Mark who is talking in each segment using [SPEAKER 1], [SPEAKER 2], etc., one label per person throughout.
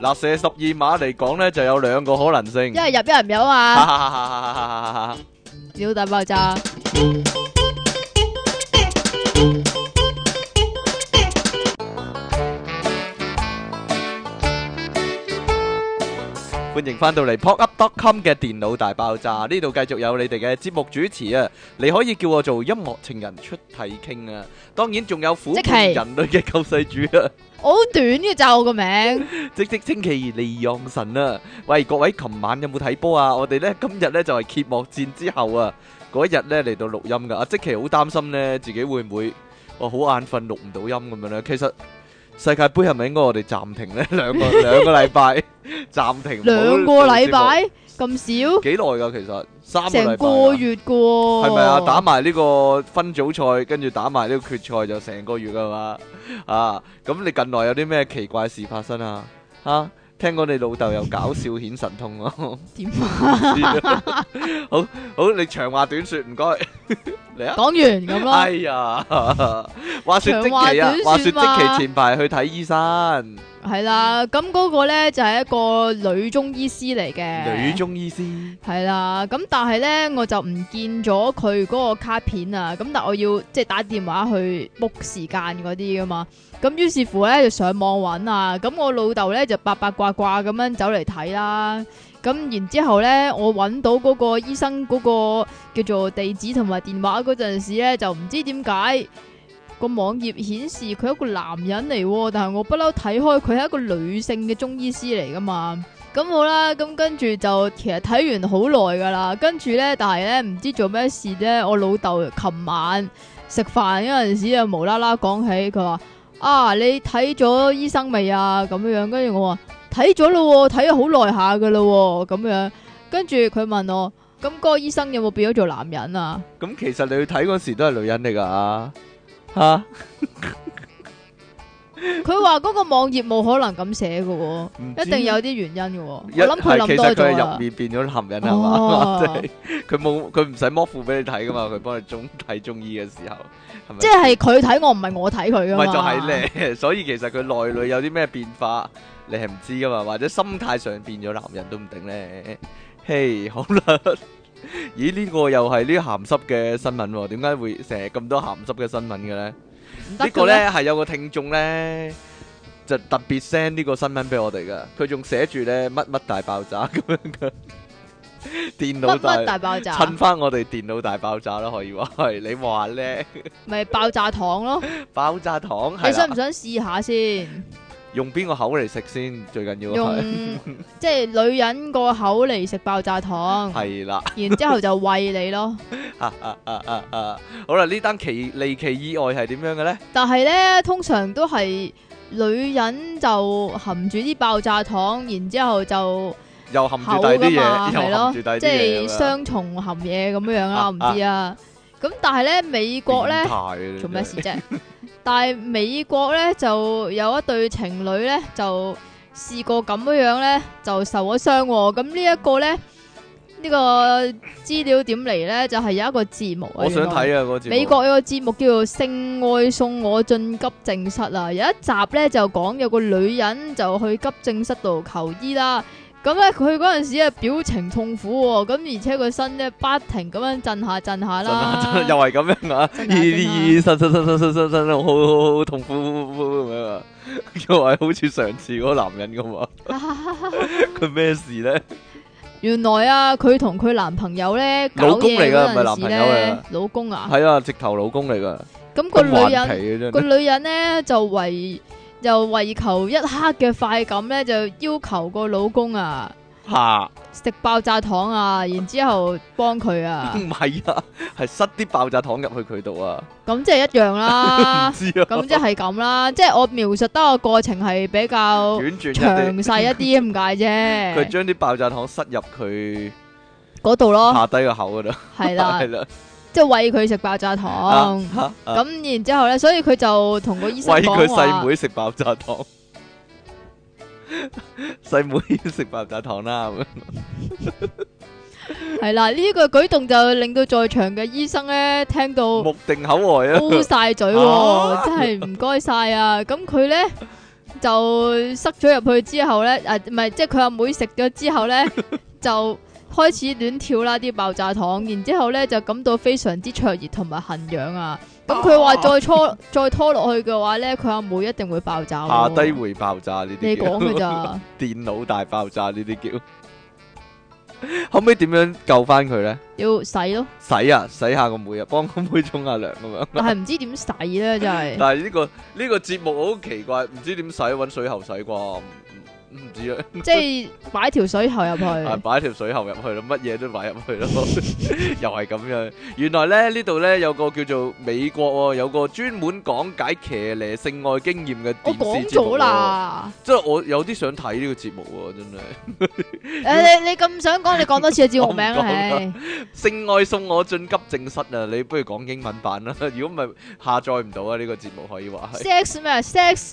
[SPEAKER 1] 嗱，射十二碼嚟講咧，就有兩個可能性。
[SPEAKER 2] 一系入，一系唔入啊嘛，
[SPEAKER 1] 哈
[SPEAKER 2] 屌大爆炸！
[SPEAKER 1] 歡迎翻到嚟 popup.com 嘅電腦大爆炸，呢度繼續有你哋嘅節目主持啊！你可以叫我做音樂情人出體傾啊，當然仲有苦
[SPEAKER 2] 即
[SPEAKER 1] 悶
[SPEAKER 2] 係
[SPEAKER 1] 人類嘅救世主啊！
[SPEAKER 2] 我好短嘅咋我個名，
[SPEAKER 1] 即即星期利用神啊！喂，各位，琴晚有冇睇波啊？我哋呢今日呢就係揭幕戰之後啊，嗰一日呢嚟到錄音噶。阿即奇好擔心呢，自己會唔會我好眼瞓錄唔到音咁樣呢？其實世界盃係咪應該我哋暫停呢？兩個兩個禮拜暫停，唔好
[SPEAKER 2] 兩
[SPEAKER 1] 做
[SPEAKER 2] 個禮
[SPEAKER 1] 節目
[SPEAKER 2] 拜咁
[SPEAKER 1] 幾耐噶？其實三個
[SPEAKER 2] 少，
[SPEAKER 1] 禮
[SPEAKER 2] 成
[SPEAKER 1] 拜啊
[SPEAKER 2] 個月噶喎，
[SPEAKER 1] 係咪啊？打埋呢個分組賽，跟住打埋呢個決賽就成個月噶嘛。啊，咁你近來有啲咩奇怪事發生啊？吓、聽講你老豆又搞笑顯神通啊！
[SPEAKER 2] 點啊？
[SPEAKER 1] 好好，你長話短說，唔該 嚟啊！
[SPEAKER 2] 講完咁咯
[SPEAKER 1] 哎，呀，話說即
[SPEAKER 2] 長話
[SPEAKER 1] 期啊
[SPEAKER 2] 短，說
[SPEAKER 1] 話說即
[SPEAKER 2] 嘛
[SPEAKER 1] 期前排去睇醫生，
[SPEAKER 2] 係啦，咁嗰個咧就係一個女中醫師嚟嘅，
[SPEAKER 1] 女中醫師
[SPEAKER 2] 系啦，咁但系咧我就唔見咗佢嗰個卡片啊，咁但我要即係打電話去 book 時間嗰啲噶嘛，咁於是乎咧就上網揾啊，咁我老豆咧就八八卦卦咁樣走嚟睇啦，咁然之後咧我揾到嗰個醫生嗰個叫做地址同埋電話嗰陣時咧，就唔知點解個網頁顯示佢係一個男人嚟喎，但係我不嬲睇開佢係一個女性嘅中醫師嚟噶嘛。咁好啦，咁跟住就其實睇完好耐噶啦，跟住咧，但係咧唔知做咩事咧，我老豆琴晚食飯嗰陣時啊，無啦啦講起佢話啊，你睇咗醫生未啊？咁樣樣，跟住我話睇咗咯喎，睇咗好耐下噶咯喎，咁樣，跟住佢問我，咁嗰個醫生有冇變咗做男人啊？
[SPEAKER 1] 咁，其實你去睇嗰時都係女人嚟啊噶吓，
[SPEAKER 2] 佢話嗰個網頁冇可能咁寫噶喎，
[SPEAKER 1] 唔
[SPEAKER 2] 一
[SPEAKER 1] 知
[SPEAKER 2] 定有啲原因噶喎，我
[SPEAKER 1] 一
[SPEAKER 2] 諗佢
[SPEAKER 1] 係
[SPEAKER 2] 諗
[SPEAKER 1] 其
[SPEAKER 2] 多
[SPEAKER 1] 實佢
[SPEAKER 2] 咗啊
[SPEAKER 1] 係入
[SPEAKER 2] 啦。
[SPEAKER 1] 面變咗男人係嘛，
[SPEAKER 2] 哦
[SPEAKER 1] 即係佢冇佢唔使剝褲俾你睇噶嘛，佢幫你中睇中醫嘅時候係咪？
[SPEAKER 2] 即係啊佢睇我，唔係我睇佢噶嘛。
[SPEAKER 1] 咪就係咧， 所以其實佢內裏有啲咩變化，你係唔知噶嘛，或者心態上變咗男人都唔定咧。嘿，好啦， 咦呢、個又係呢鹹濕嘅新聞喎、點解會成日咁多鹹濕嘅新聞嘅咧？
[SPEAKER 2] 唔得
[SPEAKER 1] 呢個
[SPEAKER 2] 嘅咩
[SPEAKER 1] 咧係有個聽眾咧就特別 send 呢個新聞俾我哋噶，佢仲寫住咧乜乜大爆炸咁樣嘅 電腦
[SPEAKER 2] 乜乜
[SPEAKER 1] 大。
[SPEAKER 2] 大爆炸，
[SPEAKER 1] 襯翻我哋電腦大爆炸啦，可以話 係你話咧，
[SPEAKER 2] 咪爆炸糖咯。
[SPEAKER 1] 爆炸糖
[SPEAKER 2] 你
[SPEAKER 1] 係啦
[SPEAKER 2] 想唔想試下先？
[SPEAKER 1] 用邊個口嚟食先？最緊要
[SPEAKER 2] 用
[SPEAKER 1] 係
[SPEAKER 2] 即係女人個口嚟食爆炸糖，
[SPEAKER 1] 係啦，
[SPEAKER 2] 然之後就餵你咯。
[SPEAKER 1] 啊啊啊啊啊！好啦，呢單奇離奇意外係點樣嘅咧？
[SPEAKER 2] 但係咧，通常都係女人就含住啲爆炸糖，然之後就
[SPEAKER 1] 又含
[SPEAKER 2] 口
[SPEAKER 1] 住第啲
[SPEAKER 2] 噶
[SPEAKER 1] 嘢，
[SPEAKER 2] 嘛，係
[SPEAKER 1] 又
[SPEAKER 2] 咯
[SPEAKER 1] 含住，第啲
[SPEAKER 2] 即係
[SPEAKER 1] 嘢咁樣，
[SPEAKER 2] 雙重含嘢咁樣樣
[SPEAKER 1] 啊
[SPEAKER 2] 啦，我唔知啊。咁但係咧，美國咧
[SPEAKER 1] 變。態啊
[SPEAKER 2] 做咩事？啫？但係美國咧就有一對情侶咧就試過咁樣樣咧就受咗傷喎。咁呢一個咧呢、呢個資料點嚟咧就係、有一個節目啊，
[SPEAKER 1] 我想
[SPEAKER 2] 原來
[SPEAKER 1] 睇啊！嗰節目
[SPEAKER 2] 美國有個節目叫做《性愛送我進急症室》啊，有一集咧就講有個女人就去急症室度求醫啦。咁咧佢嗰陣時啊表情痛苦喎，咁而且個身咧不停咁樣震下震下
[SPEAKER 1] 真啊真啊又
[SPEAKER 2] 啦，
[SPEAKER 1] 係咁樣啊！
[SPEAKER 2] 真啊真啊
[SPEAKER 1] 咦咦，伸伸伸伸伸伸伸，好好好好痛苦咁樣啊！又係好似上次嗰個男人咁啊！佢咩事咧？
[SPEAKER 2] 原來啊，佢同佢男朋友咧，搞
[SPEAKER 1] 老公嚟㗎
[SPEAKER 2] 嘢嗰陣
[SPEAKER 1] 唔係男
[SPEAKER 2] 時
[SPEAKER 1] 朋友嚟
[SPEAKER 2] 咧
[SPEAKER 1] 㗎
[SPEAKER 2] 老公啊，
[SPEAKER 1] 係啊，直頭老公嚟噶，
[SPEAKER 2] 咁個
[SPEAKER 1] 咁頑
[SPEAKER 2] 女
[SPEAKER 1] 皮嘅
[SPEAKER 2] 人
[SPEAKER 1] 真
[SPEAKER 2] 個
[SPEAKER 1] 係。
[SPEAKER 2] 女人咧就為就為求一刻嘅快感咧，就要求個老公啊
[SPEAKER 1] 嚇！
[SPEAKER 2] 食爆炸糖啊，然之後幫 佢啊，
[SPEAKER 1] 唔係啊，係塞啲爆炸糖入去佢度啊！
[SPEAKER 2] 咁即係一樣
[SPEAKER 1] 唔
[SPEAKER 2] 啦，
[SPEAKER 1] 知啊，
[SPEAKER 2] 咁即係咁啦，即係我描述得個過程係比較
[SPEAKER 1] 婉轉一
[SPEAKER 2] 詳
[SPEAKER 1] 啲，
[SPEAKER 2] 細一啲咁解
[SPEAKER 1] 佢
[SPEAKER 2] 啫，
[SPEAKER 1] 將啲爆炸糖塞入佢
[SPEAKER 2] 嗰度咯，
[SPEAKER 1] 下低個口嗰度，
[SPEAKER 2] 係啦
[SPEAKER 1] 係，啦，
[SPEAKER 2] 即係喂佢食爆炸糖。
[SPEAKER 1] 啊啊啊
[SPEAKER 2] 咁然之後咧，所以佢就同個醫生
[SPEAKER 1] 喂佢
[SPEAKER 2] 講
[SPEAKER 1] 細
[SPEAKER 2] 話，
[SPEAKER 1] 妹食爆炸糖，細妹食爆炸糖啦，咁樣
[SPEAKER 2] 係啦，呢個舉動就令到在場嘅醫生咧聽到
[SPEAKER 1] 目定口呆啊！
[SPEAKER 2] 烏晒嘴喎，
[SPEAKER 1] 啊
[SPEAKER 2] 真係唔該晒啊！咁佢咧就塞咗入去之後咧，啊唔係，即係佢阿妹食咗之 後咧，就開始亂跳啦啲爆炸糖，然之後咧就感到非常之灼熱同埋痕癢啊！咁佢話再拖再拖落去嘅話咧，佢阿妹一定會爆炸喎。
[SPEAKER 1] 下低會爆炸呢
[SPEAKER 2] 你
[SPEAKER 1] 啲
[SPEAKER 2] 講
[SPEAKER 1] 叫
[SPEAKER 2] 嘅咋？
[SPEAKER 1] 電腦大爆炸呢啲叫，後尾點樣救翻佢咧？
[SPEAKER 2] 要洗咯，
[SPEAKER 1] 洗啊，洗下個妹啊，幫個妹沖下涼咁 樣。
[SPEAKER 2] 但係唔知點洗 咧，真係。
[SPEAKER 1] 但係呢個呢個節目好奇怪，唔知點洗，揾水喉洗啩？唔唔唔知啊。
[SPEAKER 2] 即係擺條水喉入去。
[SPEAKER 1] 啊！擺條水喉入去咯，乜嘢都擺入去 咯，又係咁樣。原來咧呢度咧有個叫做美國喎、有個專門講解騎呢性愛經驗嘅
[SPEAKER 2] 我
[SPEAKER 1] 電
[SPEAKER 2] 講
[SPEAKER 1] 視節目
[SPEAKER 2] 咗
[SPEAKER 1] 喎、
[SPEAKER 2] 啦，
[SPEAKER 1] 即係我有啲想睇呢個節目喎、真 係。
[SPEAKER 2] 誒你你咁想講，你講多次個節目 名
[SPEAKER 1] 我唔講
[SPEAKER 2] 啦，
[SPEAKER 1] 啦
[SPEAKER 2] 唉，
[SPEAKER 1] 性愛送我進急症室啊！你不如講英文版啦， 如果唔係下載唔到啊！呢、個節目可以 話係。
[SPEAKER 2] sex 咩啊？sex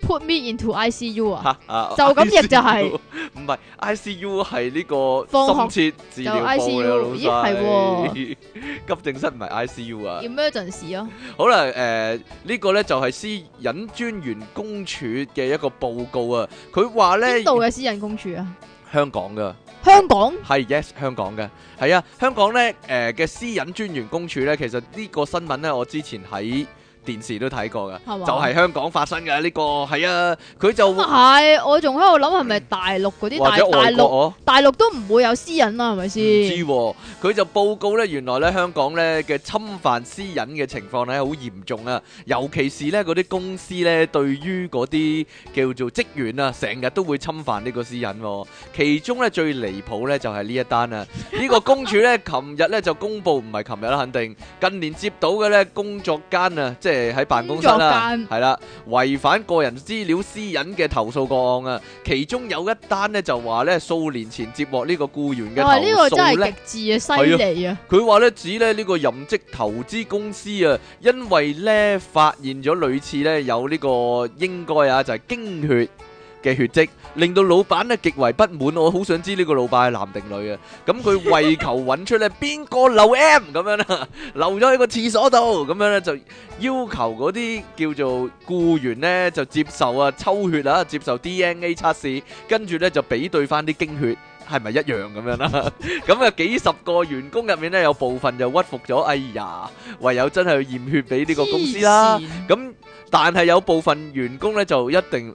[SPEAKER 2] put me into ICU 啊？
[SPEAKER 1] 嚇啊
[SPEAKER 2] 就咁譯就係
[SPEAKER 1] ICU 唔係 ICU 係呢
[SPEAKER 2] 放
[SPEAKER 1] 個深切治療部
[SPEAKER 2] 就
[SPEAKER 1] 嚟
[SPEAKER 2] ICU
[SPEAKER 1] 啊老細，
[SPEAKER 2] 咦
[SPEAKER 1] 急症室唔係 ICU 啊。
[SPEAKER 2] emergency 咯，
[SPEAKER 1] 好啦，誒、呢個呢就係私隱專員公署嘅一個報告啊，佢話呢，
[SPEAKER 2] 邊度嘅私人公署啊？
[SPEAKER 1] 香港噶，
[SPEAKER 2] 香港
[SPEAKER 1] 係 yes 香港嘅，係啊，香港呢誒嘅、私隱專員公署呢，其實呢個新聞呢，我之前喺電視都睇過噶，
[SPEAKER 2] 係
[SPEAKER 1] 就
[SPEAKER 2] 嘛
[SPEAKER 1] 係香港發生嘅呢、個，係啊，佢就
[SPEAKER 2] 咁啊係，我仲喺度諗係咪大陸嗰啲
[SPEAKER 1] 或者
[SPEAKER 2] 大大
[SPEAKER 1] 外國
[SPEAKER 2] 陸
[SPEAKER 1] 哦。
[SPEAKER 2] 大陸都唔會有私隱啦，係咪先？
[SPEAKER 1] 唔知喎佢、就報告咧，原來咧香港咧嘅侵犯私隱嘅情況咧好嚴重啊，尤其是咧嗰啲公司咧對於嗰啲叫做職員啊，成日都會侵犯呢個私隱、喎。其中咧最離譜咧就係、呢一單啊，呢個公署咧琴日咧就公布，唔係琴日啦，肯定近年接到嘅咧工作間啊，即係喺辦公室啦、
[SPEAKER 2] 工作間
[SPEAKER 1] 係啦，違反個人資料私隱嘅投訴個案啊，其中有一單咧就話咧數年前接獲呢個僱員嘅
[SPEAKER 2] 哇！呢個
[SPEAKER 1] 投
[SPEAKER 2] 真
[SPEAKER 1] 訴咧
[SPEAKER 2] 係。極致啊，犀利啊！
[SPEAKER 1] 佢話咧指咧呢個任職投資公司啊，因為咧發現咗類似咧有呢個應該啊就係、經血 嘅血跡，令到老闆咧極為不滿。我好想知呢個老闆係男定女啊！咁佢為求揾出咧邊個漏 M 咁樣啦，漏咗喺個廁所度咁樣咧就要求嗰啲叫做僱員咧就接受啊抽血啊，接受 DNA 測試，跟住咧就比對翻啲經血。係咪一樣咁樣啦？咁啊 幾十個員工入面咧，有部分就屈服咗。哎呀，唯有真係去驗血俾呢個公司啦。
[SPEAKER 2] 黐線
[SPEAKER 1] 咁但係有部分員工咧就一定，誒、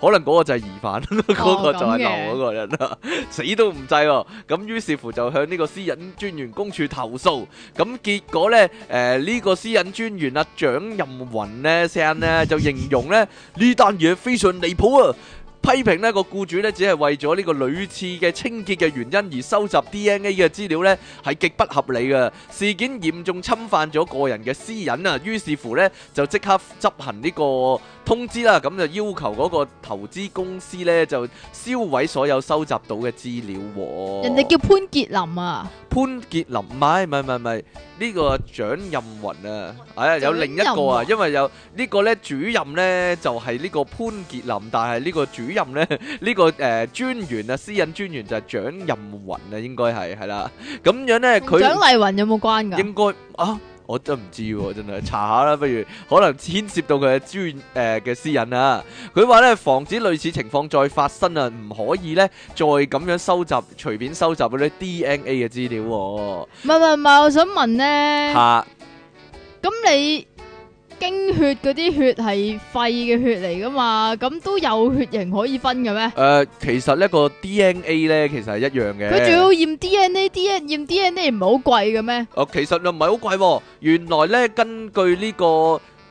[SPEAKER 1] 可能嗰個就係疑犯， 嗰、個就係流嗰個人啦， 死都唔制喎。咁於是乎就向呢個私隱專員公署投訴。咁結果咧，誒、呢、個私隱專員啊蔣任雲咧聲咧就形容咧呢單嘢非常離譜啊！批評呢個僱主呢，只係為咗呢個屢次嘅清潔嘅原因而收集 DNA 嘅資料呢，係極不合理嘅。事件嚴重侵犯咗個人嘅私隱啊，於是乎呢，就即刻執行呢個通知啦，咁就要求嗰個投資公司呢，就銷毀所有收集到嘅資料喎。
[SPEAKER 2] 人哋叫潘傑林啊，
[SPEAKER 1] 潘傑林，唔係唔係唔係唔係呢個蔣任雲啊，係啊有另一個啊，
[SPEAKER 2] 蔣任雲
[SPEAKER 1] 因為有呢個咧主任咧就係呢個潘傑林，但係呢個主任 咧呢個誒專員啊，私隱專員就係蔣任雲啊，應該係係啦，咁樣咧
[SPEAKER 2] 同蔣
[SPEAKER 1] 哦佢
[SPEAKER 2] 麗雲有冇關㗎？
[SPEAKER 1] 應該啊。我真唔知喎，真係查下啦，不如可能牽涉到佢嘅專誒嘅私隱啊。佢話咧，防止類似情況再發生啊，唔可以咧再咁樣收集隨便收集嗰啲 DNA 嘅資料喎、
[SPEAKER 2] 唔係唔係唔係，我想問咧。
[SPEAKER 1] 吓
[SPEAKER 2] 咁你經血嗰啲血係肺嘅血嚟噶嘛？咁都有血型可以分嘅咩？
[SPEAKER 1] 誒、其實呢個 DNA 咧，其實係一樣嘅。
[SPEAKER 2] 佢仲要驗 DNA，D N 驗 DNA 唔係好貴嘅咩？
[SPEAKER 1] 哦，其實又唔係好貴喎。原來咧，根據呢個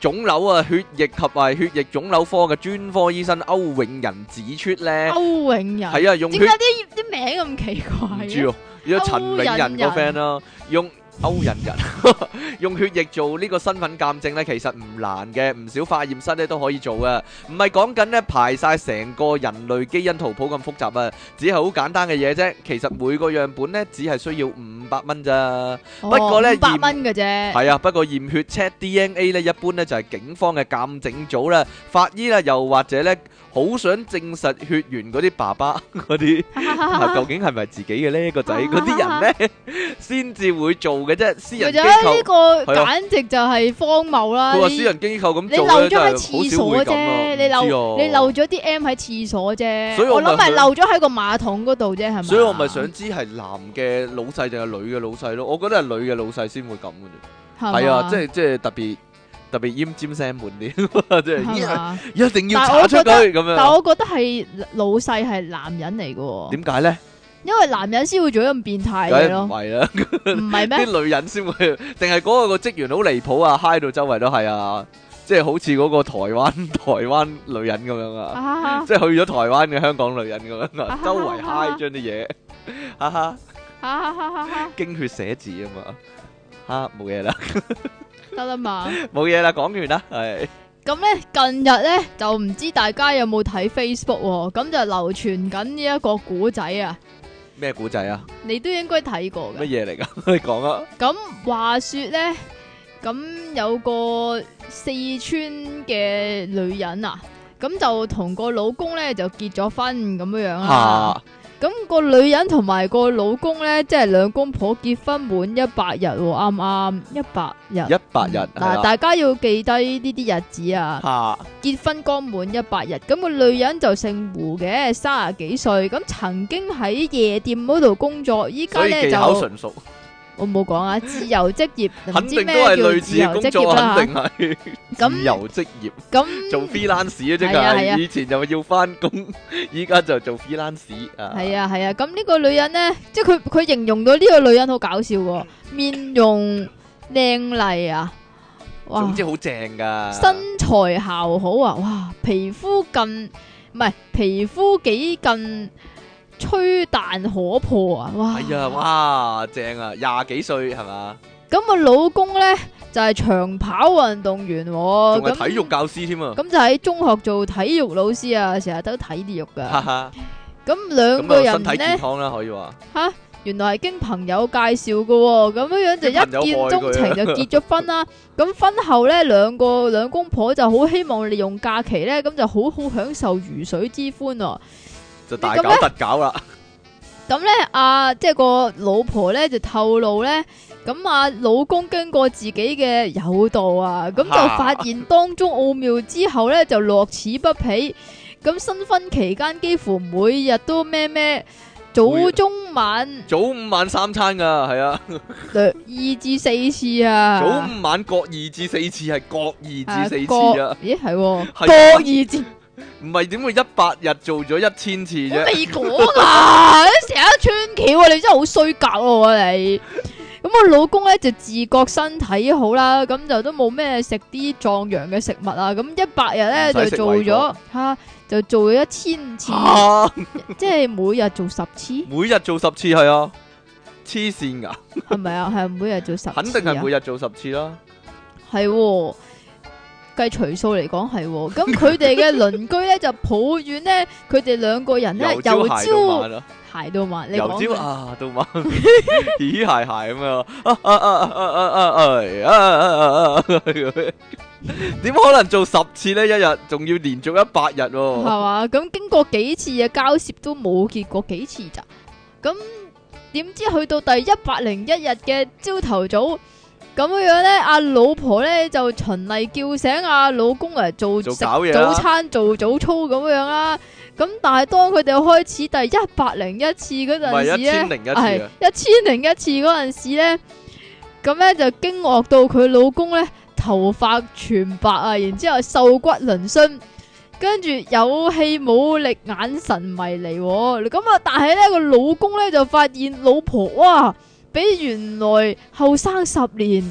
[SPEAKER 1] 腫瘤啊、血液及埋血液腫瘤科嘅專科醫生歐永仁指出咧，
[SPEAKER 2] 歐永仁，
[SPEAKER 1] 係啊，用
[SPEAKER 2] 點
[SPEAKER 1] 血
[SPEAKER 2] 解啲啲名咁奇
[SPEAKER 1] 唔
[SPEAKER 2] 怪
[SPEAKER 1] 知
[SPEAKER 2] 嘅？
[SPEAKER 1] 喎，有陳永仁個
[SPEAKER 2] 歐人
[SPEAKER 1] friend 啦，用歐人人 用血液做呢個身份鑑證咧，其實唔難嘅，唔少化驗室咧都可以做嘅，唔係講緊咧排晒成個人類基因圖譜咁複雜啊，只係好簡單嘅嘢啫。其實每個樣本咧只係需要五百蚊咋。
[SPEAKER 2] 不
[SPEAKER 1] 過呢
[SPEAKER 2] 百
[SPEAKER 1] 驗
[SPEAKER 2] 蚊嘅啫，
[SPEAKER 1] 係啊，不過驗血 check DNA 咧，一般咧就係警方嘅鑑證組啦、法醫啦，又或者咧好想證實血緣嗰啲爸爸嗰啲，究竟係咪自己嘅呢個仔嗰啲人咧，先至會做嘅啫，私人機
[SPEAKER 2] 咪就
[SPEAKER 1] 構
[SPEAKER 2] 係呢。個
[SPEAKER 1] 係啊
[SPEAKER 2] 簡直就係荒謬啦！
[SPEAKER 1] 佢話
[SPEAKER 2] 你
[SPEAKER 1] 私人機構咁
[SPEAKER 2] 你
[SPEAKER 1] 做
[SPEAKER 2] 漏
[SPEAKER 1] 咧，
[SPEAKER 2] 咗喺
[SPEAKER 1] 真係好
[SPEAKER 2] 廁
[SPEAKER 1] 少會
[SPEAKER 2] 所
[SPEAKER 1] 咁啊！
[SPEAKER 2] 啫，你
[SPEAKER 1] 唔
[SPEAKER 2] 漏
[SPEAKER 1] 知啊
[SPEAKER 2] 你漏咗啲 M 喺廁所啫，
[SPEAKER 1] 所以我
[SPEAKER 2] 我諗
[SPEAKER 1] 咪想
[SPEAKER 2] 係漏咗喺個馬桶嗰度啫，係咪？
[SPEAKER 1] 所以我咪想知係男嘅老細定係女嘅老細咯，我覺得係女嘅老細先會咁嘅啫。
[SPEAKER 2] 係
[SPEAKER 1] 係啊，即
[SPEAKER 2] 係
[SPEAKER 1] 係即係特別特別奄尖聲悶啲， 即係
[SPEAKER 2] 嘛
[SPEAKER 1] 一一定要
[SPEAKER 2] 但係
[SPEAKER 1] 查
[SPEAKER 2] 我
[SPEAKER 1] 出
[SPEAKER 2] 覺得
[SPEAKER 1] 佢咁
[SPEAKER 2] 但
[SPEAKER 1] 樣。
[SPEAKER 2] 我覺得係老細係男人嚟嘅喎，
[SPEAKER 1] 點解咧？
[SPEAKER 2] 因為男人先會做咁變態
[SPEAKER 1] 梗係
[SPEAKER 2] 嘅
[SPEAKER 1] 唔
[SPEAKER 2] 咯，
[SPEAKER 1] 係啦，
[SPEAKER 2] 唔係咩？
[SPEAKER 1] 啲女人先會， 定係嗰個職員好離譜啊，嗨到周圍都係啊，即係好似嗰個台灣台灣女人咁樣啊。
[SPEAKER 2] 啊
[SPEAKER 1] 即係去咗台灣嘅香港女人咁樣啊
[SPEAKER 2] 啊，
[SPEAKER 1] 周圍嗨將啲嘢， 哈哈，
[SPEAKER 2] 哈哈哈哈
[SPEAKER 1] 經血寫字啊嘛，哈冇嘢啦，
[SPEAKER 2] 得啦嘛。
[SPEAKER 1] 冇嘢啦，講完啦，係
[SPEAKER 2] 咁咧近日咧就唔知大家有冇睇 Facebook 喎，咁就流傳緊呢一個古仔啊，
[SPEAKER 1] 咩古仔啊？
[SPEAKER 2] 你都應該睇過
[SPEAKER 1] 乜
[SPEAKER 2] 嘅。
[SPEAKER 1] 嘢嚟噶？ 你講啊，
[SPEAKER 2] 咁話說咧，咁有個四川嘅女人啊，咁就同個老公咧就結咗婚咁樣樣啦。
[SPEAKER 1] 嚇
[SPEAKER 2] 咁、個女人同埋個老公咧，即係兩公婆結婚滿一百日喎，啱啱一百日。
[SPEAKER 1] 一百日
[SPEAKER 2] 嗯
[SPEAKER 1] 係
[SPEAKER 2] 嗱，
[SPEAKER 1] 啦
[SPEAKER 2] 大家要記低呢啲日子啊。
[SPEAKER 1] 嚇
[SPEAKER 2] 結婚剛滿一百日，咁、個女人就姓胡嘅，三十幾歲，咁曾經喺夜店嗰度工作，依家
[SPEAKER 1] 所以
[SPEAKER 2] 咧
[SPEAKER 1] 技
[SPEAKER 2] 就
[SPEAKER 1] 巧純熟，
[SPEAKER 2] 我冇講啊，自由職業，
[SPEAKER 1] 肯
[SPEAKER 2] 唔知
[SPEAKER 1] 定都
[SPEAKER 2] 咩
[SPEAKER 1] 係
[SPEAKER 2] 叫
[SPEAKER 1] 類
[SPEAKER 2] 自
[SPEAKER 1] 似
[SPEAKER 2] 由
[SPEAKER 1] 嘅
[SPEAKER 2] 職
[SPEAKER 1] 工
[SPEAKER 2] 業
[SPEAKER 1] 作，啊
[SPEAKER 2] 啦
[SPEAKER 1] 肯定係
[SPEAKER 2] 嚇
[SPEAKER 1] 自
[SPEAKER 2] 咁
[SPEAKER 1] 由職業，
[SPEAKER 2] 咁
[SPEAKER 1] 做 freelance 啊，即
[SPEAKER 2] 嗯係啊係啊
[SPEAKER 1] 係以前就要翻工， 依家就做 freelance 啊，
[SPEAKER 2] 係啊係啊，咁呢個女人呢，即係佢佢形容到呢個女人好搞笑喎，面容靚麗啊，哇啊
[SPEAKER 1] 總，之好正噶，
[SPEAKER 2] 身材姣好啊，哇，皮膚近唔係皮膚幾近吹彈可破啊，哇，
[SPEAKER 1] 係啊，哇，正啊，廿幾歲係嘛？
[SPEAKER 2] 咁個老公呢，就係長跑運動員喎，
[SPEAKER 1] 仲係
[SPEAKER 2] 哦咁
[SPEAKER 1] 體育教師添啊！
[SPEAKER 2] 咁就喺中學做體育老師啊，成日都睇體育 噶。
[SPEAKER 1] 哈哈，
[SPEAKER 2] 咁
[SPEAKER 1] 咁
[SPEAKER 2] 兩個
[SPEAKER 1] 啊身
[SPEAKER 2] 人
[SPEAKER 1] 體健
[SPEAKER 2] 呢，
[SPEAKER 1] 康啦，可以話
[SPEAKER 2] 原來係經朋友介紹嘅喎，咁樣樣就一見鍾情就結咗婚啦。咁婚後呢，兩個兩公婆就好希望利用假期呢，咁就好好享受魚水之歡喎。
[SPEAKER 1] 就大
[SPEAKER 2] 你咁
[SPEAKER 1] 搞特搞啦，
[SPEAKER 2] 咁呢，啊，即係個老婆呢，就透露呢，咁啊老公經過自己嘅誘導啊，咁就發現當中奧妙之後呢，就樂此不疲。咁新婚期間幾乎每日都咩咩早中晚。
[SPEAKER 1] 早午晚三餐噶，係啊，
[SPEAKER 2] 略二至四次啊，
[SPEAKER 1] 早午晚各二至四次，係各二至四次
[SPEAKER 2] 啊
[SPEAKER 1] 啊，
[SPEAKER 2] 各咦係喎，
[SPEAKER 1] 係啊
[SPEAKER 2] 各二至，
[SPEAKER 1] 唔係點會一百日做咗一千次
[SPEAKER 2] 我
[SPEAKER 1] 啫？
[SPEAKER 2] 未講啊，你成日穿橋啊，你真係好衰格喎、你。咁我老公咧就自覺身體好啦，咁就都冇咩食啲壯陽嘅食物啊，咁一百日咧
[SPEAKER 1] 唔使食啊
[SPEAKER 2] 就做
[SPEAKER 1] 偉
[SPEAKER 2] 咗吓、就做咗一千 次，
[SPEAKER 1] 嚇，
[SPEAKER 2] 即係每日做十次，
[SPEAKER 1] 每日做十次係啊，黐線噶，
[SPEAKER 2] 係咪啊？係每日做十次、啊，
[SPEAKER 1] 肯定係每日做十次啦。
[SPEAKER 2] 系喎，計除數嚟講係喎，咁佢哋嘅鄰居咧就抱怨咧，佢哋兩個人咧
[SPEAKER 1] 由
[SPEAKER 2] 由
[SPEAKER 1] 朝
[SPEAKER 2] 朝
[SPEAKER 1] 鞋到晚啊，
[SPEAKER 2] 鞋到晚，你
[SPEAKER 1] 由
[SPEAKER 2] 講
[SPEAKER 1] 朝
[SPEAKER 2] 嘅
[SPEAKER 1] 啊到晚，咦鞋鞋咁啊啊啊啊啊啊啊啊啊啊啊！點可能做十次呢？一日仲要連續一百日
[SPEAKER 2] 係
[SPEAKER 1] 喎？
[SPEAKER 2] 嘛？咁經過幾次嘅交涉都冇結果幾次咋？咁點知去到第一百零一日嘅朝頭早咁樣樣咧，阿老婆咧就循例叫醒阿老公嚟做
[SPEAKER 1] 做
[SPEAKER 2] 食
[SPEAKER 1] 搞嘢啦
[SPEAKER 2] 早餐做早操咁樣樣啦。咁但係當佢哋開始第一百零一次嗰
[SPEAKER 1] 唔係
[SPEAKER 2] 陣時
[SPEAKER 1] 一
[SPEAKER 2] 咧
[SPEAKER 1] 千。零一
[SPEAKER 2] 係
[SPEAKER 1] 次啊！
[SPEAKER 2] 一千零一次嗰阵时咧，咁咧就驚愕到佢老公咧頭髮全白啊，然之后瘦骨嶙峋，跟住有氣冇力，眼神迷離喎。咁啊，但係咧個老公咧就發現老婆哇，比原來後生十年。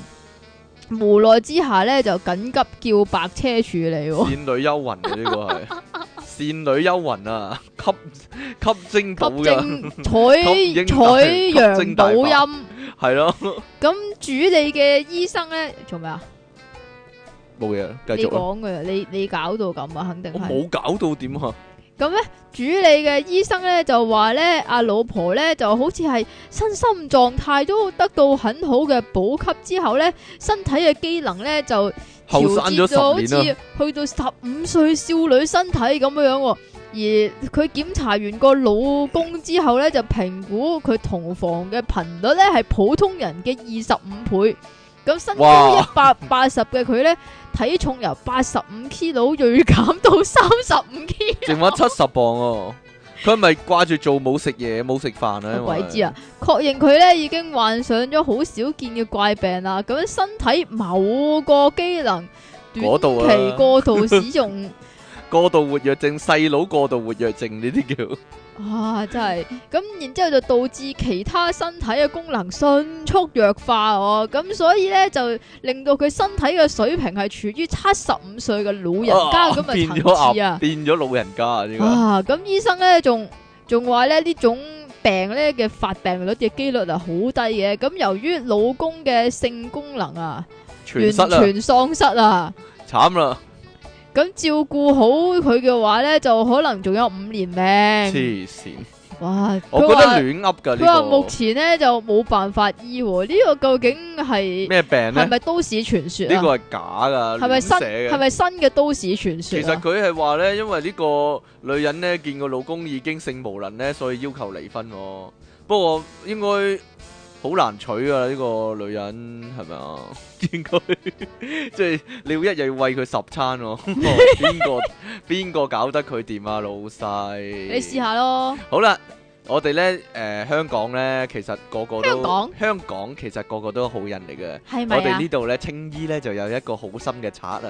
[SPEAKER 2] 無奈之下咧，就緊急叫白車處理喎，
[SPEAKER 1] 倩女幽魂啊，呢個係倩女幽魂啊，吸 吸精寶
[SPEAKER 2] 吸
[SPEAKER 1] 噶，
[SPEAKER 2] 精
[SPEAKER 1] 吸精
[SPEAKER 2] 採
[SPEAKER 1] 大
[SPEAKER 2] 採
[SPEAKER 1] 吸精
[SPEAKER 2] 陽
[SPEAKER 1] 大
[SPEAKER 2] 寶
[SPEAKER 1] 法
[SPEAKER 2] 音。
[SPEAKER 1] 係咯，
[SPEAKER 2] 咁主理嘅醫生咧做咩啊？
[SPEAKER 1] 冇嘢啦，繼
[SPEAKER 2] 你
[SPEAKER 1] 續啦。
[SPEAKER 2] 講嘅，你你搞到咁啊，肯定
[SPEAKER 1] 我
[SPEAKER 2] 係。
[SPEAKER 1] 冇搞到點啊？
[SPEAKER 2] 咁咧，主理嘅醫生咧就話咧，阿老婆咧就好似係身心狀態都得到很好嘅補給之後咧，身體嘅機能咧就
[SPEAKER 1] 後
[SPEAKER 2] 調
[SPEAKER 1] 生
[SPEAKER 2] 節
[SPEAKER 1] 咗
[SPEAKER 2] 到好
[SPEAKER 1] 十
[SPEAKER 2] 似
[SPEAKER 1] 年啦，啊
[SPEAKER 2] 去到十五歲少女身體咁樣樣喎。而佢檢查完個老公之後咧，就評估佢同房嘅頻率咧係普通人嘅二十五倍。咁身高
[SPEAKER 1] 哇
[SPEAKER 2] 一百八十嘅佢咧，體重由八十五 kilo 鋭減到三十五 kilo。
[SPEAKER 1] 剩翻七十磅喎。佢係咪掛住做冇食嘢冇食飯啊？
[SPEAKER 2] 我鬼知啊！確認佢咧已經患上咗好少見嘅怪病啦。咁身體某個機能
[SPEAKER 1] 嗰
[SPEAKER 2] 短
[SPEAKER 1] 度啊
[SPEAKER 2] 期過度使用。
[SPEAKER 1] 因為過度活躍症、細佬過度活躍症呢啲叫。
[SPEAKER 2] 啊，真係咁，然之後就導致其他身體嘅功能迅速弱化哦，咁所以咧就令到佢身體嘅水平係處於七十五歲嘅老人家咁
[SPEAKER 1] 啊變
[SPEAKER 2] 嘅
[SPEAKER 1] 咗
[SPEAKER 2] 層次
[SPEAKER 1] 鴨
[SPEAKER 2] 啊！
[SPEAKER 1] 變咗老人家啊！呢個
[SPEAKER 2] 啊，咁醫生咧仲仲話咧呢種病咧嘅發病率嘅機率啊係好低嘅，咁由於老公嘅性功能啊
[SPEAKER 1] 全失啦
[SPEAKER 2] 完，全喪失啊！
[SPEAKER 1] 慘啦，
[SPEAKER 2] 咁照顧好佢嘅話咧，就可能仲有五年命。
[SPEAKER 1] 黐線！
[SPEAKER 2] 哇！
[SPEAKER 1] 我
[SPEAKER 2] 佢
[SPEAKER 1] 覺得
[SPEAKER 2] 話
[SPEAKER 1] 亂噏㗎
[SPEAKER 2] 佢話
[SPEAKER 1] 啊呢
[SPEAKER 2] 目
[SPEAKER 1] 個
[SPEAKER 2] 前咧就冇辦法醫喎，呢、個究竟係
[SPEAKER 1] 咩病咧？
[SPEAKER 2] 係
[SPEAKER 1] 呢
[SPEAKER 2] 咪都市傳說啊？
[SPEAKER 1] 個係假㗎，
[SPEAKER 2] 係咪新
[SPEAKER 1] 亂
[SPEAKER 2] 係
[SPEAKER 1] 寫嘅。
[SPEAKER 2] 咪新嘅都市傳
[SPEAKER 1] 其
[SPEAKER 2] 說
[SPEAKER 1] 實
[SPEAKER 2] 啊？
[SPEAKER 1] 佢係話咧，因為呢個女人咧見個老公已經性無能咧，所以要求離婚喎。不過應該好難娶㗎呢個女人係咪啊？應該即係你要一日要喂佢十餐 喎，邊個邊個搞得佢掂啊老細？
[SPEAKER 2] 你試下咯，
[SPEAKER 1] 好啦，我哋咧誒香港咧，其實個個都
[SPEAKER 2] 香港
[SPEAKER 1] 香港其實個個都好人嚟嘅。
[SPEAKER 2] 係咪
[SPEAKER 1] 我哋
[SPEAKER 2] 啊
[SPEAKER 1] 呢？度咧青衣咧就有一個好深嘅賊啊，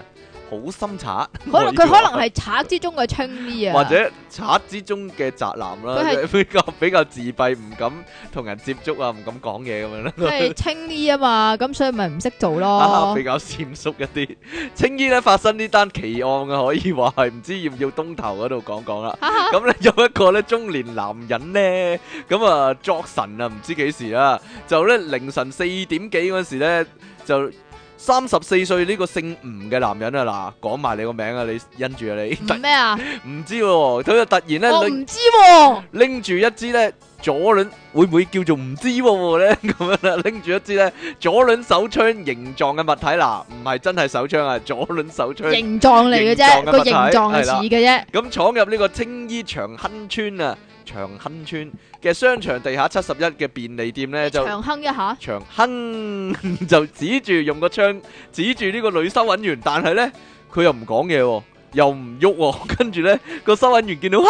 [SPEAKER 1] 好深賊。
[SPEAKER 2] 可能
[SPEAKER 1] 我呢
[SPEAKER 2] 佢
[SPEAKER 1] 度話
[SPEAKER 2] 可能係賊之中嘅青衣啊，
[SPEAKER 1] 啊或者賊之中嘅宅男啦，
[SPEAKER 2] 佢
[SPEAKER 1] 比較比較自閉，唔敢同人接觸啊，唔敢講嘢咁樣啦。
[SPEAKER 2] 係青衣啊嘛，咁所以咪唔識做咯
[SPEAKER 1] 比。較閃縮一啲， 青衣咧發生呢單奇案嘅，可以話係唔知要唔要東頭嗰度講講啦。
[SPEAKER 2] 哈哈
[SPEAKER 1] 咁咧有一個咧中年男人咧，咁啊作神啊，唔知幾時啊，就咧凌晨四點幾嗰時咧就。三十四歲呢個姓吳嘅男人啊，嗱，講埋你個名啊，你因住啊你，
[SPEAKER 2] 唔
[SPEAKER 1] 突
[SPEAKER 2] 咩啊？
[SPEAKER 1] 唔知喎，佢就突然咧
[SPEAKER 2] 我
[SPEAKER 1] 拎
[SPEAKER 2] 唔知喎，
[SPEAKER 1] 拎住一支咧左輪，會唔會叫做唔知喎咧 咁樣啦？拎住一支咧左輪手槍形狀嘅物體嗱，唔係真係手槍啊，左輪手槍。
[SPEAKER 2] 形狀嚟嘅
[SPEAKER 1] 形狀
[SPEAKER 2] 啫，
[SPEAKER 1] 嘅
[SPEAKER 2] 個
[SPEAKER 1] 物體
[SPEAKER 2] 形狀係
[SPEAKER 1] 係
[SPEAKER 2] 似
[SPEAKER 1] 啦
[SPEAKER 2] 嘅啫。
[SPEAKER 1] 咁闖入呢個青衣長亨村啊，長亨村嘅商場地下七十一嘅便利店咧，
[SPEAKER 2] 你
[SPEAKER 1] 就
[SPEAKER 2] 長哼一下，
[SPEAKER 1] 長亨 就指住用個槍指住呢個女收銀員，但係咧佢又唔講嘢喎，又唔喐喎， 跟住咧個收銀員見到啊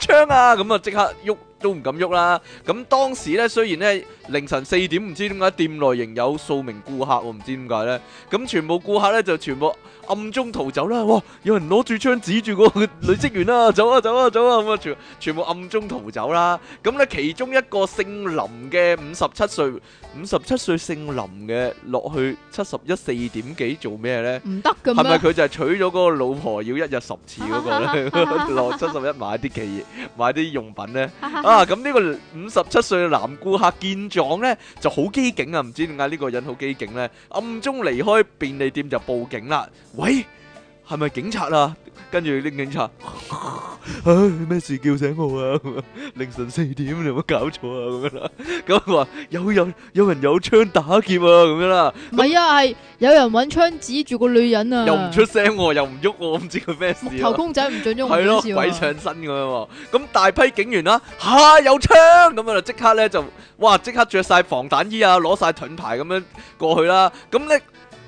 [SPEAKER 1] 槍啊，咁啊即刻喐都唔敢喐啦。咁當時咧雖然咧凌晨四點，唔知點解店內仍有數名顧客喎，唔知點解咧。咁全部顧客咧就全部暗中逃走啦。哇！有人攞住槍指住個 女職員啦，走啊走啊走啊咁啊，全全部暗中逃走啦。咁咧其中一個姓林嘅五十七歲。五十七歲姓林嘅落去七十一四點幾做咩呢？
[SPEAKER 2] 唔 得
[SPEAKER 1] 係
[SPEAKER 2] 嘅
[SPEAKER 1] 咪
[SPEAKER 2] 咩？
[SPEAKER 1] 佢就係娶咗嗰個老婆要一日十次嗰個呢？落七十一買啲奇嘢，買啲用品呢？啊！咁呢個五十七歲嘅男顧客見狀呢，就好機警啊！唔知點解呢個人好機警呢，暗中離開便利店就報警啦。喂，係咪警察 啊？跟住啲警察， 唉咩事叫醒我啊？ 咁樣凌晨四點你有冇搞錯啊？咁樣啦，咁話有有有人有槍打劫啊？咁樣啦，
[SPEAKER 2] 唔係啊，係有人揾槍指住個女人啊，
[SPEAKER 1] 又唔出聲喎，又唔喐喎，唔知佢咩事
[SPEAKER 2] 木
[SPEAKER 1] 啊
[SPEAKER 2] 頭？公仔唔准喐，
[SPEAKER 1] 係咯，
[SPEAKER 2] 唔准笑啊
[SPEAKER 1] 鬼上身咁樣喎。咁大批警員啦，嚇有槍咁啊，即刻咧就哇，即刻着晒防彈衣啊，攞晒盾牌咁樣過去啦。咁咧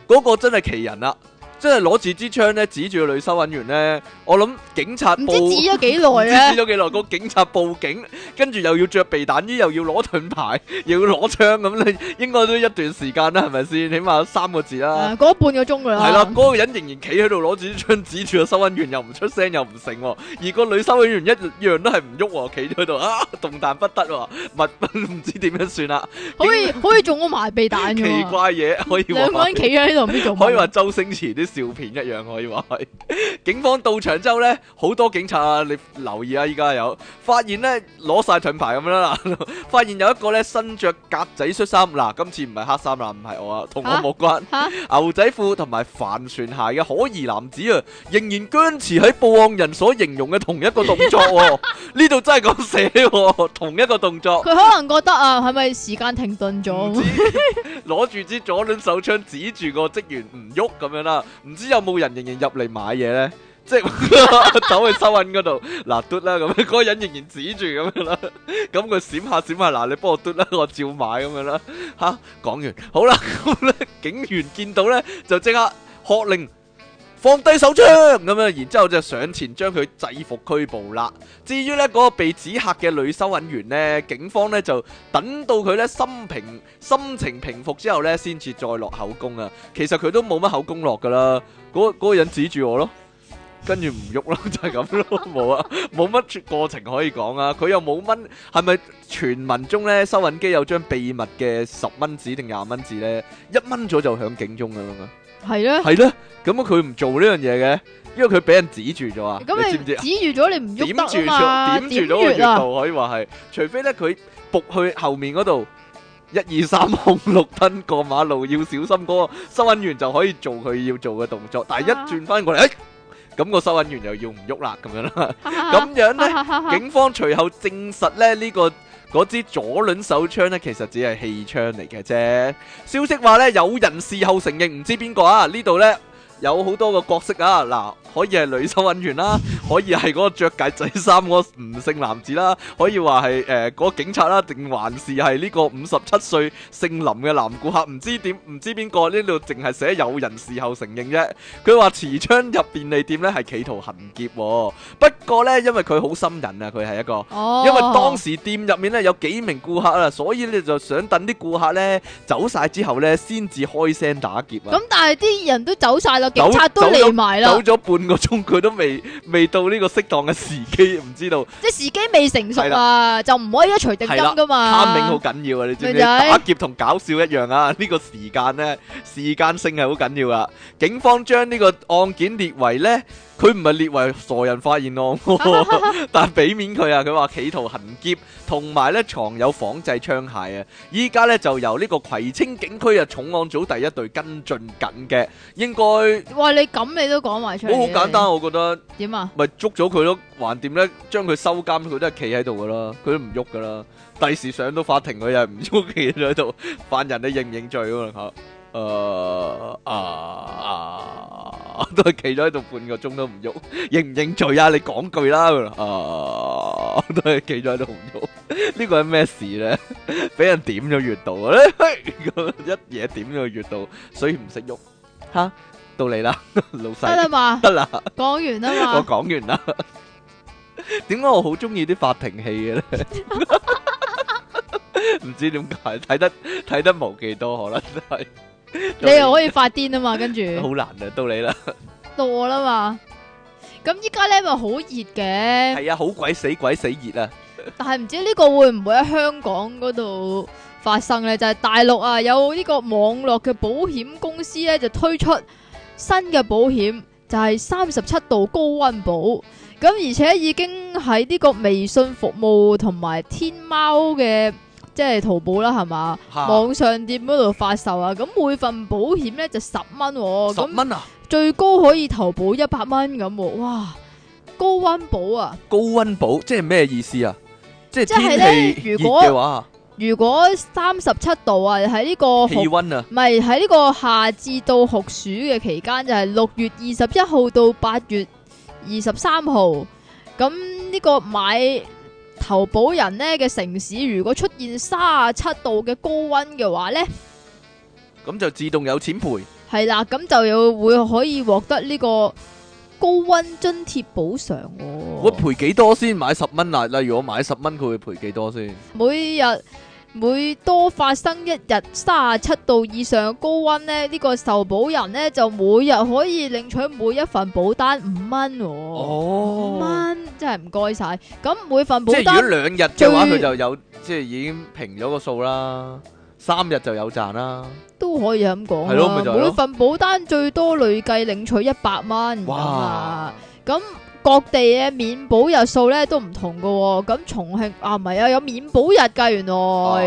[SPEAKER 1] 嗰個真係奇人啦，真係攞住支槍咧指住個女收銀員咧，我諗警察
[SPEAKER 2] 唔
[SPEAKER 1] 報
[SPEAKER 2] 知 指咗啊幾
[SPEAKER 1] 唔知
[SPEAKER 2] 耐咧
[SPEAKER 1] 指，咗幾耐，個警察報警，跟住又要着避彈衣，又要攞盾牌，又要攞槍咁咧，應該都一段時間啦，係咪先？起碼三個字啦。
[SPEAKER 2] 誒嗰半個鐘噶啦，
[SPEAKER 1] 係啦，嗰、個人仍然企喺度攞住支槍指住個收銀員，又唔出聲又唔成喎，而個女收銀員一樣都係唔喐喎，企咗喺度啊，動彈不得喎，物唔知點樣算 啦，
[SPEAKER 2] 可以可以中咗埋避彈嘅
[SPEAKER 1] 奇
[SPEAKER 2] 喎，
[SPEAKER 1] 怪嘢可以
[SPEAKER 2] 兩個
[SPEAKER 1] 話
[SPEAKER 2] 人。企喺度唔知 做
[SPEAKER 1] 可以話
[SPEAKER 2] 乜，
[SPEAKER 1] 周星馳啲笑片一樣，可以話係。 警方到場之後呢，好多警察啊，你留意啊，依家有發現呢，攞晒盾牌咁樣啦， 發現有一個呢，身着格仔恤衫，嗱，今次唔係黑衫啦，唔係我啊，同我冇關。
[SPEAKER 2] 嚇
[SPEAKER 1] 牛仔褲同埋帆船鞋嘅可疑男子啊，仍然僵持喺報案人所形容嘅同一個動作喎、呢度真係咁寫喎，同一個動作，
[SPEAKER 2] 佢可能覺得啊，係咪時間停頓
[SPEAKER 1] 唔知？
[SPEAKER 2] 咗
[SPEAKER 1] 攞住支左輪手槍指住個職員唔喐咁樣啦，唔知有冇人仍然入嚟買嘢呢？ 即係 走去收銀嗰度，嗱嘟啦咁樣，嗰個人仍然指住咁樣啦， 咁佢閃下閃下，嗱你幫我嘟啦，我照買咁樣啦， 吓講完，好啦， 咁咧警員見到咧就即刻喝令放低手槍咁樣，然之後就上前將佢制服拘捕啦。至於咧嗰個被指嚇嘅女收銀員咧，警方咧就等到佢咧心平心情平復之後咧，先至再落口供啊。其實佢都冇乜口供落噶啦，嗰嗰個人指住我咯。跟住唔喐咯， 就係咁咯，冇啊，冇乜過程可以講啊。佢又冇蚊，係咪傳聞中咧收銀機有張秘密嘅十蚊紙定廿蚊紙咧？一蚊咗就響警鐘咁樣啊？
[SPEAKER 2] 系咧。
[SPEAKER 1] 係咧，咁啊佢唔做呢樣嘢嘅，因為佢俾人指住咗啊。
[SPEAKER 2] 咁
[SPEAKER 1] 你
[SPEAKER 2] 你
[SPEAKER 1] 知唔知啊？
[SPEAKER 2] 指住咗你唔
[SPEAKER 1] 點
[SPEAKER 2] 喐
[SPEAKER 1] 住
[SPEAKER 2] 得啊嘛？
[SPEAKER 1] 咗，點
[SPEAKER 2] 點
[SPEAKER 1] 住咗個
[SPEAKER 2] 穴
[SPEAKER 1] 穴
[SPEAKER 2] 啊？
[SPEAKER 1] 道可以話係，除非咧佢仆去後面嗰度。一二三紅綠燈過馬路要小心嗰個收銀員就可以做佢要做嘅動作，但係一
[SPEAKER 2] 啊
[SPEAKER 1] 轉翻過嚟，哎咁、個收銀員又要唔喐啦咁樣啦。
[SPEAKER 2] 啊
[SPEAKER 1] 咁樣咧，警方隨後證實咧呢、個嗰支左輪手槍咧，其實只係氣槍嚟嘅啫。消息話咧，有人事後承認唔知邊個啊？呢度咧有好多個角色啊，嗱，可以係女收銀員啦，可以係嗰個着戒仔衫嗰個吳姓男子啦，可以話係誒嗰個警察啦，定還是係呢個五十七歲姓林嘅男顧客？唔知點唔知邊個呢度淨係寫有人事後承認啫。佢話持槍入便利店咧係企圖行劫、喎，不過咧因為佢好心人啊，佢係一個。
[SPEAKER 2] 哦，
[SPEAKER 1] 因為當時店入面咧有幾名顧客啊，所以咧就想等啲顧客咧走晒之後咧，先至開聲打劫啊！
[SPEAKER 2] 咁，但係啲人都走晒啦，
[SPEAKER 1] 走
[SPEAKER 2] 警察都
[SPEAKER 1] 走咗
[SPEAKER 2] 嚟埋
[SPEAKER 1] 走
[SPEAKER 2] 啦，
[SPEAKER 1] 咗半個鐘，佢都未未到呢個適當嘅時機，唔知道
[SPEAKER 2] 即系時機未成熟
[SPEAKER 1] 係
[SPEAKER 2] 啊，就唔可以一錘定音噶嘛。
[SPEAKER 1] timing 好緊要啊！你知唔知？
[SPEAKER 2] 女仔
[SPEAKER 1] 打劫同搞笑一樣啊！呢個時間咧，時間性係好緊要啊！警方將呢個案件列為咧，佢唔係列為傻人發現案喎。但俾面佢啊！佢話企圖行劫，同埋咧藏有仿製槍械啊！依家咧就由呢個葵青警區啊重案組第一隊跟進緊嘅，應該好
[SPEAKER 2] 哇！你咁你都講埋出嚟，
[SPEAKER 1] 好簡單，我覺得
[SPEAKER 2] 點啊？
[SPEAKER 1] 咪捉咗佢咯，橫掂咧將佢收監，佢都係企喺度噶啦，佢都唔喐噶啦。第時上到法庭，佢又係唔喐，企咗喺度，犯人你認唔認罪咁啊？嚇誒啊啊！都係企咗喺度半個鐘都唔喐，認唔認罪啊？你講句啦，啊都係企咗喺度唔喐，呢個係咩事咧？俾人點咗穴道啊！咁一嘢點咗穴道，所以唔識喐嚇。到你啦，老
[SPEAKER 2] 得
[SPEAKER 1] 細
[SPEAKER 2] 啦嘛，
[SPEAKER 1] 得啦。
[SPEAKER 2] 講完啦
[SPEAKER 1] 我
[SPEAKER 2] 嘛，
[SPEAKER 1] 講完啦。點解我好中意啲法庭戲嘅咧？ 唔知點解睇得睇得無幾多，可能係
[SPEAKER 2] 你又可以發癲啊嘛，跟住
[SPEAKER 1] 好難啊！到你 啦，
[SPEAKER 2] 到我啦嘛。咁依家咧咪好熱嘅，
[SPEAKER 1] 係啊，好鬼死鬼死熱啊！
[SPEAKER 2] 但係唔知呢個會唔會喺香港嗰度發生咧？就係大陸啊，有呢個網絡嘅保險公司咧就推出新嘅保險，就係三十七度高溫保。咁而且已經喺呢個微信服務同埋天貓嘅即係淘寶啦，係嘛？
[SPEAKER 1] 嚇
[SPEAKER 2] 網上店嗰度發售啊，咁每份保險咧就十蚊喎，
[SPEAKER 1] 十
[SPEAKER 2] 咁
[SPEAKER 1] 蚊啊，
[SPEAKER 2] 最高可以投保一百蚊咁喎，哇！高温保啊，
[SPEAKER 1] 高温保即係咩意思啊？即係
[SPEAKER 2] 即係
[SPEAKER 1] 天氣
[SPEAKER 2] 咧
[SPEAKER 1] 熱
[SPEAKER 2] 如果
[SPEAKER 1] 嘅話，
[SPEAKER 2] 如果三十七度啊，喺呢個酷
[SPEAKER 1] 氣温啊，
[SPEAKER 2] 唔係喺呢個夏至到酷暑嘅期間，就係六月二十一號到八月二十三號。咁呢個買投保人呢嘅城市，如果出現三十七度嘅高温嘅話呢。
[SPEAKER 1] 咁就自動有錢賠。
[SPEAKER 2] 系啦，咁就有會可以獲得呢個高温津貼補償
[SPEAKER 1] 我
[SPEAKER 2] 喎。
[SPEAKER 1] 賠幾多先買十蚊啊？例如我買十蚊，佢會賠幾多先？
[SPEAKER 2] 每日每多發生一日三十七度以上嘅高温呢，呢、個受保人呢就每日可以領取每一份保單五蚊喎。五
[SPEAKER 1] 哦，
[SPEAKER 2] 蚊真係唔該晒。咁每份
[SPEAKER 1] 即
[SPEAKER 2] 保
[SPEAKER 1] 係如果
[SPEAKER 2] 單
[SPEAKER 1] 兩日嘅話，
[SPEAKER 2] 最
[SPEAKER 1] 佢就有即係已經平咗個數啦。三日就有賺啦。
[SPEAKER 2] 都可以咁講
[SPEAKER 1] 係咯咪就
[SPEAKER 2] 啦。
[SPEAKER 1] 係咯
[SPEAKER 2] 每份保單最多累計領取一百蚊。咁
[SPEAKER 1] 哇！
[SPEAKER 2] 啊咁各地嘅免保日數咧都唔同嘅喎、咁重慶啊唔係啊有免保日㗎原來，
[SPEAKER 1] 哦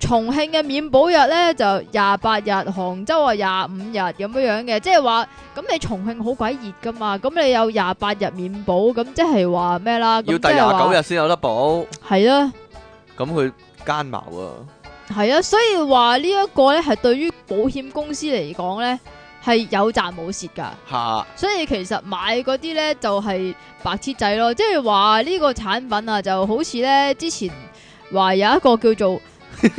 [SPEAKER 2] 重慶嘅免保日咧就廿八日，杭州啊廿五日咁樣樣嘅，即係話咁你重慶好鬼熱㗎嘛，咁你有廿八日免保，咁即係話咩啦？
[SPEAKER 1] 要
[SPEAKER 2] 咁即
[SPEAKER 1] 第
[SPEAKER 2] 係
[SPEAKER 1] 廿
[SPEAKER 2] 話
[SPEAKER 1] 九日先有得補，
[SPEAKER 2] 係啦。
[SPEAKER 1] 咁佢奸茅啊！
[SPEAKER 2] 系啊，所以話呢一個咧係對於保險公司嚟講咧係有賺冇蝕㗎。
[SPEAKER 1] 吓
[SPEAKER 2] 所以其實買嗰啲咧就係白痴仔咯，即係話呢個產品啊，就好似咧之前話有一個叫 做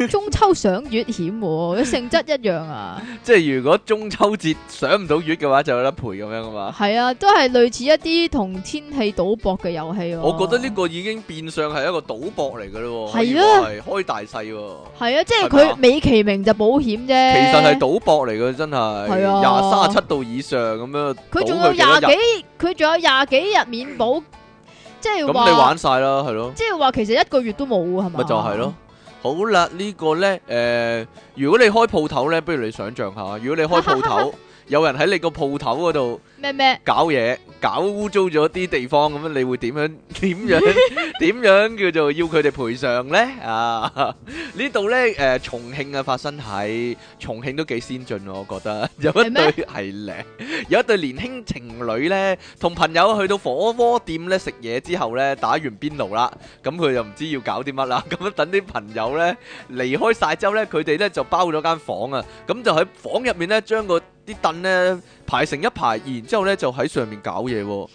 [SPEAKER 2] 中秋賞月險喎，佢性質一樣 啊，
[SPEAKER 1] 即係如果中秋節賞唔到月嘅話，就有得賠咁樣啊嘛。
[SPEAKER 2] 係啊，都係類似一啲同天氣賭博嘅遊戲。
[SPEAKER 1] 我覺得呢個已經變相係一個賭博嚟嘅咯喎，
[SPEAKER 2] 係
[SPEAKER 1] 啊
[SPEAKER 2] 啊，
[SPEAKER 1] 係開大細喎。
[SPEAKER 2] 係啊，即係
[SPEAKER 1] 係咪啊
[SPEAKER 2] 佢美其名就保險啫，
[SPEAKER 1] 其實係賭博嚟嘅，真係
[SPEAKER 2] 係啊
[SPEAKER 1] 廿三十七度以上咁樣，
[SPEAKER 2] 佢仲
[SPEAKER 1] 賭
[SPEAKER 2] 有
[SPEAKER 1] 幾多
[SPEAKER 2] 廿
[SPEAKER 1] 日
[SPEAKER 2] 幾，佢仲有廿幾日免保，即係
[SPEAKER 1] 咁你
[SPEAKER 2] 話
[SPEAKER 1] 玩晒啦，係咯，
[SPEAKER 2] 即係話其實一個月都冇係嘛？
[SPEAKER 1] 咪就係咯。。好啦，呢個呢，誒，如果你開鋪頭呢，不如你想象下，如果你開鋪頭，有人喺你個鋪頭嗰度
[SPEAKER 2] 咩咩？
[SPEAKER 1] 搞嘢，搞污糟咗啲地方咁樣，你會點樣 點樣點 樣叫做要佢哋賠償呢？啊， 呢度呢，誒、重慶啊發生喺重慶都幾先進喎，我覺得 有一
[SPEAKER 2] 係咩
[SPEAKER 1] 對係咧，有一對年輕情侶呢，同朋友去到火鍋店呢食嘢之後呢，打完邊爐啦，咁佢就唔知要搞啲乜啦，咁樣等啲朋友呢離開晒之後呢，佢哋呢就包咗間房啊， 咁就喺房入面呢，將個啲凳呢。排成一排，然之後咧就喺上面搞嘢喎。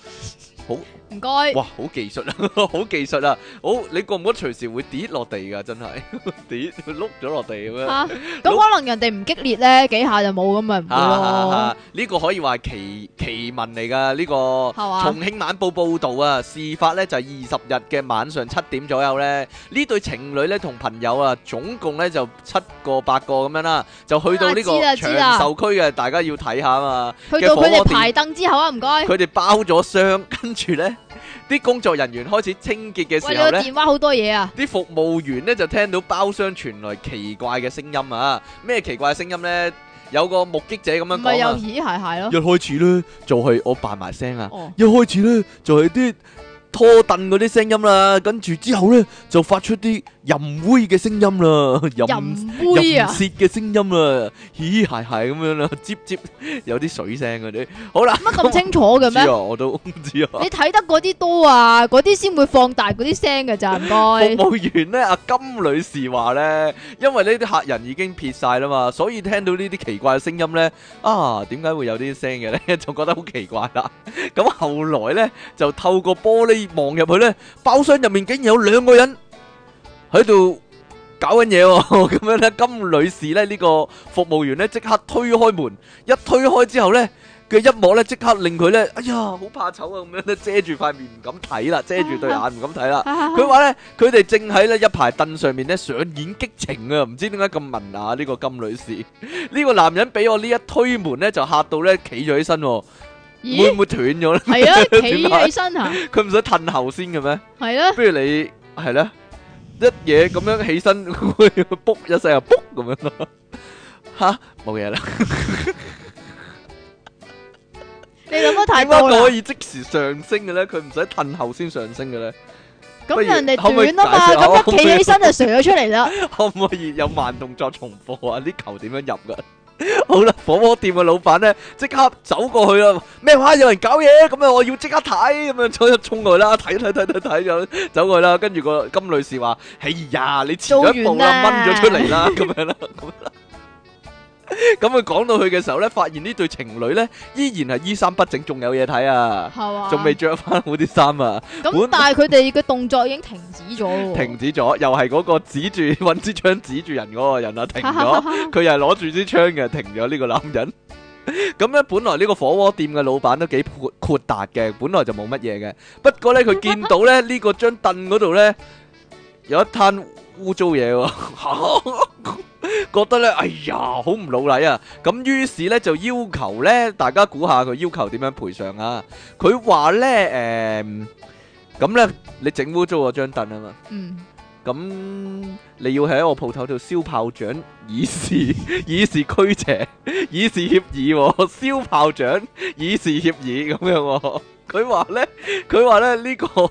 [SPEAKER 2] 唔該。
[SPEAKER 1] 哇，好技術啊， 好技術啊！好，你覺唔覺得隨時會跌落地噶？真係 跌碌咗落地咁 樣。
[SPEAKER 2] 吓，咁可能人哋唔激烈咧，幾下就冇咁咪唔會咯。
[SPEAKER 1] 啊呢個可以話係奇奇聞嚟㗎，呢、個
[SPEAKER 2] 係嘛
[SPEAKER 1] 重慶晚報報導啊，事發呢就係二十日嘅晚上七點左右呢，呢對情侶呢同朋友啊，總共呢就七個八個咁樣啦，就去到呢個
[SPEAKER 2] 啊知啦
[SPEAKER 1] 長
[SPEAKER 2] 知啦
[SPEAKER 1] 壽區嘅，大家要睇下啊嘛。
[SPEAKER 2] 去
[SPEAKER 1] 嘅
[SPEAKER 2] 到佢
[SPEAKER 1] 火鍋
[SPEAKER 2] 哋
[SPEAKER 1] 店
[SPEAKER 2] 排凳之後啊，唔該。
[SPEAKER 1] 佢哋包咗箱，跟住呢啲工作人員開始清潔嘅
[SPEAKER 2] 喂，你
[SPEAKER 1] 時候
[SPEAKER 2] 個
[SPEAKER 1] 呢。
[SPEAKER 2] 電話好多嘢啊！
[SPEAKER 1] 啲服務員呢就聽到包廂傳來奇怪嘅聲音啊！咩奇怪嘅聲音呢？有個目擊者咁
[SPEAKER 2] 唔
[SPEAKER 1] 樣
[SPEAKER 2] 係
[SPEAKER 1] 講
[SPEAKER 2] 又
[SPEAKER 1] 啊！
[SPEAKER 2] 起鞋鞋咯
[SPEAKER 1] 一。開始呢，就係、我扮埋聲啊！
[SPEAKER 2] 哦，
[SPEAKER 1] 一開始呢，就係、啲拖凳嗰啲聲音啦，跟住之後呢，就發出啲淫穢嘅聲音啦，淫
[SPEAKER 2] 淫杯
[SPEAKER 1] 淫
[SPEAKER 2] 啊！
[SPEAKER 1] 舌嘅聲音啦，咦鞋鞋咁樣啦，接接有啲水聲嗰啲。好啦，
[SPEAKER 2] 乜咁清楚嘅
[SPEAKER 1] 知
[SPEAKER 2] 咩？
[SPEAKER 1] 啊，我都唔知啊。
[SPEAKER 2] 你睇得嗰啲多啊，嗰啲先會放大嗰啲聲嘅咋， 唔該。
[SPEAKER 1] 服務員咧，阿金女士話咧，因為呢啲客人已經撇晒啦嘛，所以聽到呢啲奇怪嘅聲音咧，啊，點解會有啲聲嘅咧？就覺得好奇怪啦。咁後來咧，就透過玻璃望入去咧，包廂入面竟然有兩個人喺度。搞緊嘢喎，咁樣咧，金女士咧呢、呢個服務員咧即刻推開門，一推開之後咧嘅一幕咧即刻令佢咧，哎呀好怕醜啊咁樣咧遮住塊面唔敢睇啦，遮住對眼唔敢睇 啦。佢話咧，佢哋正喺咧一排凳上面咧上演激情啊！唔知點解咁文雅呢個金女士， 呢個男人俾我呢一推門咧就嚇到咧企咗起身喎，會
[SPEAKER 2] 咦？
[SPEAKER 1] 唔會斷咗咧？
[SPEAKER 2] 係啊，
[SPEAKER 1] 點解
[SPEAKER 2] 企起身啊，
[SPEAKER 1] 佢唔想褪後先嘅咩？
[SPEAKER 2] 係啊，
[SPEAKER 1] 不如你係啦，一嘢咁樣起身，會 卜一聲啊卜咁樣咯， 吓冇嘢啦。
[SPEAKER 2] 你諗得太
[SPEAKER 1] 點解佢
[SPEAKER 2] 多
[SPEAKER 1] 可
[SPEAKER 2] 啦。
[SPEAKER 1] 以即時上升嘅咧？佢唔使褪後先上升嘅咧？
[SPEAKER 2] 咁人哋
[SPEAKER 1] 可唔可以
[SPEAKER 2] 短啊嘛，
[SPEAKER 1] 解釋下
[SPEAKER 2] 咁一企 起身就射咗出嚟啦。
[SPEAKER 1] 可唔可以有慢動作重播啊？呢球點樣入噶？好啦，火鍋店嘅老闆咧，即刻走過去啦。咩話？有人搞嘢，咁啊，我要即刻睇，咁樣走咗衝過去啦，睇睇睇睇睇就走過去啦。跟住個金女士話：哎呀，你遲咗一步啦，
[SPEAKER 2] 做
[SPEAKER 1] 掹
[SPEAKER 2] 完啦
[SPEAKER 1] 咗出嚟啦，咁樣啦，咁啦。咁佢講到去嘅時候咧，發現呢對情侶咧依然係衣衫不整，仲有嘢睇啊，
[SPEAKER 2] 係嘛？
[SPEAKER 1] 仲未着翻好啲衫啊。
[SPEAKER 2] 咁，但係佢哋嘅動作已經停止咗喎。
[SPEAKER 1] 停止咗，又係嗰個指住揾支槍指住人嗰個人啊，停咗， 佢又係攞住支槍嘅，停咗呢個男人。 咁咧，本來呢個火鍋店嘅老闆都幾豁豁達嘅，本來就冇乜嘢嘅。不過咧，佢見到咧呢個張凳嗰度咧有一攤污糟嘢喎， 覺得咧哎呀好唔老禮啊！咁於是咧就要求咧，大家估下佢要求點樣賠償啊？佢話咧誒，咁咧你整污糟我張凳啊嘛。
[SPEAKER 2] 嗯，
[SPEAKER 1] 咁你要喺我鋪頭度燒炮仗，以示 以示驅邪，以示協議喎、燒炮仗，以示協議咁樣喎、佢話咧，佢話咧呢、呢個呢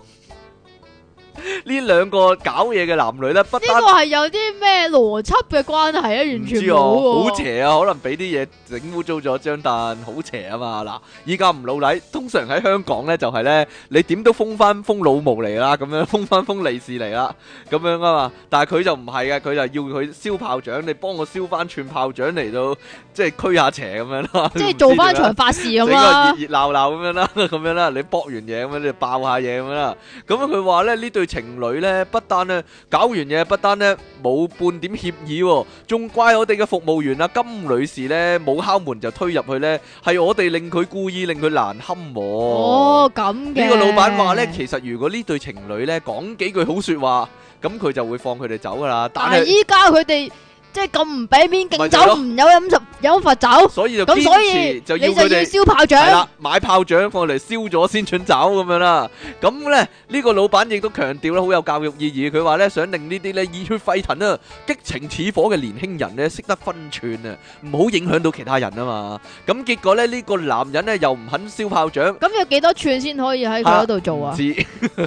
[SPEAKER 1] 呢兩個搞嘢嘅男女咧，不單
[SPEAKER 2] 呢個係有啲咩邏輯嘅關係啊？
[SPEAKER 1] 唔
[SPEAKER 2] 完全
[SPEAKER 1] 知哦，
[SPEAKER 2] 冇
[SPEAKER 1] 好
[SPEAKER 2] 喎。
[SPEAKER 1] 邪啊！可能俾啲嘢整污糟咗張凳，好邪啊嘛！嗱，依家唔老禮，通常喺香港咧就係咧，你點都封翻封老毛嚟啦，咁樣封翻封利是嚟啦，咁樣啊嘛。但係佢就唔係啊嘅，佢就要佢燒炮仗，你幫我燒翻串炮仗嚟到，即係驅下邪咁樣啦。
[SPEAKER 2] 即
[SPEAKER 1] 唔
[SPEAKER 2] 係
[SPEAKER 1] 知啊
[SPEAKER 2] 做翻
[SPEAKER 1] 點樣
[SPEAKER 2] 場法事咁啊
[SPEAKER 1] 整個
[SPEAKER 2] 啦
[SPEAKER 1] 熱，熱鬧鬧咁樣 啦，咁樣啦，你搏完嘢咁樣，你爆下嘢咁樣啦。咁樣佢話咧，呢對情侶咧，不單咧搞完嘢，不單咧冇半點協議喎，仲怪我哋嘅服務員啊金女士咧冇敲門就推入去咧，係我哋令佢故意令佢難堪喎。
[SPEAKER 2] 哦，咁嘅。
[SPEAKER 1] 呢個老闆話咧，其實如果呢對情侶咧講幾句好説話，咁佢就會放佢哋走噶啦。但
[SPEAKER 2] 但係
[SPEAKER 1] 係
[SPEAKER 2] 依家佢哋即係咁唔俾面敬
[SPEAKER 1] 咪就係
[SPEAKER 2] 酒，
[SPEAKER 1] 咯
[SPEAKER 2] 唔有飲十飲罰酒，
[SPEAKER 1] 所以就
[SPEAKER 2] 咁所
[SPEAKER 1] 堅持
[SPEAKER 2] 以
[SPEAKER 1] 就要
[SPEAKER 2] 你
[SPEAKER 1] 佢
[SPEAKER 2] 就要
[SPEAKER 1] 哋。
[SPEAKER 2] 燒炮
[SPEAKER 1] 系
[SPEAKER 2] 仗
[SPEAKER 1] 啦。，買炮仗放嚟燒咗先准走咁樣啦。咁咧呢個老闆亦都強調咧，好有教育意義。佢話咧想令呢啲咧熱血沸騰啊、激情似火嘅年輕人咧識得分寸啊，唔好影響到其他人啊嘛。咁結果咧呢、個男人咧又唔肯燒炮仗。
[SPEAKER 2] 咁有幾多寸先可以喺佢嗰度做
[SPEAKER 1] 唔
[SPEAKER 2] 啊？
[SPEAKER 1] 知，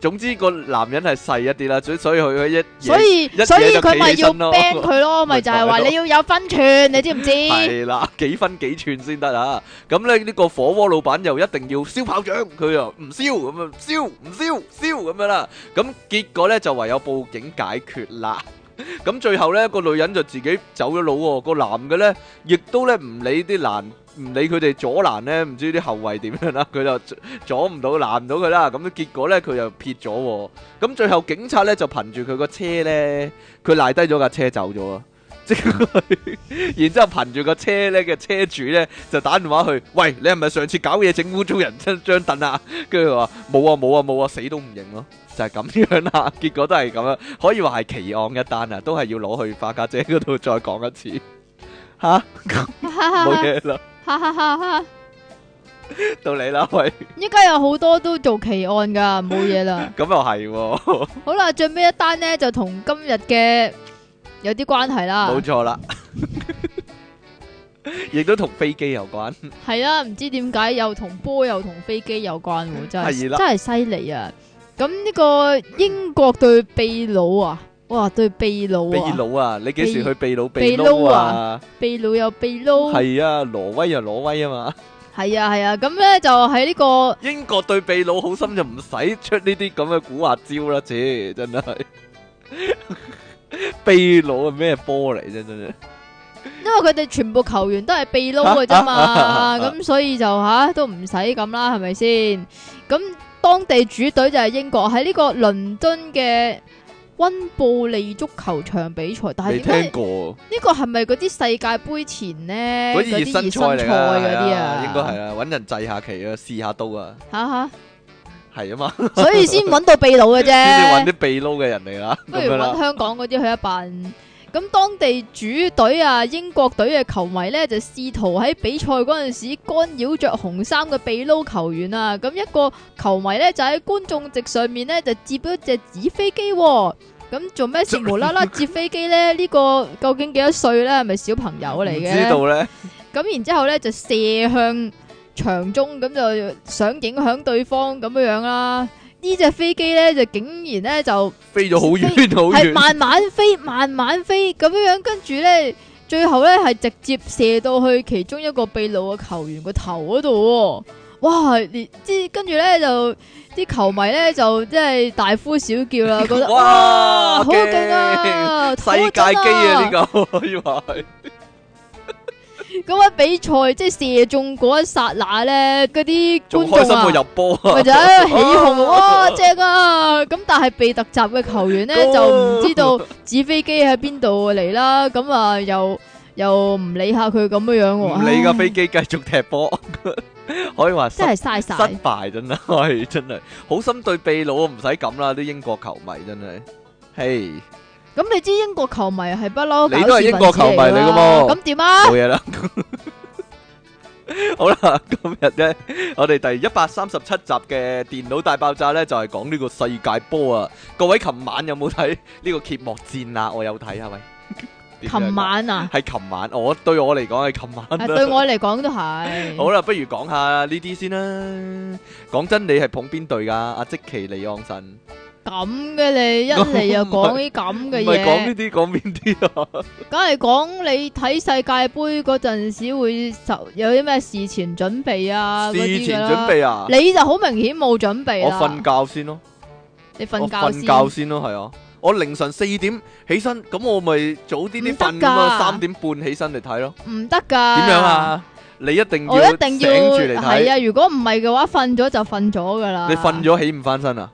[SPEAKER 1] 總之個男人係細一啲啦，所以所以佢一嘢
[SPEAKER 2] 所以
[SPEAKER 1] 一嘢
[SPEAKER 2] 所以
[SPEAKER 1] 就
[SPEAKER 2] 佢咪
[SPEAKER 1] 企起
[SPEAKER 2] 要
[SPEAKER 1] 身咯
[SPEAKER 2] ban 佢咯，咪
[SPEAKER 1] 咪
[SPEAKER 2] 就
[SPEAKER 1] 就係
[SPEAKER 2] 係話
[SPEAKER 1] 咯
[SPEAKER 2] 你要有分寸，你知唔知？
[SPEAKER 1] 系啦，幾分幾寸先得啊！咁咧呢個火鍋老闆又一定要燒炮仗，佢又唔燒咁啊，燒唔燒燒咁樣啦。咁結果咧就唯有報警解決啦。咁最後咧個女人就自己走咗佬喎，個男嘅咧亦都咧唔理啲攔，唔理佢哋阻攔咧，唔知啲後衞點樣啦，佢就阻阻唔到攔唔到佢啦。咁結果咧佢又撇咗喎。咁最後警察咧就憑住佢個車咧，佢賴低咗架車走咗啊！即 係然之後憑住個車咧嘅車主咧就打電話去，喂，你係咪上次搞嘢整污糟人張張凳啊？跟住佢話冇啊冇啊冇啊，死都唔認咯，就係、咁樣啦。結果都係咁樣，可以話係奇案一單啊，都係要攞去花家姐嗰度再講一次。 吓，冇嘢啦，
[SPEAKER 2] 哈哈哈哈！
[SPEAKER 1] 到你啦，喂，
[SPEAKER 2] 依家有好多都做奇案噶，冇嘢啦。
[SPEAKER 1] 咁又係喎，
[SPEAKER 2] 好啦，最尾一單呢，就同今日嘅有啲關係啦
[SPEAKER 1] 冇，錯 啦，亦都同飛機有關。
[SPEAKER 2] 係啦，唔知點解又同波又同飛機有關喎，真係
[SPEAKER 1] 係啦
[SPEAKER 2] 真係犀利啊！咁呢個英國對秘魯啊，哇，對
[SPEAKER 1] 秘
[SPEAKER 2] 秘魯啊，
[SPEAKER 1] 魯啊，你幾時
[SPEAKER 2] 秘
[SPEAKER 1] 去秘魯？
[SPEAKER 2] 秘
[SPEAKER 1] 秘
[SPEAKER 2] 魯
[SPEAKER 1] 魯
[SPEAKER 2] 啊
[SPEAKER 1] 啊，
[SPEAKER 2] 秘魯有秘魯，
[SPEAKER 1] 係啊，挪威啊，挪威啊嘛。
[SPEAKER 2] 係啊係啊，咁呢就喺呢個。
[SPEAKER 1] 英國對秘魯好心就唔使出呢啲咁嘅古惑招啦，切真係秘魯係咩波嚟啫，真係
[SPEAKER 2] 因為佢哋全部球員都係秘撈嘅啫
[SPEAKER 1] 啊
[SPEAKER 2] 嘛，咁所以就吓、都唔使咁啦，係咪先？咁當地主隊就係英國喺呢個倫敦嘅温布利足球場比賽，但
[SPEAKER 1] 未
[SPEAKER 2] 係點解
[SPEAKER 1] 聽過，
[SPEAKER 2] 呢個係咪嗰啲世界盃前
[SPEAKER 1] 嗰
[SPEAKER 2] 呢？
[SPEAKER 1] 啲
[SPEAKER 2] 嗰啲
[SPEAKER 1] 熱
[SPEAKER 2] 熱
[SPEAKER 1] 身
[SPEAKER 2] 身
[SPEAKER 1] 賽
[SPEAKER 2] 賽
[SPEAKER 1] 嚟啊，
[SPEAKER 2] 嗰啲
[SPEAKER 1] 係
[SPEAKER 2] 啊
[SPEAKER 1] 啊，，應該係啦，揾人制下旗啊，試下刀啊，
[SPEAKER 2] 吓吓，
[SPEAKER 1] 係啊嘛，
[SPEAKER 2] 所以先揾到秘魯
[SPEAKER 1] 先
[SPEAKER 2] 嘅
[SPEAKER 1] 至揾啲，
[SPEAKER 2] 啫
[SPEAKER 1] 秘撈嘅人嚟啦，
[SPEAKER 2] 不如
[SPEAKER 1] 咁樣
[SPEAKER 2] 揾
[SPEAKER 1] 啦，
[SPEAKER 2] 香港嗰啲去一辦。咁當地主隊啊，英國隊嘅球迷呢，就試圖喺比賽嗰陣時干擾着紅衫嘅秘撈球員啊。咁一個球迷呢，就喺觀眾席上面呢，就接咗隻紙飛機、喎。咁做咩事無啦啦接飛機呢？呢、個究竟幾多歲呢？係咪小朋友嚟
[SPEAKER 1] 唔
[SPEAKER 2] 嘅？
[SPEAKER 1] 知道咧，
[SPEAKER 2] 咁然之後咧就射向場中，咁就想影響對方咁樣樣啦。呢只飛機咧就竟然咧就
[SPEAKER 1] 飛咗好遠好
[SPEAKER 2] 係
[SPEAKER 1] 遠，
[SPEAKER 2] 慢慢飛，慢慢飛咁樣樣，跟住咧最後咧係直接射到去其中一個秘魯嘅球員個頭嗰度喎。哇！連之跟住咧就啲球迷咧就即係大呼小叫啦，覺得 哇
[SPEAKER 1] 哇
[SPEAKER 2] 好勁 啊，
[SPEAKER 1] 世界機啊呢
[SPEAKER 2] 個！
[SPEAKER 1] 個可以話係，
[SPEAKER 2] 咁喺比賽即係射中嗰一剎那咧，嗰啲
[SPEAKER 1] 仲
[SPEAKER 2] 觀
[SPEAKER 1] 開心
[SPEAKER 2] 眾
[SPEAKER 1] 過
[SPEAKER 2] 啊，
[SPEAKER 1] 入波啊
[SPEAKER 2] 咪，就喺度起哄，
[SPEAKER 1] 啊
[SPEAKER 2] 哇正啊！咁但係被突襲嘅球員 咧
[SPEAKER 1] Go！
[SPEAKER 2] 就唔知道紙飛機喺邊度嚟啦，咁啊又又唔理下佢咁樣樣
[SPEAKER 1] 唔
[SPEAKER 2] 喎，
[SPEAKER 1] 理
[SPEAKER 2] 唉
[SPEAKER 1] 架飛機繼續踢波， 可以話失
[SPEAKER 2] 真係嘥晒。
[SPEAKER 1] 失敗真係，真係好心對秘魯唔使咁啦，啲英國球迷真係，嘿，
[SPEAKER 2] 咁你知英國球迷係不嬲，
[SPEAKER 1] 你都係英國球迷嚟㗎喎
[SPEAKER 2] 咁點啊
[SPEAKER 1] 冇？嘢啦。 好啦，今日咧，我哋第一百三十七集嘅電腦大爆炸咧，就係講呢個世界波啊！各位，琴晚有冇睇呢個揭幕戰啊？我有睇 啊，喂，點樣啊
[SPEAKER 2] 琴 晚啊，
[SPEAKER 1] 係琴晚，我對我嚟講係琴晚
[SPEAKER 2] 係
[SPEAKER 1] 啦
[SPEAKER 2] 對我嚟講都係。
[SPEAKER 1] 好啦，不如講下呢啲先啦。講真，你係捧邊隊噶？阿即奇利昂神 唔係講呢
[SPEAKER 2] 嘢，
[SPEAKER 1] 啲，講邊啲啊？
[SPEAKER 2] 梗係講你睇世界盃嗰陣時會受有啲咩事前準備啊嗰
[SPEAKER 1] 事
[SPEAKER 2] 啲
[SPEAKER 1] 前
[SPEAKER 2] 㗎
[SPEAKER 1] 準
[SPEAKER 2] 啦。
[SPEAKER 1] 備啊！
[SPEAKER 2] 你就好明顯冇準備
[SPEAKER 1] 我
[SPEAKER 2] 啦，
[SPEAKER 1] 瞓覺先咯，
[SPEAKER 2] 你
[SPEAKER 1] 我
[SPEAKER 2] 瞓覺
[SPEAKER 1] 瞓
[SPEAKER 2] 先
[SPEAKER 1] 覺。先咯，係啊！我凌晨四點起身，咁我咪早啲啲瞓
[SPEAKER 2] 唔
[SPEAKER 1] 咁
[SPEAKER 2] 得
[SPEAKER 1] 啊，
[SPEAKER 2] 㗎
[SPEAKER 1] 三點半起身嚟睇咯。
[SPEAKER 2] 唔得噶。
[SPEAKER 1] 點樣？啊？你一定
[SPEAKER 2] 我
[SPEAKER 1] 要
[SPEAKER 2] 一
[SPEAKER 1] 醒
[SPEAKER 2] 定
[SPEAKER 1] 住
[SPEAKER 2] 要
[SPEAKER 1] 嚟
[SPEAKER 2] 係
[SPEAKER 1] 睇。
[SPEAKER 2] 啊！如果唔係嘅話，瞓咗就瞓咗噶啦。
[SPEAKER 1] 你瞓？咗起唔翻身啊？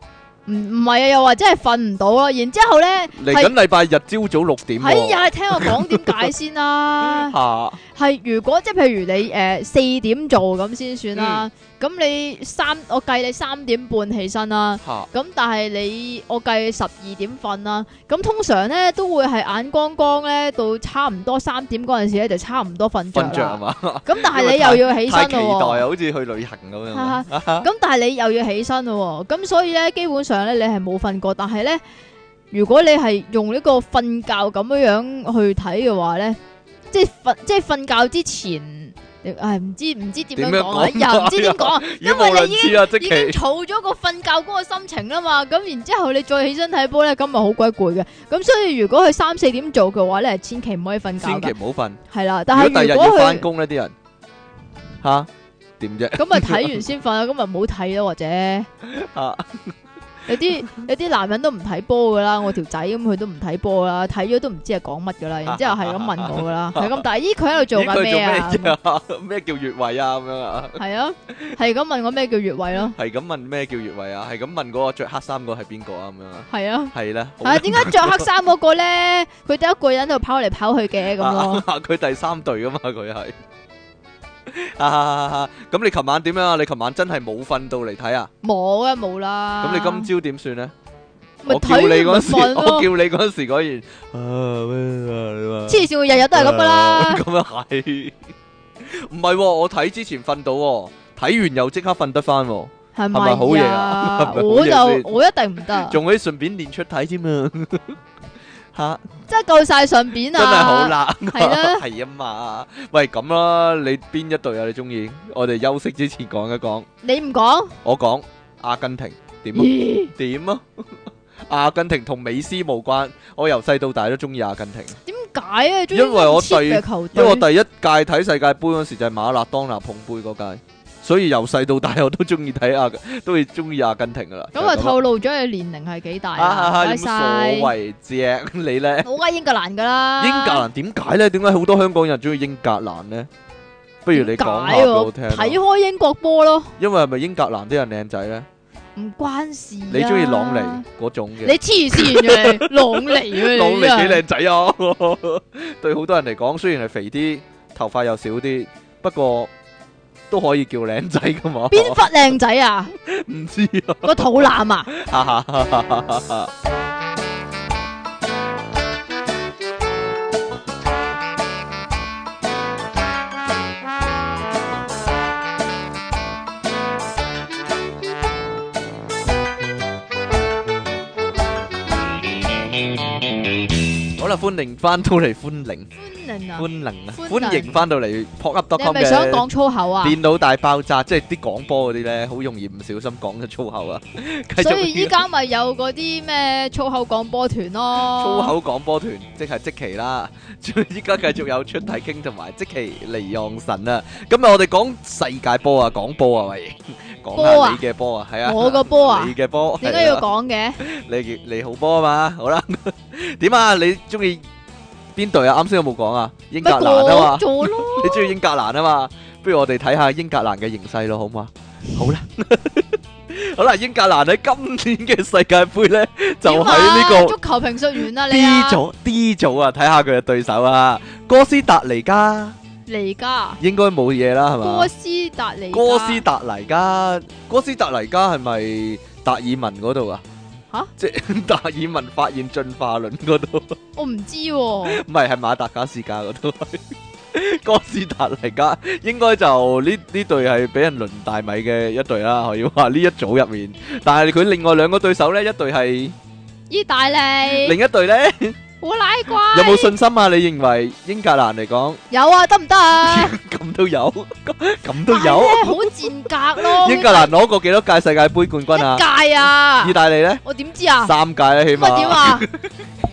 [SPEAKER 2] 唔唔係啊，又或者係瞓唔到咯。然之後咧，
[SPEAKER 1] 嚟
[SPEAKER 2] 係
[SPEAKER 1] 緊禮拜日朝早六點啊
[SPEAKER 2] 係
[SPEAKER 1] 喎。
[SPEAKER 2] 呀，你聽我講點解 先啦。
[SPEAKER 1] 嚇
[SPEAKER 2] 係如果即係譬如你誒四、點做咁先算
[SPEAKER 1] 嗯
[SPEAKER 2] 啦，咁、你三我計你三點半起身啦，
[SPEAKER 1] 嚇
[SPEAKER 2] 咁但係你我計十二點瞓啦，咁通常咧都會係眼光光咧到差唔多三點嗰陣時咧就差唔多瞓着
[SPEAKER 1] 瞓着係
[SPEAKER 2] 啦，
[SPEAKER 1] 嘛？
[SPEAKER 2] 咁但
[SPEAKER 1] 因
[SPEAKER 2] 係
[SPEAKER 1] 為
[SPEAKER 2] 你又要起
[SPEAKER 1] 太
[SPEAKER 2] 身
[SPEAKER 1] 期待啊，
[SPEAKER 2] 咯
[SPEAKER 1] 好似去旅行咁樣啊。
[SPEAKER 2] 喎，咁但係你又要起身咯喎，咁所以咧基本上咧你係冇瞓過，但係咧如果你係用呢個瞓覺咁樣樣去睇嘅話咧，即係瞓即係瞓覺之前，你唉唔知唔知點樣講啊，
[SPEAKER 1] 點樣講
[SPEAKER 2] 又唔知點講啊，
[SPEAKER 1] 因
[SPEAKER 2] 因為
[SPEAKER 1] 為
[SPEAKER 2] 你
[SPEAKER 1] 你
[SPEAKER 2] 已
[SPEAKER 1] 已
[SPEAKER 2] 經
[SPEAKER 1] 經啊，即
[SPEAKER 2] 已經
[SPEAKER 1] 期
[SPEAKER 2] 儲咗個瞓覺嗰個心情啦嘛， 咁然之後你再起身睇波咧，咁咪好鬼攰嘅，咁所以如果佢三四點做嘅話咧，千祈唔可以瞓覺
[SPEAKER 1] 千祈
[SPEAKER 2] 㗎，
[SPEAKER 1] 唔好瞓。
[SPEAKER 2] 係啦，但
[SPEAKER 1] 如
[SPEAKER 2] 係
[SPEAKER 1] 果第日
[SPEAKER 2] 如
[SPEAKER 1] 要
[SPEAKER 2] 果
[SPEAKER 1] 翻
[SPEAKER 2] 佢
[SPEAKER 1] 工呢啲人吓點啫？
[SPEAKER 2] 咁咪啊睇完先瞓啦，咁咪啊唔好睇咯或者。
[SPEAKER 1] 啊
[SPEAKER 2] 有 啲有啲男人都唔睇波噶啦，我條仔咁佢都唔睇波啦，睇咗都唔知係講乜 噶啦，然之後係咁問我噶啦，係咁，但係咦佢喺度做
[SPEAKER 1] 咦佢
[SPEAKER 2] 緊咩啊？
[SPEAKER 1] 做咩 嘢啊？咩叫越位啊？咁樣啊？
[SPEAKER 2] 係啊，係咁問我咩叫越位咯？
[SPEAKER 1] 係咁問咩叫越位啊？係咁問嗰個着黑衫嗰個係邊個啊？咁樣啊？
[SPEAKER 2] 係啊，
[SPEAKER 1] 係啦，好
[SPEAKER 2] 但係點解着黑衫嗰個咧，佢得一個人喺度跑嚟跑去嘅 咁咯？
[SPEAKER 1] 啊佢第三隊噶嘛，佢係啊。咁你琴晚點樣啊？你琴晚真係冇瞓到嚟睇啊？
[SPEAKER 2] 冇啊冇啦。
[SPEAKER 1] 咁你今朝點算咧？
[SPEAKER 2] 咪
[SPEAKER 1] 我叫你
[SPEAKER 2] 睇
[SPEAKER 1] 嗰
[SPEAKER 2] 完咪
[SPEAKER 1] 時，
[SPEAKER 2] 瞓
[SPEAKER 1] 我叫
[SPEAKER 2] 咯？
[SPEAKER 1] 你嗰時果然啊咩啊你話
[SPEAKER 2] 黐線，我日日都係咁噶 啦。
[SPEAKER 1] 咁又係，唔係喎我睇之前瞓到喎，睇完又即刻瞓得翻喎，
[SPEAKER 2] 係
[SPEAKER 1] 係咪好嘢
[SPEAKER 2] 咪
[SPEAKER 1] 啊係咪
[SPEAKER 2] 啊
[SPEAKER 1] 好？
[SPEAKER 2] 我
[SPEAKER 1] 嘢先
[SPEAKER 2] 就我一定唔得，
[SPEAKER 1] 仲可以順便練出體添啊！ 吓，
[SPEAKER 2] 真係夠晒上邊啊！
[SPEAKER 1] 真係好，啦，
[SPEAKER 2] 係 啦
[SPEAKER 1] 係啊嘛。喂，咁啦，你邊一隊啊？你中意？我哋休息之前講一講，
[SPEAKER 2] 你唔講，
[SPEAKER 1] 我講阿根廷點啊
[SPEAKER 2] 咦
[SPEAKER 1] 點啊？ 阿根廷同美斯無關，我由細到大都中意阿根廷，
[SPEAKER 2] 點解啊？中
[SPEAKER 1] 因為我
[SPEAKER 2] 超嘅
[SPEAKER 1] 對
[SPEAKER 2] 球
[SPEAKER 1] 因為我
[SPEAKER 2] 隊。
[SPEAKER 1] 第一屆睇世界盃嗰時就係馬勒當拿捧杯嗰屆，所以由細到大我都中意睇阿，都會中意阿根廷噶啦。就
[SPEAKER 2] 咁啊，
[SPEAKER 1] 係啦
[SPEAKER 2] 透露咗你年齡係幾大
[SPEAKER 1] 啊
[SPEAKER 2] 啦？唔
[SPEAKER 1] 有乜
[SPEAKER 2] 該晒
[SPEAKER 1] 所，謂啫？ 你咧？
[SPEAKER 2] 我梗係英格蘭噶啦。
[SPEAKER 1] 英格蘭點解咧？點解好多香港人中意英格蘭咧？不如你講下
[SPEAKER 2] 點解
[SPEAKER 1] 俾
[SPEAKER 2] 喎
[SPEAKER 1] 我聽啊。
[SPEAKER 2] 睇開英國波咯，
[SPEAKER 1] 因為係咪英格蘭啲人靚仔咧？
[SPEAKER 2] 唔關事。
[SPEAKER 1] 你中意朗尼？嗰種嘅？
[SPEAKER 2] 你黐線嘅啊 你，朗尼啊！
[SPEAKER 1] 朗尼幾
[SPEAKER 2] 真係
[SPEAKER 1] 靚仔啊！ 對好多人嚟講，雖然係肥啲，頭髮又少啲，不過都可以叫靚仔噶嘛。
[SPEAKER 2] 邊忽靚仔啊？
[SPEAKER 1] 唔知啊
[SPEAKER 2] 個肚腩啊？
[SPEAKER 1] 哈哈哈哈哈哈！好啦，歡迎翻到嚟，歡迎，
[SPEAKER 2] 歡迎啊！
[SPEAKER 1] 歡迎啊，
[SPEAKER 2] 歡迎
[SPEAKER 1] 歡迎翻到嚟 pop up
[SPEAKER 2] 你係
[SPEAKER 1] .com
[SPEAKER 2] 咪想
[SPEAKER 1] 嘅
[SPEAKER 2] 講粗口啊？
[SPEAKER 1] 電腦大爆炸，即係啲廣播嗰啲咧，好容易唔小心講咗粗口啊！ 繼續
[SPEAKER 2] 所以依家咪有嗰啲咩粗口廣播團咯。
[SPEAKER 1] 粗口廣播團，即係即期啦。 依家繼續有出體傾同埋即期離岸神啊。今日我哋講世界波啊，講波啊，喂， 講
[SPEAKER 2] 波
[SPEAKER 1] 下
[SPEAKER 2] 啊
[SPEAKER 1] 你嘅波啊，係啊，
[SPEAKER 2] 我個波啊
[SPEAKER 1] 你嘅波，
[SPEAKER 2] 你應該
[SPEAKER 1] 係
[SPEAKER 2] 要
[SPEAKER 1] 啊
[SPEAKER 2] 講嘅。
[SPEAKER 1] 你你好波啊嘛，好啦， 點啊？你中意邊隊啊？啱先有冇講啊？英格
[SPEAKER 2] 咪
[SPEAKER 1] 蘭啊嘛
[SPEAKER 2] 過，咗咯。
[SPEAKER 1] 你中意英格蘭啊嘛？不如我哋睇下英格蘭嘅形勢咯，好嘛？好啦。 好啦，英格蘭喺今年嘅世界盃咧，就喺呢、
[SPEAKER 2] 點啊
[SPEAKER 1] 個。
[SPEAKER 2] 足球評述員啊，你
[SPEAKER 1] D
[SPEAKER 2] 啊，
[SPEAKER 1] 組 D 組啊，睇下佢嘅對手啊，哥斯達黎加
[SPEAKER 2] 嚟噶。
[SPEAKER 1] 應該冇嘢啦，係
[SPEAKER 2] 哥
[SPEAKER 1] 嘛？
[SPEAKER 2] 斯達黎加
[SPEAKER 1] 哥斯達黎加，哥斯達黎加係咪達爾文嗰度啊？
[SPEAKER 2] 吓
[SPEAKER 1] 即係 達爾文發現進化論嗰度， 唔
[SPEAKER 2] 我唔知喎，
[SPEAKER 1] 係係馬達加斯加嗰度。哥斯達黎加應該就呢呢隊係俾人輪大米嘅一隊啦，可以話呢一組入面。但係佢另外兩個對手呢，一隊係
[SPEAKER 2] 意大利、
[SPEAKER 1] 另一隊呢，
[SPEAKER 2] 好奶怪。
[SPEAKER 1] 有冇信心啊？你認為英格蘭嚟講
[SPEAKER 2] 有啊，得唔 得啊？
[SPEAKER 1] 咁都有，咁都有。
[SPEAKER 2] 但係呢好賤格咯。
[SPEAKER 1] 英格蘭攞過幾多屆世界盃冠軍啊？
[SPEAKER 2] 一屆啊
[SPEAKER 1] 意，大利咧
[SPEAKER 2] 我點知啊？
[SPEAKER 1] 三屆咧，起
[SPEAKER 2] 咁啊點
[SPEAKER 1] 碼。
[SPEAKER 2] 啊？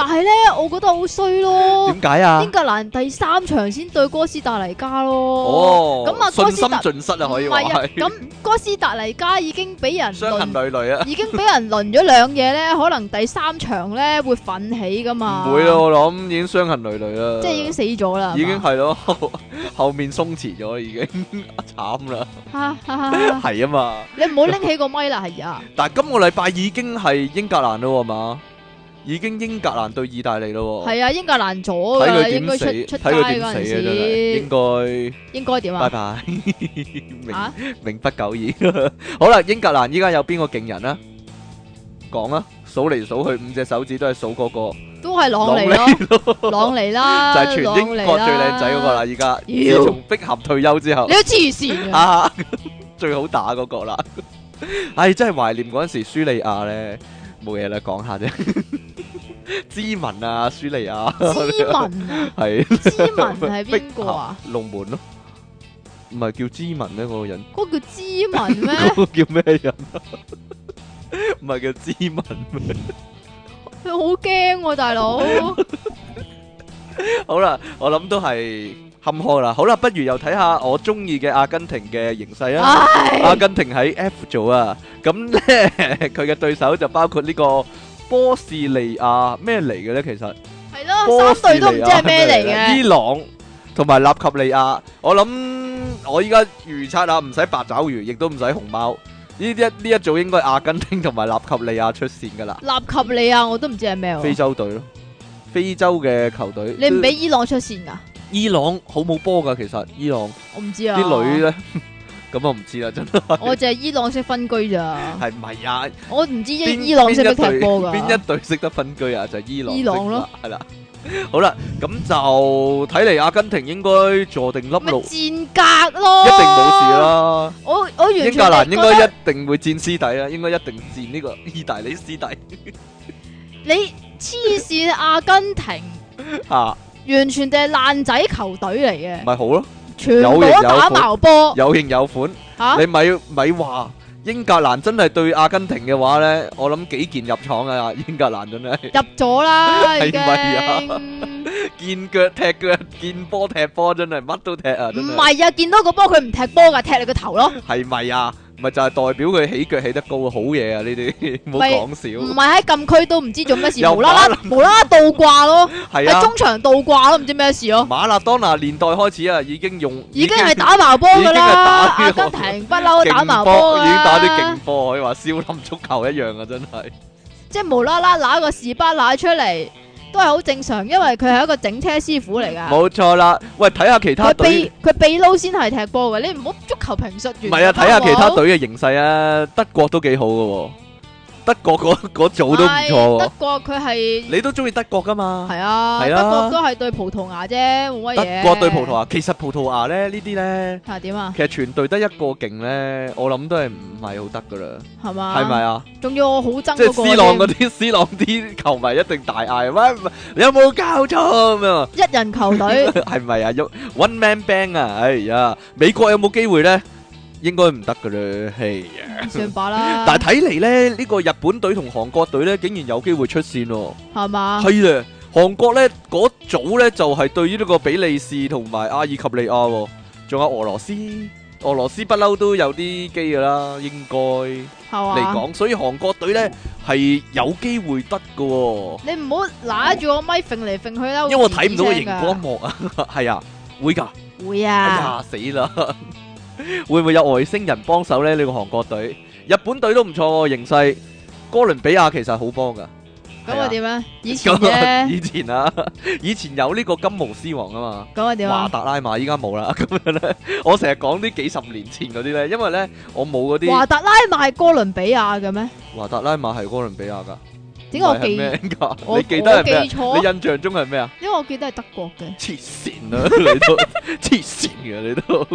[SPEAKER 2] 但係咧，我覺得好衰咯。
[SPEAKER 1] 點解啊
[SPEAKER 2] 英？格蘭第三場先對哥斯達黎加咯。
[SPEAKER 1] 哦，
[SPEAKER 2] 咁啊哥
[SPEAKER 1] 信
[SPEAKER 2] 斯
[SPEAKER 1] 心
[SPEAKER 2] 達
[SPEAKER 1] 盡失啊，可以
[SPEAKER 2] 唔
[SPEAKER 1] 話
[SPEAKER 2] 係啊，
[SPEAKER 1] 係
[SPEAKER 2] 咁哥斯達黎加已經俾人
[SPEAKER 1] 傷痕
[SPEAKER 2] 輪，
[SPEAKER 1] 累累啊。
[SPEAKER 2] 已經俾人輪咗兩嘢咧，可能第三場咧會奮起噶嘛。
[SPEAKER 1] 唔會咯，，我諗已經傷痕累累啦。
[SPEAKER 2] 即係已經死咗啦。
[SPEAKER 1] 已經
[SPEAKER 2] 係嘛
[SPEAKER 1] 係咯，後後面鬆弛咗， 已經慘啦，
[SPEAKER 2] 哈哈哈
[SPEAKER 1] 係啊嘛。
[SPEAKER 2] 你唔好拎起個咪啦，係啊。
[SPEAKER 1] 但係今個禮拜已經係英格蘭咯，係嘛？已經英格蘭對意大利咯。
[SPEAKER 2] 係啊，英格蘭左
[SPEAKER 1] 哦睇
[SPEAKER 2] 噶啦，
[SPEAKER 1] 佢
[SPEAKER 2] 應
[SPEAKER 1] 點
[SPEAKER 2] 該
[SPEAKER 1] 死，
[SPEAKER 2] 出出街
[SPEAKER 1] 睇佢點
[SPEAKER 2] 嗰陣
[SPEAKER 1] 死啊！真係
[SPEAKER 2] 時，
[SPEAKER 1] 應
[SPEAKER 2] 應該點
[SPEAKER 1] 該拜
[SPEAKER 2] 啊？
[SPEAKER 1] 拜， 明
[SPEAKER 2] 啊，
[SPEAKER 1] 明不久 矣。好啦，英格蘭依家有邊個勁人啊？講啊，數嚟數去，五隻手指都係數嗰個，
[SPEAKER 2] 都係朗尼咯，朗尼 啦，
[SPEAKER 1] 就係全英
[SPEAKER 2] 朗尼
[SPEAKER 1] 國
[SPEAKER 2] 啦
[SPEAKER 1] 最靚仔嗰個啦。。依家自
[SPEAKER 2] 妖
[SPEAKER 1] 從碧咸退休之後
[SPEAKER 2] 你。都黐線 啊！
[SPEAKER 1] 啊，最好打嗰個啦。 唉、真係懷念嗰陣時，舒利亞咧冇嘢啦，講 下啫。知文啊，舒利 亞
[SPEAKER 2] 知文啊，
[SPEAKER 1] 係
[SPEAKER 2] 知文係邊 個啊？
[SPEAKER 1] 龍門咯，唔係叫知文咩？嗰、個人，
[SPEAKER 2] 嗰個叫知文 咩？
[SPEAKER 1] 嗰個叫咩人啊？唔係叫知文咩？
[SPEAKER 2] 佢好驚喎，大佬。
[SPEAKER 1] 好啦，我諗都係坎坷啦。好啦，不如又睇下我中意嘅阿根廷嘅形勢啊。阿
[SPEAKER 2] 唉，
[SPEAKER 1] 根廷喺 F 組啊，咁 咧佢嘅對手就包括呢個波士尼亞咩嚟嘅咧？其實
[SPEAKER 2] 係
[SPEAKER 1] 波
[SPEAKER 2] 咯，
[SPEAKER 1] 士
[SPEAKER 2] 三
[SPEAKER 1] 尼
[SPEAKER 2] 隊
[SPEAKER 1] 亞
[SPEAKER 2] 都唔知係咩嚟
[SPEAKER 1] 伊
[SPEAKER 2] 嘅。
[SPEAKER 1] 朗同埋納及利亞，我諗我依家預測啊，唔使八爪魚，亦都唔使熊貓，呢一呢一組應該阿根廷同埋納及利亞出線噶啦，
[SPEAKER 2] 納及利亞我都唔知係咩
[SPEAKER 1] 非
[SPEAKER 2] 喎。
[SPEAKER 1] 洲隊咯，非洲嘅球隊。
[SPEAKER 2] 你唔俾伊朗出線㗎？
[SPEAKER 1] 伊朗好冇波噶，其實伊朗
[SPEAKER 2] 我唔知啊。
[SPEAKER 1] 啲女，咧， 咁我唔知啦，真係
[SPEAKER 2] 我就係伊朗式分居咋。
[SPEAKER 1] 係唔係啊？
[SPEAKER 2] 我唔知
[SPEAKER 1] 邊
[SPEAKER 2] 伊朗識唔識踢波㗎。
[SPEAKER 1] 邊一隊識得分居啊？就係伊朗。
[SPEAKER 2] 伊朗咯，
[SPEAKER 1] 係啦。好啦，咁就睇嚟阿根廷應該坐定粒
[SPEAKER 2] 咪
[SPEAKER 1] 路，一定
[SPEAKER 2] 賤格咯，
[SPEAKER 1] 冇事。啦。
[SPEAKER 2] 我我完全
[SPEAKER 1] 英格蘭
[SPEAKER 2] 係
[SPEAKER 1] 應
[SPEAKER 2] 覺
[SPEAKER 1] 該
[SPEAKER 2] 得
[SPEAKER 1] 一定會戰師弟啦，應該一定戰呢個意大利師弟
[SPEAKER 2] 你黐線，阿根廷
[SPEAKER 1] 嚇，
[SPEAKER 2] 完全就係爛仔球隊嚟嘅，
[SPEAKER 1] 咪好咯，
[SPEAKER 2] 全部都打矛波
[SPEAKER 1] 有型有款。
[SPEAKER 2] 嚇。
[SPEAKER 1] 你咪咪話英格蘭真係對阿根廷嘅話咧，我諗幾件入廠啊！英格蘭真係
[SPEAKER 2] 入咗啦，已
[SPEAKER 1] 係
[SPEAKER 2] 經
[SPEAKER 1] 咪啊見腳踢腳，見波踢波，真係乜都踢啊！
[SPEAKER 2] 唔
[SPEAKER 1] 真係。
[SPEAKER 2] 係啊！見到個波佢唔踢波噶，踢你個 頭咯，
[SPEAKER 1] 系咪啊？咪就係代表佢起腳起得高啊，好嘢啊！呢啲 唔好
[SPEAKER 2] 咪
[SPEAKER 1] 講
[SPEAKER 2] 唔
[SPEAKER 1] 笑，
[SPEAKER 2] 係喺禁區都唔知做咩事，
[SPEAKER 1] 又
[SPEAKER 2] 無啦啦無啦啦倒掛咯，
[SPEAKER 1] 係
[SPEAKER 2] 喺
[SPEAKER 1] 啊！哦
[SPEAKER 2] 中場倒掛都唔知咩事咯，
[SPEAKER 1] 馬拉當拿年代開始啊，已經用
[SPEAKER 2] 已經係打矛波噶啦，
[SPEAKER 1] 已
[SPEAKER 2] 阿
[SPEAKER 1] 經係打呢個
[SPEAKER 2] 根廷不嬲都打
[SPEAKER 1] 勁
[SPEAKER 2] 矛
[SPEAKER 1] 波，
[SPEAKER 2] 波
[SPEAKER 1] 已經打啲
[SPEAKER 2] 啦
[SPEAKER 1] 勁波，可以話少林足球一樣啊！真係
[SPEAKER 2] 即係無啦啦揦個士巴拿出嚟，都係好正常，因為佢係一個整車師傅嚟噶。
[SPEAKER 1] 冇錯啦。喂，睇下其他
[SPEAKER 2] 啊佢
[SPEAKER 1] 隊，
[SPEAKER 2] 避佢避撈先係踢波嘅，你唔好足球評述
[SPEAKER 1] 唔
[SPEAKER 2] 員。
[SPEAKER 1] 係啊，睇下其他
[SPEAKER 2] 好唔好
[SPEAKER 1] 隊嘅形勢啊。德國都幾好嘅喎，德國嗰嗰組都唔錯
[SPEAKER 2] 係
[SPEAKER 1] 喎
[SPEAKER 2] 德。國佢係
[SPEAKER 1] 你都中意德國噶嘛？
[SPEAKER 2] 係啊，
[SPEAKER 1] 哦係啦
[SPEAKER 2] 德國都係對葡萄牙啫，冇乜
[SPEAKER 1] 德
[SPEAKER 2] 嘢。
[SPEAKER 1] 國對葡萄牙，其實葡萄牙咧呢啲咧。
[SPEAKER 2] 牙係點啊？
[SPEAKER 1] 其實全隊得一個勁咧，我諗都係唔係好得噶啦，
[SPEAKER 2] 係嘛？
[SPEAKER 1] 係咪？啊？
[SPEAKER 2] 仲要我好憎
[SPEAKER 1] 即係
[SPEAKER 2] 嗰個
[SPEAKER 1] C 朗嗰
[SPEAKER 2] 添
[SPEAKER 1] 啲 C 朗啲球迷一定大嗌，喂，你有冇搞錯咁啊？
[SPEAKER 2] 一人球 隊
[SPEAKER 1] 係咪啊有？One man band 啊！哎呀，美國有冇機會咧？應該唔得噶啦，哎呀！
[SPEAKER 2] 算罷啦，
[SPEAKER 1] 但係睇嚟咧，呢個日本隊同韓國隊咧，竟然有機會出線喎。
[SPEAKER 2] 係嘛？
[SPEAKER 1] 係啊，韓國咧嗰組咧就係對於呢個比利時同埋阿爾及利亞喎，仲有俄羅斯。俄羅斯不嬲都有啲機噶啦，應該嚟
[SPEAKER 2] 係嘛？
[SPEAKER 1] 講，所以韓國隊咧係有機會得噶喎，
[SPEAKER 2] 你唔好揦住個咪揈嚟揈去啦，
[SPEAKER 1] 因為我睇唔到個
[SPEAKER 2] 個
[SPEAKER 1] 熒光幕啊， 係啊，會㗎，
[SPEAKER 2] 會
[SPEAKER 1] 哎
[SPEAKER 2] 啊，
[SPEAKER 1] 呀死啦， 會唔會有外星人幫手咧？呢個韓國隊、日本隊都唔錯喎，形勢，哥倫比亞其實好幫㗎。
[SPEAKER 2] 咁
[SPEAKER 1] 係啊
[SPEAKER 2] 我點咧？以前
[SPEAKER 1] 咁啊
[SPEAKER 2] 啫，
[SPEAKER 1] 以前啊， 以前有呢個金毛獅王啊嘛。
[SPEAKER 2] 咁我點
[SPEAKER 1] 華
[SPEAKER 2] 啊？
[SPEAKER 1] 達拉馬依家冇啦， 咁樣咧，我成日講啲幾十年前嗰啲咧，因為咧我冇嗰啲
[SPEAKER 2] 華特拉賣哥倫比亞嘅咩？
[SPEAKER 1] 華達拉馬係哥倫比亞噶，
[SPEAKER 2] 點解我
[SPEAKER 1] 唔係係
[SPEAKER 2] 記？
[SPEAKER 1] 咩噶？
[SPEAKER 2] 我
[SPEAKER 1] 你記得係咩啊？
[SPEAKER 2] 我記錯
[SPEAKER 1] 你印象中係咩啊？
[SPEAKER 2] 因為我記得係德國嘅。
[SPEAKER 1] 黐線啊！你都 黐線嘅你都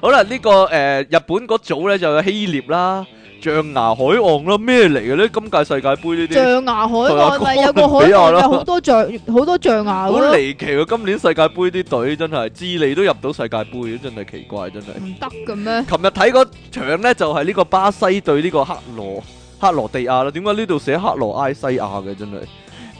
[SPEAKER 1] 好啦，呢、個个呃日本嗰組咧就有希臘啦、象牙海岸啦，咩嚟嘅咧？今屆世界盃呢啲
[SPEAKER 2] 象牙海岸咪有個海
[SPEAKER 1] 比亞
[SPEAKER 2] 岸
[SPEAKER 1] 啦
[SPEAKER 2] 有好多象好多象牙
[SPEAKER 1] 好
[SPEAKER 2] 嘅咯，
[SPEAKER 1] 離奇啊！今年世界盃啲隊真係智利都入到世界盃，真係奇怪，真係。
[SPEAKER 2] 唔得嘅咩？
[SPEAKER 1] 琴日睇嗰場咧就係呢個巴西對呢個克羅克羅地亞啦，點解呢度寫克羅埃西亞嘅真係？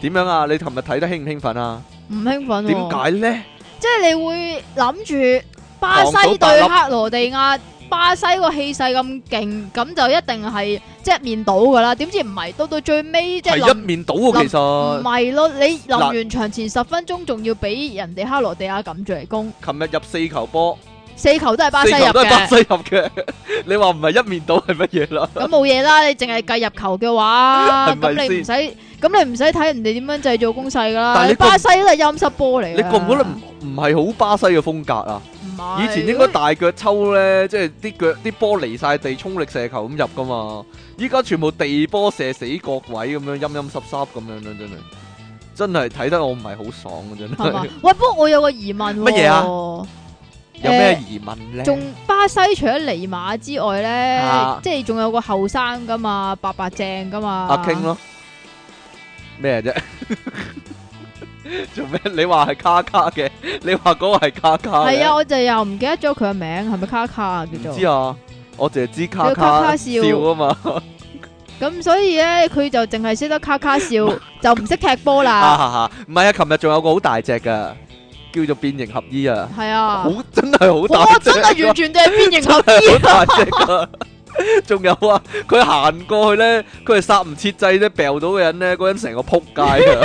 [SPEAKER 1] 點樣啊？你琴日睇得興唔興奮啊？
[SPEAKER 2] 唔興奮喎。
[SPEAKER 1] 點解咧？
[SPEAKER 2] 即係你會諗住巴西對克羅地亞，巴西個氣勢咁勁，咁就一定係即係面倒噶啦。點知唔係，到到最尾即
[SPEAKER 1] 係
[SPEAKER 2] 係
[SPEAKER 1] 一
[SPEAKER 2] 臨
[SPEAKER 1] 面倒喎，其
[SPEAKER 2] 唔
[SPEAKER 1] 實。
[SPEAKER 2] 係咯，你臨
[SPEAKER 1] 嗱
[SPEAKER 2] 完場前十分鐘仲要俾人哋克羅地亞撳住嚟攻，
[SPEAKER 1] 琴日入四球波，
[SPEAKER 2] 四球都係巴
[SPEAKER 1] 四
[SPEAKER 2] 西入
[SPEAKER 1] 球都係巴
[SPEAKER 2] 嘅
[SPEAKER 1] 西，入嘅。 你話唔係一面倒係乜嘢啦？
[SPEAKER 2] 咁冇嘢啦。你淨係計入球嘅話，
[SPEAKER 1] 係咪
[SPEAKER 2] 咁
[SPEAKER 1] 先
[SPEAKER 2] 你唔使咁你唔使睇人哋點樣製造攻勢噶啦。
[SPEAKER 1] 但係
[SPEAKER 2] 你
[SPEAKER 1] 你覺
[SPEAKER 2] 巴西都係啊陰濕波嚟
[SPEAKER 1] 你
[SPEAKER 2] 㗎。
[SPEAKER 1] 覺唔覺得唔唔係好巴西嘅風格啊？
[SPEAKER 2] 唔係
[SPEAKER 1] 以前應該大腳抽咧，即係啲腳啲波離晒地，衝力射球咁入噶嘛。依家全部地波射死角位咁樣，陰陰濕濕咁樣啦，真係真係睇得我唔係好爽啊！真
[SPEAKER 2] 係嘛
[SPEAKER 1] 係？
[SPEAKER 2] 喂，不過我有個疑問
[SPEAKER 1] 乜嘢
[SPEAKER 2] 啊？
[SPEAKER 1] 有咩疑問咧？
[SPEAKER 2] 仲巴西除咗尼馬之外咧，
[SPEAKER 1] 啊
[SPEAKER 2] 即係仲有個後生噶嘛，白白淨噶嘛。
[SPEAKER 1] 阿 King 咯，咩啫？ 做咩？你話係卡卡嘅，你話嗰個係卡卡嘅
[SPEAKER 2] 係啊，我就又唔記得咗佢嘅名，係咪卡卡啊叫
[SPEAKER 1] 唔
[SPEAKER 2] 做
[SPEAKER 1] 知？啊，我淨係知卡
[SPEAKER 2] 你卡
[SPEAKER 1] 卡
[SPEAKER 2] 卡笑
[SPEAKER 1] 笑啊嘛。
[SPEAKER 2] 咁所以咧，佢就淨係識得 卡卡笑，就唔識踢波啦。
[SPEAKER 1] 啊 唔係啊，琴日仲有個好大隻噶，叫做變形合衣啊，
[SPEAKER 2] 係啊
[SPEAKER 1] 好，真係好大
[SPEAKER 2] 我
[SPEAKER 1] 隻
[SPEAKER 2] 真
[SPEAKER 1] 啊，
[SPEAKER 2] 係完全就係變形合衣
[SPEAKER 1] 好大隻噶。 仲有啊，佢行過去咧，佢係殺唔切掣咧，掉到個人咧，嗰人成個撲街 啊！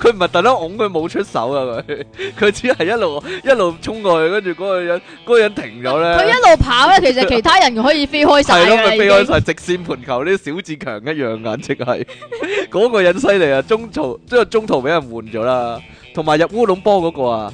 [SPEAKER 1] 佢唔係特登拱佢冇出手啊，佢佢只係一路一路衝過去，跟住嗰個人嗰個人停咗
[SPEAKER 2] 佢
[SPEAKER 1] 咧，
[SPEAKER 2] 一路跑咧，其實其他人可以飛開晒
[SPEAKER 1] 係
[SPEAKER 2] 㗎
[SPEAKER 1] 咯，
[SPEAKER 2] 啦，
[SPEAKER 1] 咪
[SPEAKER 2] 已
[SPEAKER 1] 飛開
[SPEAKER 2] 經。
[SPEAKER 1] 晒直線盤球呢小志強一樣，簡直係嗰個人犀利啊！中途即係中途俾人換咗啦，同埋入烏龍波嗰個啊，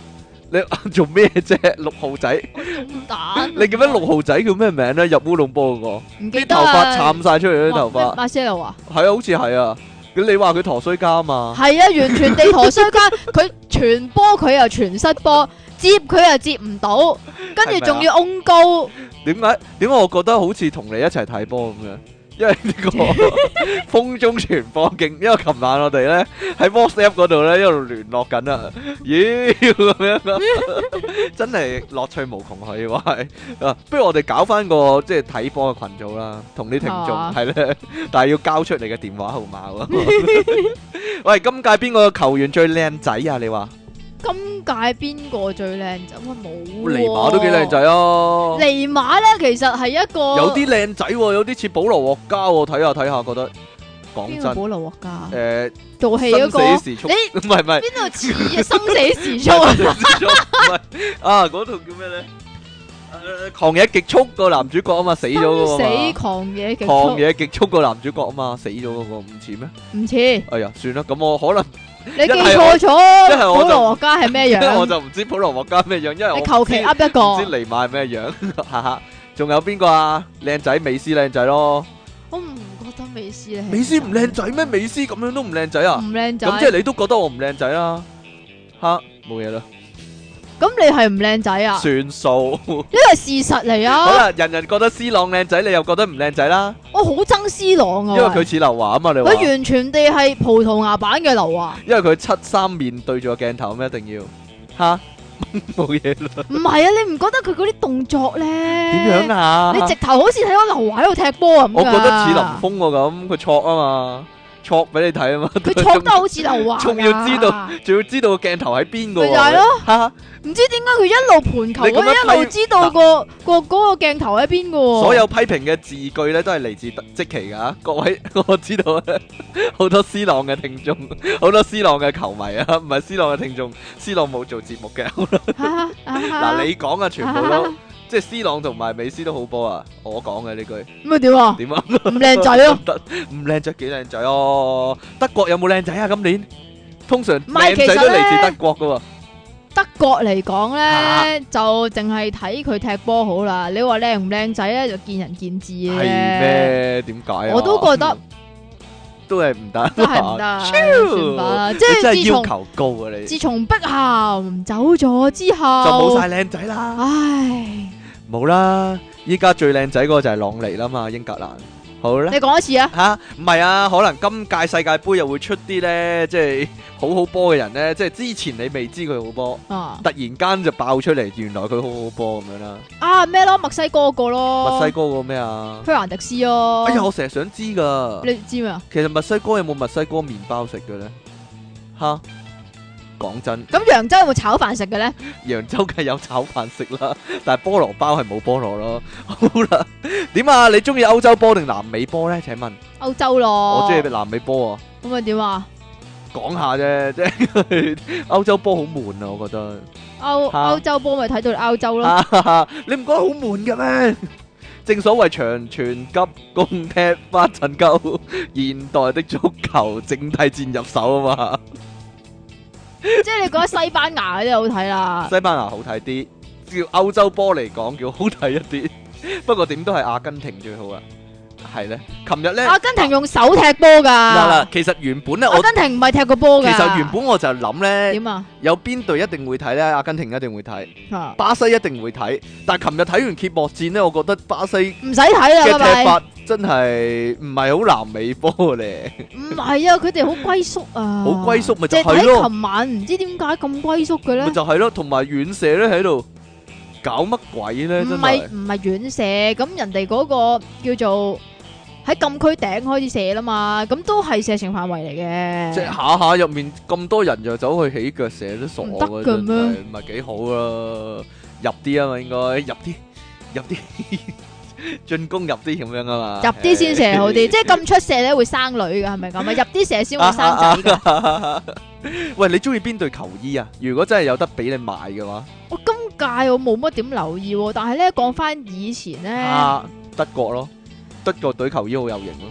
[SPEAKER 1] 你 做咩啫？六號仔，
[SPEAKER 2] 咁蛋，
[SPEAKER 1] 你叫咩？六號仔叫咩名咧？入烏龍波嗰個。
[SPEAKER 2] 唔記
[SPEAKER 1] 啲
[SPEAKER 2] 得啊
[SPEAKER 1] 頭髮
[SPEAKER 2] 啦。
[SPEAKER 1] 慘晒出嚟，啲頭髮
[SPEAKER 2] 馬塞路啊！
[SPEAKER 1] 係啊，好似係啊。咁你話佢陀衰家啊嘛？
[SPEAKER 2] 系啊，完全地陀相間，佢傳波佢又傳失波，接佢又接唔到，跟
[SPEAKER 1] 係咪啊
[SPEAKER 2] 住仲要翁高，
[SPEAKER 1] 點解點解我覺得好似同你一齊睇波咁樣？因為呢、個風中傳播勁，因為琴晚我哋咧喺 WhatsApp 嗰度咧一路聯絡緊啊，咦咁樣啊，真係樂趣無窮可以話係啊！不如我哋搞翻個即係睇波嘅群組啦，同啲聽眾
[SPEAKER 2] 啊
[SPEAKER 1] 係咧，但係要交出你嘅電話號碼喎。 喂，今屆邊個球員最靚仔啊？你話？
[SPEAKER 2] 今屆邊個最靚仔？哇，冇喎
[SPEAKER 1] 尼馬都幾靚仔。啊！
[SPEAKER 2] 尼馬咧，其實係一個
[SPEAKER 1] 有啲靚仔喎，有啲似保羅沃加喎，睇下睇下覺得講
[SPEAKER 2] 邊個
[SPEAKER 1] 真
[SPEAKER 2] 保羅沃噶？
[SPEAKER 1] 誒，
[SPEAKER 2] 做戲嗰個
[SPEAKER 1] 生死時速
[SPEAKER 2] 你
[SPEAKER 1] 唔係唔係
[SPEAKER 2] 邊度 似啊？生死時
[SPEAKER 1] 唔
[SPEAKER 2] 速
[SPEAKER 1] 係生死時速唔係啊嗰套叫咩咧？誒狂野極速個男主角啊嘛，死咗嗰個
[SPEAKER 2] 生死
[SPEAKER 1] 嘛。
[SPEAKER 2] 狂野極
[SPEAKER 1] 狂
[SPEAKER 2] 速，
[SPEAKER 1] 野極速個男主角啊嘛，死咗嗰個唔似咩？
[SPEAKER 2] 唔似你
[SPEAKER 1] 哎呀，算啦，咁我可能
[SPEAKER 2] 記
[SPEAKER 1] 一係我
[SPEAKER 2] 錯咗
[SPEAKER 1] 一係我
[SPEAKER 2] 保
[SPEAKER 1] 就
[SPEAKER 2] 羅沃加係 咩
[SPEAKER 1] 我
[SPEAKER 2] 樣？
[SPEAKER 1] 就唔知普羅沃加咩樣，因為我
[SPEAKER 2] 你求其
[SPEAKER 1] 唔知
[SPEAKER 2] 噏一
[SPEAKER 1] 唔
[SPEAKER 2] 個，
[SPEAKER 1] 知尼馬係咩樣， 哈哈。仲有邊個啊？靚仔，美斯靚仔咯。
[SPEAKER 2] 我唔覺得美斯靚。
[SPEAKER 1] 美斯唔靚仔咩？美斯咁樣都唔靚仔啊？
[SPEAKER 2] 唔靚仔。
[SPEAKER 1] 咁即係你都覺得我唔靚仔啦，吓冇嘢啦，
[SPEAKER 2] 咁你係唔靚仔啊？
[SPEAKER 1] 算數。
[SPEAKER 2] 呢個係事實嚟
[SPEAKER 1] 好
[SPEAKER 2] 啊！
[SPEAKER 1] 啦，人人覺得 C 朗靚仔，你又覺得唔靚仔啦，
[SPEAKER 2] 我好憎 C 朗啊！
[SPEAKER 1] 因為佢似劉華啊嘛，你
[SPEAKER 2] 喂
[SPEAKER 1] 話，
[SPEAKER 2] 佢完全地係葡萄牙版嘅 劉華，
[SPEAKER 1] 因為佢七三面對住個鏡頭咁，一定要吓 冇嘢啦。
[SPEAKER 2] 唔係啊！你唔覺得佢嗰啲動作咧？
[SPEAKER 1] 點樣
[SPEAKER 2] 點
[SPEAKER 1] 啊？
[SPEAKER 2] 你直頭好似睇到劉華喺度踢波咁㗎
[SPEAKER 1] 我覺得似林峰喎咁，佢戳啊嘛，戳俾你睇啊嘛，
[SPEAKER 2] 佢錯得好似劉華㗎，
[SPEAKER 1] 仲要知道 仲要知道個鏡頭喺邊個
[SPEAKER 2] 咪就係
[SPEAKER 1] 喎
[SPEAKER 2] 咯，
[SPEAKER 1] 吓。
[SPEAKER 2] 唔知點解佢一路盤球，
[SPEAKER 1] 你咁樣
[SPEAKER 2] 佢一路知道個個嗰個鏡頭喺邊嘅喎。
[SPEAKER 1] 所有批評嘅字句咧，都係嚟自即奇噶。各位， 我知道啊好多 C 朗嘅聽眾，好多 C 朗嘅球迷啊， 唔係 C 朗嘅聽眾，C 朗冇做節目嘅。 嗱，
[SPEAKER 2] 嗱
[SPEAKER 1] 你講啊，全部都 即係 C 朗同埋美斯都好波啊！我講嘅呢 句
[SPEAKER 2] 你咁啊點 啊？
[SPEAKER 1] 點啊？
[SPEAKER 2] 唔靚仔咯，
[SPEAKER 1] 得唔靚仔幾靚仔哦？德國有冇靚仔啊？今年通常
[SPEAKER 2] 唔係
[SPEAKER 1] 靚仔
[SPEAKER 2] 其實
[SPEAKER 1] 都嚟自
[SPEAKER 2] 呢
[SPEAKER 1] 德國噶喎。
[SPEAKER 2] 德國嚟講
[SPEAKER 1] 啊
[SPEAKER 2] 咧就淨係睇佢踢波好啦。你話靚唔靚仔咧就見仁見智嘅啫。
[SPEAKER 1] 係咩？點解啊？
[SPEAKER 2] 我都覺得
[SPEAKER 1] 都係唔得，
[SPEAKER 2] 都係 唔得啊，算吧啦。即
[SPEAKER 1] 你真
[SPEAKER 2] 係
[SPEAKER 1] 係
[SPEAKER 2] 自
[SPEAKER 1] 要
[SPEAKER 2] 從
[SPEAKER 1] 求高啊！你
[SPEAKER 2] 自從碧咸走咗之
[SPEAKER 1] 就冇
[SPEAKER 2] 後，
[SPEAKER 1] 晒靚仔啦。
[SPEAKER 2] 唉，
[SPEAKER 1] 唔冇啦，依家最靚仔嗰個就係朗尼啦嘛，英格蘭。好啦。
[SPEAKER 2] 你講一次啊！
[SPEAKER 1] 吓，唔係啊，可能今屆世界盃又會出啲咧，即係 好好波嘅人咧，即係之前你未知佢好波，
[SPEAKER 2] 啊
[SPEAKER 1] 突然間就爆出嚟，原來佢好好波咁樣啦。
[SPEAKER 2] 啊咩咯？墨西哥個咯，
[SPEAKER 1] 墨西哥個咩啊？
[SPEAKER 2] 菲蘭迪斯咯。
[SPEAKER 1] 哎呀，我成日想知噶，
[SPEAKER 2] 哦你知咩啊？
[SPEAKER 1] 其實墨西哥有冇墨西哥麵包食嘅咧？吓，講真，
[SPEAKER 2] 咁揚州有冇炒飯食嘅咧？
[SPEAKER 1] 揚州梗係有炒飯食啦， 但係菠蘿包係冇菠蘿咯。好啦，點啊？你中意歐洲波定南美波咧？請問，
[SPEAKER 2] 歐洲咯。
[SPEAKER 1] 我中意南美波啊。
[SPEAKER 2] 咁啊點啊？
[SPEAKER 1] 講下啫，即係歐洲波好悶啊，我覺得。
[SPEAKER 2] 歐
[SPEAKER 1] 嚇
[SPEAKER 2] 歐洲波咪睇到你歐洲咯。
[SPEAKER 1] 你唔覺得好悶嘅咩？ 正所謂長傳急攻踢花陣鳩，現代的足球整體戰入手啊嘛。
[SPEAKER 2] 即係你覺得西班牙嗰啲好睇啦。
[SPEAKER 1] 西班牙好睇啲，照歐洲波嚟講叫好睇一啲。 不過點都係阿根廷最好啊，係咧。琴日咧，
[SPEAKER 2] 阿根廷用手踢波㗎。
[SPEAKER 1] 嗱嗱，其實原本咧
[SPEAKER 2] 阿
[SPEAKER 1] 我。
[SPEAKER 2] 根廷唔係踢過波
[SPEAKER 1] 其
[SPEAKER 2] 㗎。
[SPEAKER 1] 實原本我就諗咧，
[SPEAKER 2] 點啊？
[SPEAKER 1] 有邊隊一定會睇咧？阿根廷一定會睇，
[SPEAKER 2] 嚇
[SPEAKER 1] 巴西一定會睇。但係琴日睇完揭幕戰咧，我覺得巴西
[SPEAKER 2] 唔使睇啦，
[SPEAKER 1] 嘅踢
[SPEAKER 2] 拜拜。
[SPEAKER 1] 法真係唔係好南美波咧，
[SPEAKER 2] 唔係啊，佢哋好龜縮啊。
[SPEAKER 1] 好龜縮咪就
[SPEAKER 2] 即係
[SPEAKER 1] 係
[SPEAKER 2] 睇
[SPEAKER 1] 咯，
[SPEAKER 2] 琴晚唔知點解咁龜縮嘅咧
[SPEAKER 1] 咪。就係咯，同埋遠射咧喺度搞乜鬼咧，
[SPEAKER 2] 唔
[SPEAKER 1] 真
[SPEAKER 2] 係
[SPEAKER 1] 係
[SPEAKER 2] 唔係遠射，咁人哋嗰個叫做喺禁區頂開始射啦嘛，咁都係射程範圍嚟
[SPEAKER 1] 即係
[SPEAKER 2] 嘅。
[SPEAKER 1] 下下入面咁多人就走去起腳射都傻嘅，
[SPEAKER 2] 唔得㗎
[SPEAKER 1] 真
[SPEAKER 2] 咩
[SPEAKER 1] 係唔係幾好啊！入啲啊嘛，應該入啲入啲 進攻入啲咁樣啊嘛，
[SPEAKER 2] 入啲先 射好啲，即係咁出射咧會生女㗎，係咪咁啊？入啲射先會生 仔㗎。
[SPEAKER 1] 㗎。喂，你中意邊隊球衣啊？如果真係有得俾你買嘅話，
[SPEAKER 2] 我今屆我冇乜點留意喎，但係咧講翻以前
[SPEAKER 1] Ờ,
[SPEAKER 2] 咧，
[SPEAKER 1] 啊，德國咯，德國隊球衣好有型咯。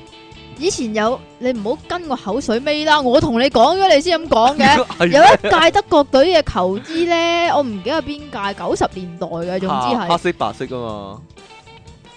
[SPEAKER 2] 以前有你唔好跟我口水尾啦，我同你講咗你先咁 講嘅。
[SPEAKER 1] 係
[SPEAKER 2] 有一屆德國隊嘅球衣咧，我唔記得係邊屆，九十年代嘅，總之
[SPEAKER 1] 啊黑
[SPEAKER 2] 係
[SPEAKER 1] 色白色啊嘛，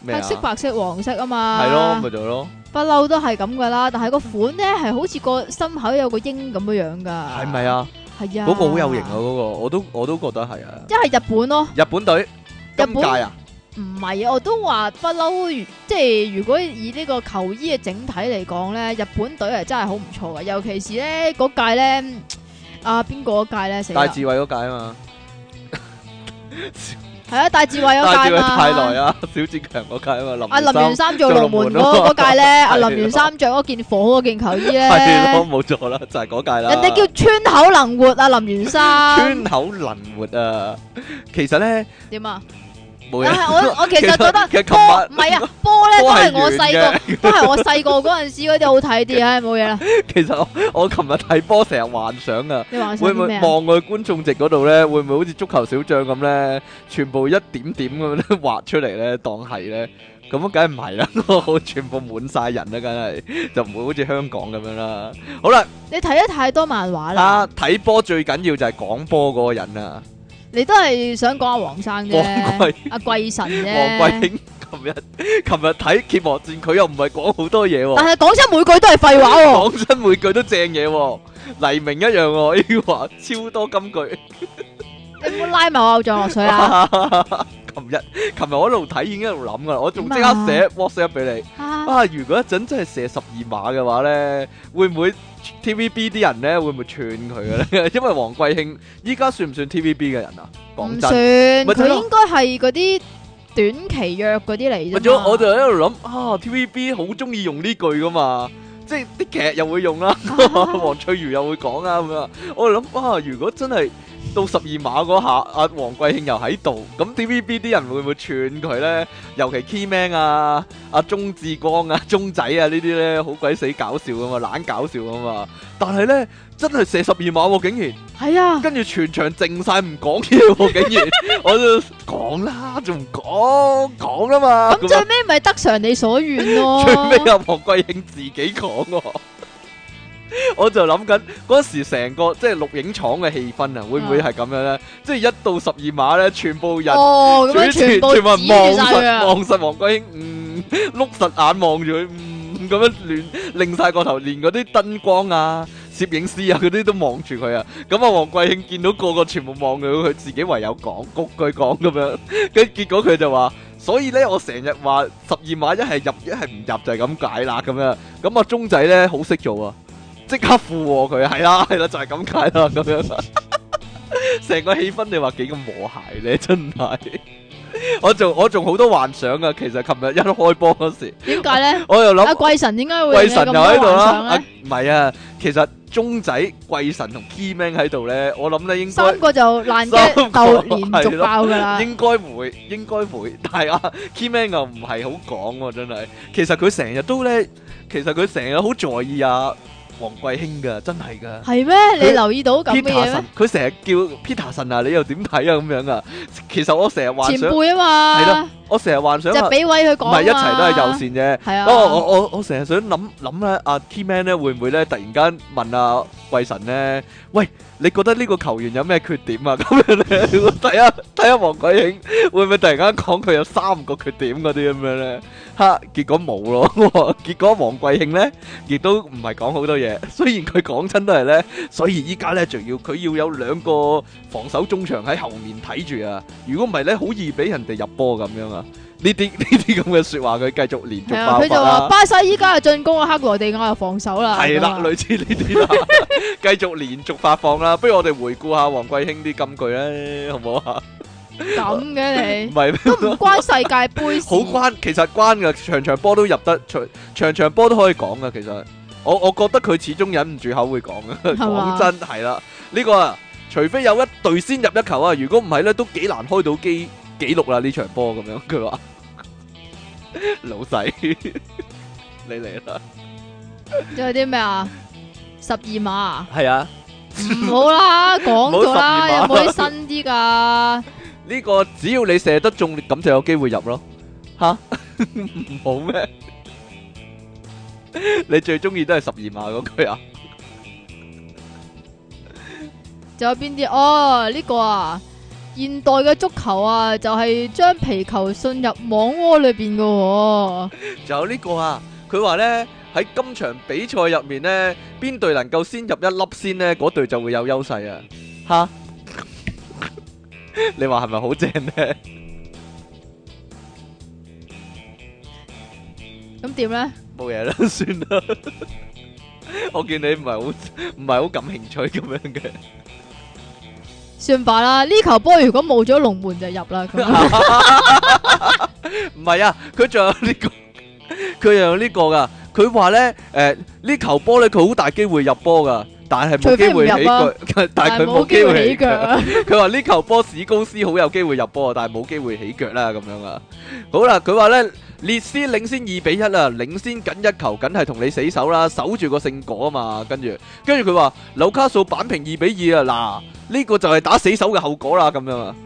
[SPEAKER 1] 咩
[SPEAKER 2] 黑
[SPEAKER 1] 啊？
[SPEAKER 2] 色、白色、黃色啊嘛。
[SPEAKER 1] 係咯，咪就係咯，
[SPEAKER 2] 不嬲都係咁噶啦，但係個款咧係好似個心口有個鷹咁樣樣噶，
[SPEAKER 1] 係咪？啊？
[SPEAKER 2] 係啊，
[SPEAKER 1] 嗰個好有型啊！嗰個我都我都覺得係啊。
[SPEAKER 2] 一係日本咯，
[SPEAKER 1] 日本隊
[SPEAKER 2] 本
[SPEAKER 1] 今屆啊，
[SPEAKER 2] 唔係啊，我都話不嬲，即係如果以呢個球衣嘅整體嚟講咧，日本隊係真係好唔錯嘅，尤其是咧嗰屆咧，啊邊個嗰屆咧死
[SPEAKER 1] 戴
[SPEAKER 2] 啦，
[SPEAKER 1] 志偉嗰屆啊嘛，
[SPEAKER 2] 係啊戴志偉嗰
[SPEAKER 1] 戴
[SPEAKER 2] 屆
[SPEAKER 1] 志偉
[SPEAKER 2] 嘛，
[SPEAKER 1] 太耐啊， 小志強嗰屆啊嘛，
[SPEAKER 2] 阿
[SPEAKER 1] 林
[SPEAKER 2] 林
[SPEAKER 1] 元三
[SPEAKER 2] 元三做龍門
[SPEAKER 1] 做龍門咯
[SPEAKER 2] 嗰嗰屆咧， 阿
[SPEAKER 1] 係咯
[SPEAKER 2] 林元三着嗰件火嗰件球衣
[SPEAKER 1] 係啊咯，
[SPEAKER 2] 咧，
[SPEAKER 1] 冇錯啦，就係嗰屆啦。
[SPEAKER 2] 人哋叫村口能活啊林元三，
[SPEAKER 1] 川口能活啊，其實咧
[SPEAKER 2] 點啊？
[SPEAKER 1] 冇嘢
[SPEAKER 2] 但。係我我其實覺得
[SPEAKER 1] 其實琴
[SPEAKER 2] 波
[SPEAKER 1] 晚
[SPEAKER 2] 唔係啊，波咧都係我
[SPEAKER 1] 波係圓
[SPEAKER 2] 細個，都係我細個嗰陣時嗰啲好睇 啲，唉冇嘢啦。
[SPEAKER 1] 其實我我琴日睇波成日幻想啊。
[SPEAKER 2] 你話
[SPEAKER 1] 會
[SPEAKER 2] 想
[SPEAKER 1] 唔
[SPEAKER 2] 啲
[SPEAKER 1] 會
[SPEAKER 2] 咩啊？
[SPEAKER 1] 望佢觀眾席嗰度咧？會唔會好似足球小將咁咧？全部一點點咁樣咧 畫出嚟咧，當係咧？咁啊，梗係唔係 啦！我全部滿晒人啦，梗係就唔會好似香港咁樣啦。好啦，
[SPEAKER 2] 你睇得太多漫畫啦，
[SPEAKER 1] 啊睇波最緊要就係講波嗰個人啊，
[SPEAKER 2] 你都係想講阿黃生
[SPEAKER 1] 黃
[SPEAKER 2] 啫
[SPEAKER 1] 貴，
[SPEAKER 2] 阿貴神
[SPEAKER 1] 黃貴
[SPEAKER 2] 啫。
[SPEAKER 1] 興。琴日琴日睇揭幕戰，佢又唔係講好多嘢
[SPEAKER 2] 但
[SPEAKER 1] 喎，
[SPEAKER 2] 係講真，每句都係廢話喎。
[SPEAKER 1] 講真每句都正嘢喎，黎明一樣 喎，要話超多金句。
[SPEAKER 2] 你唔好拉埋我偶像落 水啊！
[SPEAKER 1] 琴日琴日我一路睇已經一路諗噶啦，我仲即刻寫 WhatsApp 俾你。
[SPEAKER 2] 啊
[SPEAKER 1] 啊，如果一陣真係射十二碼嘅話咧，會唔會 TVB 啲人咧會唔會串佢嘅咧？ 因為黃貴慶依家算唔算 TVB 嘅人啊？
[SPEAKER 2] 唔
[SPEAKER 1] 講
[SPEAKER 2] 算，
[SPEAKER 1] 真，咪就係
[SPEAKER 2] 佢
[SPEAKER 1] 咯
[SPEAKER 2] 應該係嗰啲短期約嗰啲嚟
[SPEAKER 1] 咪
[SPEAKER 2] 啫
[SPEAKER 1] 咗
[SPEAKER 2] 嘛。
[SPEAKER 1] 我就喺度諗啊，TVB 好中意用呢句噶嘛。即係啲劇又會用啦， 黃翠如又會講啦咁樣。我就諗啊，如果真係到十二碼嗰下，阿黃貴慶又喺度，咁 TVB 啲人會唔會串佢咧？尤其 Keyman 啊、阿鐘志光啊、 鐘仔啊呢啲咧，好鬼死搞笑噶嘛，懶搞笑噶嘛。但係咧，真係射十二碼喎，竟然
[SPEAKER 2] 係啊，
[SPEAKER 1] 跟住全場靜晒唔講嘢喎，竟然我就講啦，仲唔講講啦嘛。
[SPEAKER 2] 咁最尾咪得償你所願咯。
[SPEAKER 1] 最尾阿黃桂英自己講喎，我就諗緊嗰時成個即係錄影廠嘅氣氛啊，會唔會係咁樣咧？即係一到十二碼咧，全部人
[SPEAKER 2] 哦，咁
[SPEAKER 1] 主
[SPEAKER 2] 樣
[SPEAKER 1] 持
[SPEAKER 2] 全部指
[SPEAKER 1] 全部人
[SPEAKER 2] 住晒
[SPEAKER 1] 望
[SPEAKER 2] 佢啊
[SPEAKER 1] 實！望實黃桂英，嗯，ừ, 碌實眼望住佢，嗯咁樣亂擰晒個頭，連嗰啲燈光啊、攝影師啊嗰啲都望住佢啊。咁啊，黃桂慶見到個個全部望佢，佢自己唯有講谷句講咁樣。跟結果佢就話：所以咧，我成日話十二碼一係入一係唔入就係咁解啦咁樣。咁啊，鐘仔咧好識做啊，即刻附和佢，係啦係啦，就係咁解啦咁 樣。成個氣氛你話幾咁和諧咧，真係。我仲我仲好多幻想啊！其實琴日一開波嗰時，
[SPEAKER 2] 點解咧？
[SPEAKER 1] 我又諗
[SPEAKER 2] 阿貴神點解會
[SPEAKER 1] 貴
[SPEAKER 2] 令你
[SPEAKER 1] 神
[SPEAKER 2] 咁
[SPEAKER 1] 又
[SPEAKER 2] 多
[SPEAKER 1] 喺度啦
[SPEAKER 2] 幻，想
[SPEAKER 1] 啊
[SPEAKER 2] 咧？
[SPEAKER 1] 唔係啊，其實鐘仔、貴神同 Keyman 喺度咧，我諗咧應該
[SPEAKER 2] 三啊個就爛
[SPEAKER 1] 三個
[SPEAKER 2] 雞豆連續爆噶啦，
[SPEAKER 1] 應該會應該會， 但係啊 Keyman 又唔係好講喎，真係。其實佢成日都咧，其實佢成日好在意啊黃貴興噶，真係噶。
[SPEAKER 2] 係咩？你
[SPEAKER 1] 佢
[SPEAKER 2] 留意到咁嘅
[SPEAKER 1] Peter
[SPEAKER 2] 嘢咩
[SPEAKER 1] 神？，佢成日叫 Peter 神啊，你又點睇啊？咁樣啊，其實我成日幻
[SPEAKER 2] 前
[SPEAKER 1] 想，
[SPEAKER 2] 輩
[SPEAKER 1] 係
[SPEAKER 2] 啊
[SPEAKER 1] 咯
[SPEAKER 2] 嘛，
[SPEAKER 1] 我成日幻想
[SPEAKER 2] 就
[SPEAKER 1] 啊，
[SPEAKER 2] 俾位佢
[SPEAKER 1] 唔
[SPEAKER 2] 講啊嘛
[SPEAKER 1] 係一齊都係右，線啫。
[SPEAKER 2] 係啊，
[SPEAKER 1] 不過我我我成日想諗諗咧，阿 Keyman 咧會唔會咧突然間問阿貴神咧，喂，你覺得呢個球員有咩缺點啊？ 咁樣咧，睇下睇下黃鬼影會唔會突然間講佢有三個缺點嗰啲咁樣咧？吓，結果冇咯， 結果黃貴慶咧亦都唔係講好多嘢， 雖然佢講親都係咧，所以依家咧仲要佢要有兩個防守中場喺後面睇住啊，如果唔係咧好易俾人哋入波咁樣啊！呢啲 呢啲咁嘅説話佢繼續連
[SPEAKER 2] 係
[SPEAKER 1] 續
[SPEAKER 2] 啊，
[SPEAKER 1] 爆
[SPEAKER 2] 佢
[SPEAKER 1] 發
[SPEAKER 2] 就話
[SPEAKER 1] 啦。
[SPEAKER 2] 巴西依家係進攻啊，克羅地亞又防守啦，
[SPEAKER 1] 係啦，
[SPEAKER 2] 咁啊
[SPEAKER 1] 類似呢啲啦， 繼續連續發放啦。不如我哋回顧下黃貴興啲金句咧，好唔好啊？唔係
[SPEAKER 2] 咁嘅你
[SPEAKER 1] 咩？
[SPEAKER 2] 都唔關世界盃事
[SPEAKER 1] 好關，其實關噶，場場波都入得，場場場波都可以講噶。其實我我覺得佢始終忍唔住口會講噶。
[SPEAKER 2] 係嘛
[SPEAKER 1] 講真係啦，呢、個啊，除非有一隊先入一球啊，如果唔係咧，都幾難開到機記錄啦呢場波咁樣。佢話 老細， 你嚟啦，
[SPEAKER 2] 仲有啲咩啊？十二 碼啊
[SPEAKER 1] 係啊。
[SPEAKER 2] 唔好啦，講咗啦，有
[SPEAKER 1] 唔好
[SPEAKER 2] 冇
[SPEAKER 1] 12
[SPEAKER 2] 啲新啲噶？
[SPEAKER 1] 呢個只要你射得中，咁就有機會入咯。吓， 唔好咩？你最中意都係十二碼嗰句啊？
[SPEAKER 2] 仲有邊啲？哦，呢、個啊，現代嘅足球啊，就係、將皮球送入網窩裏邊嘅喎。
[SPEAKER 1] 仲有呢個啊，佢話呢，喺今場比賽入面呢，邊隊能夠先入一粒先呢，嗰隊就會有優勢啊！吓， 你話係咪好正呢？
[SPEAKER 2] 咁點咧？
[SPEAKER 1] 冇嘢啦， 算啦。我見你唔係好唔係好感興趣咁樣嘅。
[SPEAKER 2] 算罷啦，呢球波如果冇咗龍門就入啦。 咁樣
[SPEAKER 1] 唔係啊，佢仲有呢、個，佢仲有呢個噶。佢話咧，誒、呢球波咧，佢好大機會入波噶，但係冇機會起腳， 但係佢冇機會起腳。
[SPEAKER 2] 啊！
[SPEAKER 1] 佢話呢球波史高斯好有機會入波，但係冇機會起腳啦咁樣啊。好啦，佢話咧，列斯領先二比一啊，領先緊一球，梗係同你死守啦，守住個勝果啊嘛。跟住，跟住佢話紐卡素扳平二比二啊，嗱，呢個就係打死守嘅後果啦，咁樣啊。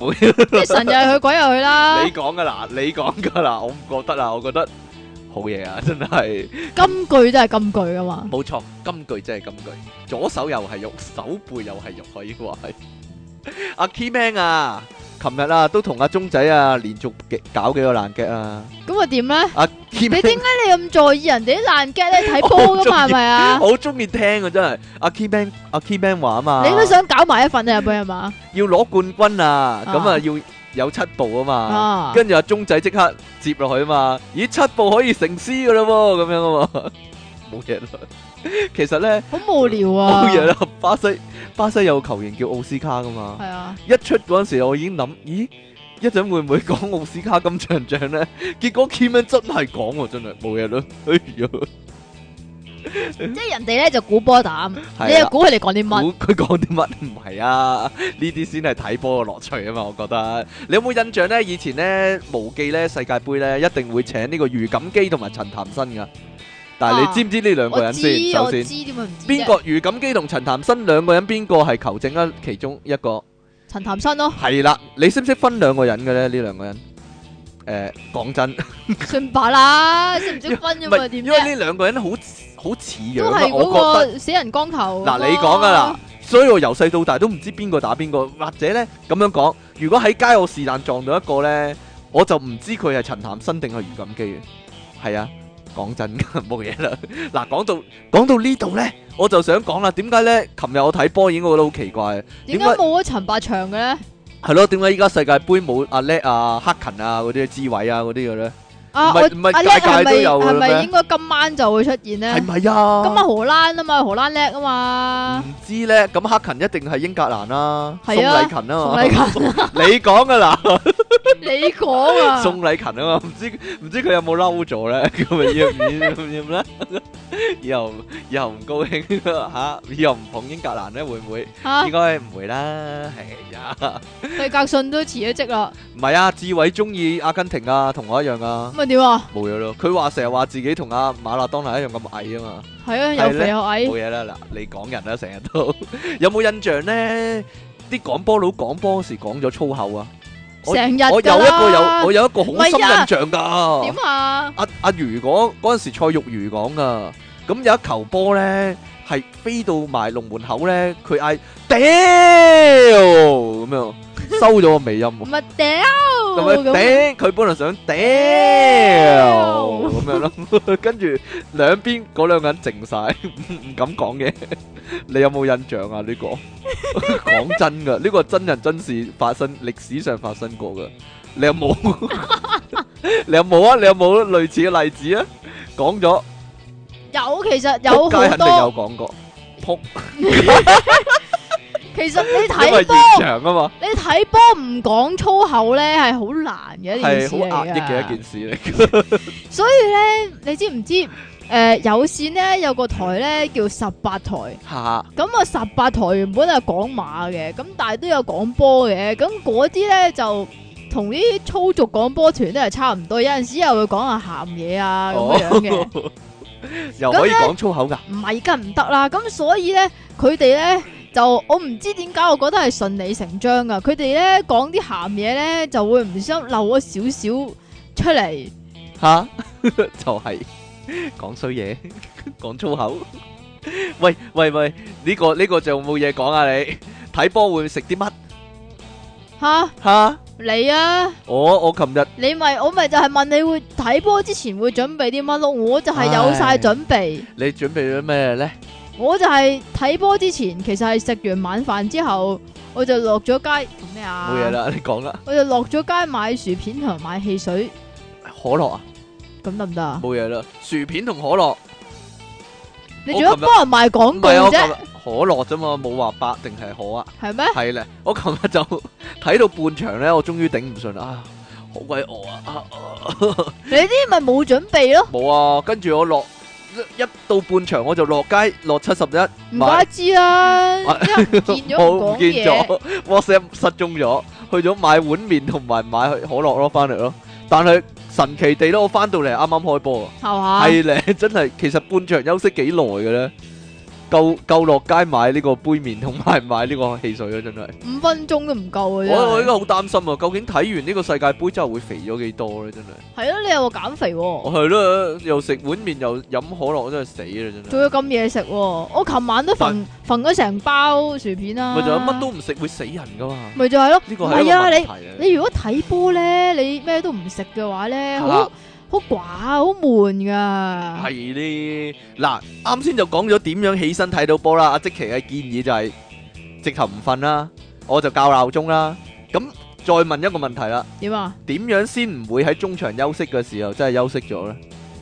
[SPEAKER 1] 冇嘢
[SPEAKER 2] 啲神又係佢，鬼又係佢啦
[SPEAKER 1] 你。講噶啦，你講噶啦，我唔覺得啦，我覺得好嘢啊，真係
[SPEAKER 2] 金句都係金句噶嘛。
[SPEAKER 1] 冇錯，金句真係金句，左手又係肉，手背又係肉，可以話係。 阿 Keyman 啊，琴日啊都同阿鐘仔啊連續幾搞幾個爛 g 啊，
[SPEAKER 2] 咁啊 點咧？
[SPEAKER 1] 阿
[SPEAKER 2] 你
[SPEAKER 1] Keyman
[SPEAKER 2] 點解你咁在意人哋啲爛 g 咧睇波噶嘛？
[SPEAKER 1] 我好鍾意
[SPEAKER 2] 係咪啊？
[SPEAKER 1] 好中意聽啊，真係阿 Keyman 阿 Keyman 話啊嘛，
[SPEAKER 2] 你都想搞埋一份啊入去係嘛？
[SPEAKER 1] 要攞冠軍啊，咁啊
[SPEAKER 2] 啊
[SPEAKER 1] 要有七步啊嘛。
[SPEAKER 2] 啊，
[SPEAKER 1] 跟住阿鐘仔即刻接落去啊嘛，咦七步可以成詩噶啦喎，咁樣啊嘛， 冇嘢啦。其實咧
[SPEAKER 2] 好無聊啊。
[SPEAKER 1] 冇嘢啦，巴西巴西有個球員叫奧斯卡噶嘛，
[SPEAKER 2] 係啊，
[SPEAKER 1] 一出嗰陣時我已經諗，咦一陣會唔會講奧斯卡咁長獎咧？ 結果 k i m 真係講喎，真係冇嘢啦。 哎呀，
[SPEAKER 2] 即係人哋咧就估波膽，你
[SPEAKER 1] 係
[SPEAKER 2] 又
[SPEAKER 1] 啊。
[SPEAKER 2] 估佢哋講啲乜？
[SPEAKER 1] 估佢講啲乜唔係啊？ 呢啲先係睇波嘅樂趣啊嘛！我覺得你有冇印象咧？以前咧無記咧世界盃咧一定會請呢個余錦基同埋陳潭新噶，但係
[SPEAKER 2] 啊
[SPEAKER 1] 你知唔知呢兩個
[SPEAKER 2] 我
[SPEAKER 1] 人
[SPEAKER 2] 知
[SPEAKER 1] 先？首
[SPEAKER 2] 我
[SPEAKER 1] 先
[SPEAKER 2] 知，點會唔知啫？
[SPEAKER 1] 邊個余錦基同陳潭新兩個人邊個係球證啊？其中一個
[SPEAKER 2] 陳潭生咯，
[SPEAKER 1] 係啦，你識唔識分兩個人嘅咧？呢兩個人誒講真，
[SPEAKER 2] 算罷啦，識唔識分
[SPEAKER 1] 唔
[SPEAKER 2] 啫嘛？
[SPEAKER 1] 係
[SPEAKER 2] 點
[SPEAKER 1] 因為
[SPEAKER 2] 啫？
[SPEAKER 1] 呢兩個人好似好似樣
[SPEAKER 2] 都
[SPEAKER 1] 啊
[SPEAKER 2] 係，嗰
[SPEAKER 1] 我覺得。
[SPEAKER 2] 個死人光頭。
[SPEAKER 1] 嗱，你講噶啦，，所以我由細到大都唔知邊個打邊個，或者呢咁樣講，如果喺街我是但撞到一個呢，我就唔知佢係陳潭新定係余錦基嘅，係啊，講真㗎， 冇嘢啦。嗱，講到講到呢度咧，我就想講啦，點解咧？琴日我睇波已經覺得好奇怪，點
[SPEAKER 2] 點解
[SPEAKER 1] 解
[SPEAKER 2] 冇咗陳百祥嘅咧？
[SPEAKER 1] 係咯？點解依家世界盃冇阿叻啊、黑勤啊嗰啲志偉啊嗰啲嘅咧？
[SPEAKER 2] 啊，
[SPEAKER 1] 唔
[SPEAKER 2] 我
[SPEAKER 1] 係唔係
[SPEAKER 2] 阿叻
[SPEAKER 1] 屆屆
[SPEAKER 2] 係咪
[SPEAKER 1] 都有㗎啦
[SPEAKER 2] 係咪
[SPEAKER 1] 咩
[SPEAKER 2] 應該今晚就會出現咧
[SPEAKER 1] 係？咪啊？
[SPEAKER 2] 今晚荷蘭啊嘛，荷蘭叻啊 嘛，
[SPEAKER 1] 唔知咧，咁黑勤一定係英格蘭啦，宋
[SPEAKER 2] 係啊
[SPEAKER 1] 禮勤啊
[SPEAKER 2] 宋
[SPEAKER 1] 嘛
[SPEAKER 2] 禮，
[SPEAKER 1] 你講噶啦，
[SPEAKER 2] 你講啊，
[SPEAKER 1] 宋禮勤啊嘛，唔知唔知佢有冇嬲咗咧，咁咪要唔要唔要咧？以後以後唔高興吓，以後唔捧英格蘭咧，會唔會？
[SPEAKER 2] 吓
[SPEAKER 1] 應該唔會啦，係呀，
[SPEAKER 2] 費格遜都辭咗職啦，
[SPEAKER 1] 唔係啊，志偉中意阿根廷啊，同我一樣啊，
[SPEAKER 2] 咁啊點啊？
[SPEAKER 1] 冇嘢咯，佢話成日話自己同阿馬拉當拿一樣咁矮啊嘛。
[SPEAKER 2] 係啊，又肥又矮，
[SPEAKER 1] 冇嘢啦，嗱，你講人啦，成日都有冇印象咧？啲講波佬講波時講咗粗口啊！我
[SPEAKER 2] 成日
[SPEAKER 1] 我有
[SPEAKER 2] 㗎
[SPEAKER 1] 一個有
[SPEAKER 2] 啦
[SPEAKER 1] 我有一個好深
[SPEAKER 2] 唔係啊
[SPEAKER 1] 印象噶
[SPEAKER 2] 點，啊？
[SPEAKER 1] 阿阿如講嗰陣時蔡玉如講噶，咁有一球波咧係飛到埋龍門口咧，佢嗌屌咁樣，收咗個尾音喎
[SPEAKER 2] 唔。係屌
[SPEAKER 1] 咁樣
[SPEAKER 2] 咁
[SPEAKER 1] 頂，佢本來想屌咁樣 咯，跟住兩邊嗰兩個人靜晒， 唔敢講嘢。你有冇印象啊？呢 個講真噶，呢個真人真事發生，歷史上發生過噶。你有 冇？你有冇啊？你有冇類似嘅例子啊？講咗，
[SPEAKER 2] 有其實
[SPEAKER 1] 仆
[SPEAKER 2] 有
[SPEAKER 1] 街
[SPEAKER 2] 好
[SPEAKER 1] 肯定有
[SPEAKER 2] 多，
[SPEAKER 1] 講過，仆，
[SPEAKER 2] 其實 你
[SPEAKER 1] 因為
[SPEAKER 2] 睇波
[SPEAKER 1] 現場啊嘛，
[SPEAKER 2] 你睇波唔講粗口咧係好難嘅一件
[SPEAKER 1] 係
[SPEAKER 2] 事
[SPEAKER 1] 好壓
[SPEAKER 2] 嚟
[SPEAKER 1] 抑嘅
[SPEAKER 2] 㗎
[SPEAKER 1] 一件事 嚟。
[SPEAKER 2] 所以咧，你知唔知？誒、有線咧有個台咧叫十八台，
[SPEAKER 1] 嚇
[SPEAKER 2] 咁啊十八台原本係講馬嘅，咁但係都有講波嘅，咁嗰啲咧就同啲粗俗講波團都係差唔多，有陣時又會講下鹹嘢啊咁樣
[SPEAKER 1] 哦
[SPEAKER 2] 嘅，
[SPEAKER 1] 又可以講粗口噶，
[SPEAKER 2] 唔係梗唔得啦，咁所以咧佢哋咧就我唔知點解，我覺得係順理成章噶，佢哋咧講啲鹹嘢咧就會唔小心漏咗少少出嚟。
[SPEAKER 1] 吓，就係講衰 嘢，講粗口。喂喂喂，呢個呢個仲有冇嘢講啊？你睇波會食啲乜？
[SPEAKER 2] 吓
[SPEAKER 1] 吓，
[SPEAKER 2] 你啊！
[SPEAKER 1] 我我琴日
[SPEAKER 2] 你咪我咪就係問你會睇波之前會準備啲乜咯？我就係有晒準備，
[SPEAKER 1] 你準備咗咩咧？
[SPEAKER 2] 我就係睇波之前，其實係食完晚飯之後，我就落咗街做咩啊？
[SPEAKER 1] 冇嘢，啦，你講啦。
[SPEAKER 2] 我就落咗街買薯片同埋買汽水，
[SPEAKER 1] 可樂啊，
[SPEAKER 2] 咁得唔得啊？
[SPEAKER 1] 冇嘢啦。薯片同可樂，
[SPEAKER 2] 你做咗幫人賣廣
[SPEAKER 1] 唔
[SPEAKER 2] 告
[SPEAKER 1] 係啊我琴
[SPEAKER 2] 啫，
[SPEAKER 1] 日可樂啫嘛，冇話白定係可啊。
[SPEAKER 2] 係咩？
[SPEAKER 1] 係咧，我琴日就睇到半場咧，我終於頂唔順啦，啊好鬼餓啊啊！啊
[SPEAKER 2] 你啲咪冇準備咯？
[SPEAKER 1] 冇啊，跟住我落一一到半場我就落街落七十一。
[SPEAKER 2] 唔怪知啦，
[SPEAKER 1] 買
[SPEAKER 2] 一唔見咗唔
[SPEAKER 1] 我唔
[SPEAKER 2] 講
[SPEAKER 1] 見
[SPEAKER 2] 嘢，
[SPEAKER 1] 咗，WhatsApp 失蹤咗，去咗買碗面同埋買可樂咯，翻嚟咯。但係神奇地咧，我翻到嚟啱啱開波
[SPEAKER 2] 係嘛
[SPEAKER 1] 啊，？係 咧，真係其實半場休息幾耐嘅咧，夠夠落街買呢個杯麵同埋買呢個汽水咯，真係。
[SPEAKER 2] 五分鐘都唔夠嘅
[SPEAKER 1] 我我依家
[SPEAKER 2] 啫，
[SPEAKER 1] 好擔心啊，究竟睇完呢個世界盃之後會肥咗幾多咧？真係，
[SPEAKER 2] 係咯？你又話減肥喎？
[SPEAKER 1] 我係咯，又食碗麵又飲可樂，真係死啦！真
[SPEAKER 2] 仲
[SPEAKER 1] 係，
[SPEAKER 2] 要咁嘢食喎！我琴晚都
[SPEAKER 1] 但
[SPEAKER 2] 揈揈咗成包薯片啦，
[SPEAKER 1] 咪就係乜都唔食會死人噶嘛？
[SPEAKER 2] 咪就係咯。
[SPEAKER 1] 呢
[SPEAKER 2] 唔
[SPEAKER 1] 個係一
[SPEAKER 2] 係
[SPEAKER 1] 個
[SPEAKER 2] 啊，
[SPEAKER 1] 問題
[SPEAKER 2] 你
[SPEAKER 1] 嚟。
[SPEAKER 2] 你如果睇波咧，你咩都唔食嘅話咧，
[SPEAKER 1] 係
[SPEAKER 2] 好
[SPEAKER 1] 啦
[SPEAKER 2] 好寡好悶噶。
[SPEAKER 1] 系咧，嗱，啱先就講咗點樣起身睇到波啦。阿即奇嘅建議就係直頭唔瞓啦，我就校鬧鐘啦。咁再問一個問題啦，
[SPEAKER 2] 點啊？
[SPEAKER 1] 點樣先唔會喺中場休息嘅時候真係休息咗呢？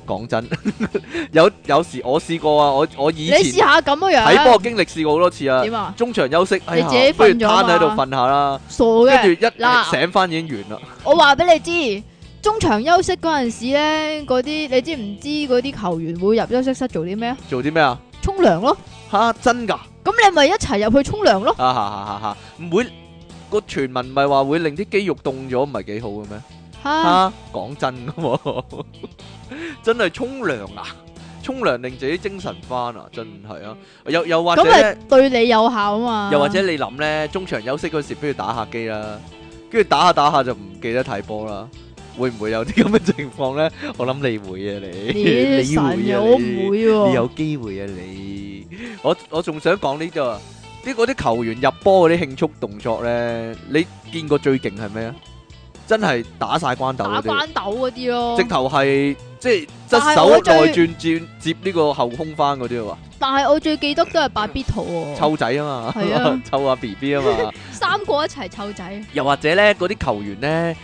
[SPEAKER 1] 講真， 有有時我試過啊，我我以
[SPEAKER 2] 你試
[SPEAKER 1] 前
[SPEAKER 2] 下咁樣
[SPEAKER 1] 睇波
[SPEAKER 2] 樣
[SPEAKER 1] 經歷試過好多次啊。
[SPEAKER 2] 點啊？
[SPEAKER 1] 中場休息，哎呀
[SPEAKER 2] 你自己，
[SPEAKER 1] 不如
[SPEAKER 2] 瞓咗嘛
[SPEAKER 1] 攤喺度瞓下啦。
[SPEAKER 2] 傻
[SPEAKER 1] 跟
[SPEAKER 2] 嘅！
[SPEAKER 1] 住一
[SPEAKER 2] 嗱
[SPEAKER 1] 醒翻已經完啦。
[SPEAKER 2] 我話俾你知，中場休息嗰陣時咧，嗰啲你知唔知嗰啲球員會入休息室做啲咩啊？
[SPEAKER 1] 做啲咩啊？
[SPEAKER 2] 沖涼咯。
[SPEAKER 1] 吓，真㗎？
[SPEAKER 2] 咁你咪一齊入去沖涼咯。
[SPEAKER 1] 啊哈哈哈哈！唔會個傳聞咪話會令啲肌肉凍咗，唔係幾好嘅咩？
[SPEAKER 2] 嚇！
[SPEAKER 1] 啊，講真噶喎， 真係沖涼啊！沖涼令自己精神翻啊！真係啊！又又或者
[SPEAKER 2] 咁咪
[SPEAKER 1] 咧，
[SPEAKER 2] 對你有效啊嘛。
[SPEAKER 1] 又或者你諗咧，中場休息嗰時不如打下機啦，跟住打下打下就唔記得睇波啦。會唔會有啲咁嘅情況咧？我諗你會啊，你
[SPEAKER 2] 你
[SPEAKER 1] 你
[SPEAKER 2] 神
[SPEAKER 1] 會
[SPEAKER 2] 嘅，
[SPEAKER 1] 啊，
[SPEAKER 2] 我唔
[SPEAKER 1] 你
[SPEAKER 2] 會喎。
[SPEAKER 1] 你有機會啊你！我我仲想講呢度啊，啲嗰啲球員入波嗰啲慶祝動作咧，你見過最勁係咩啊？真係打晒關鬥
[SPEAKER 2] 打
[SPEAKER 1] 嗰啲，
[SPEAKER 2] 關鬥嗰啲咯
[SPEAKER 1] 直。頭係即係側
[SPEAKER 2] 但係我
[SPEAKER 1] 手
[SPEAKER 2] 最哦
[SPEAKER 1] 內轉轉接呢個後空翻嗰啲啊，
[SPEAKER 2] 但係我最記得都係八 B 圖喎，
[SPEAKER 1] 湊仔啊
[SPEAKER 2] 係啊
[SPEAKER 1] 嘛， 湊下 B B 啊 嘛，
[SPEAKER 2] 三個一齊湊仔，
[SPEAKER 1] 又或者咧嗰啲球員咧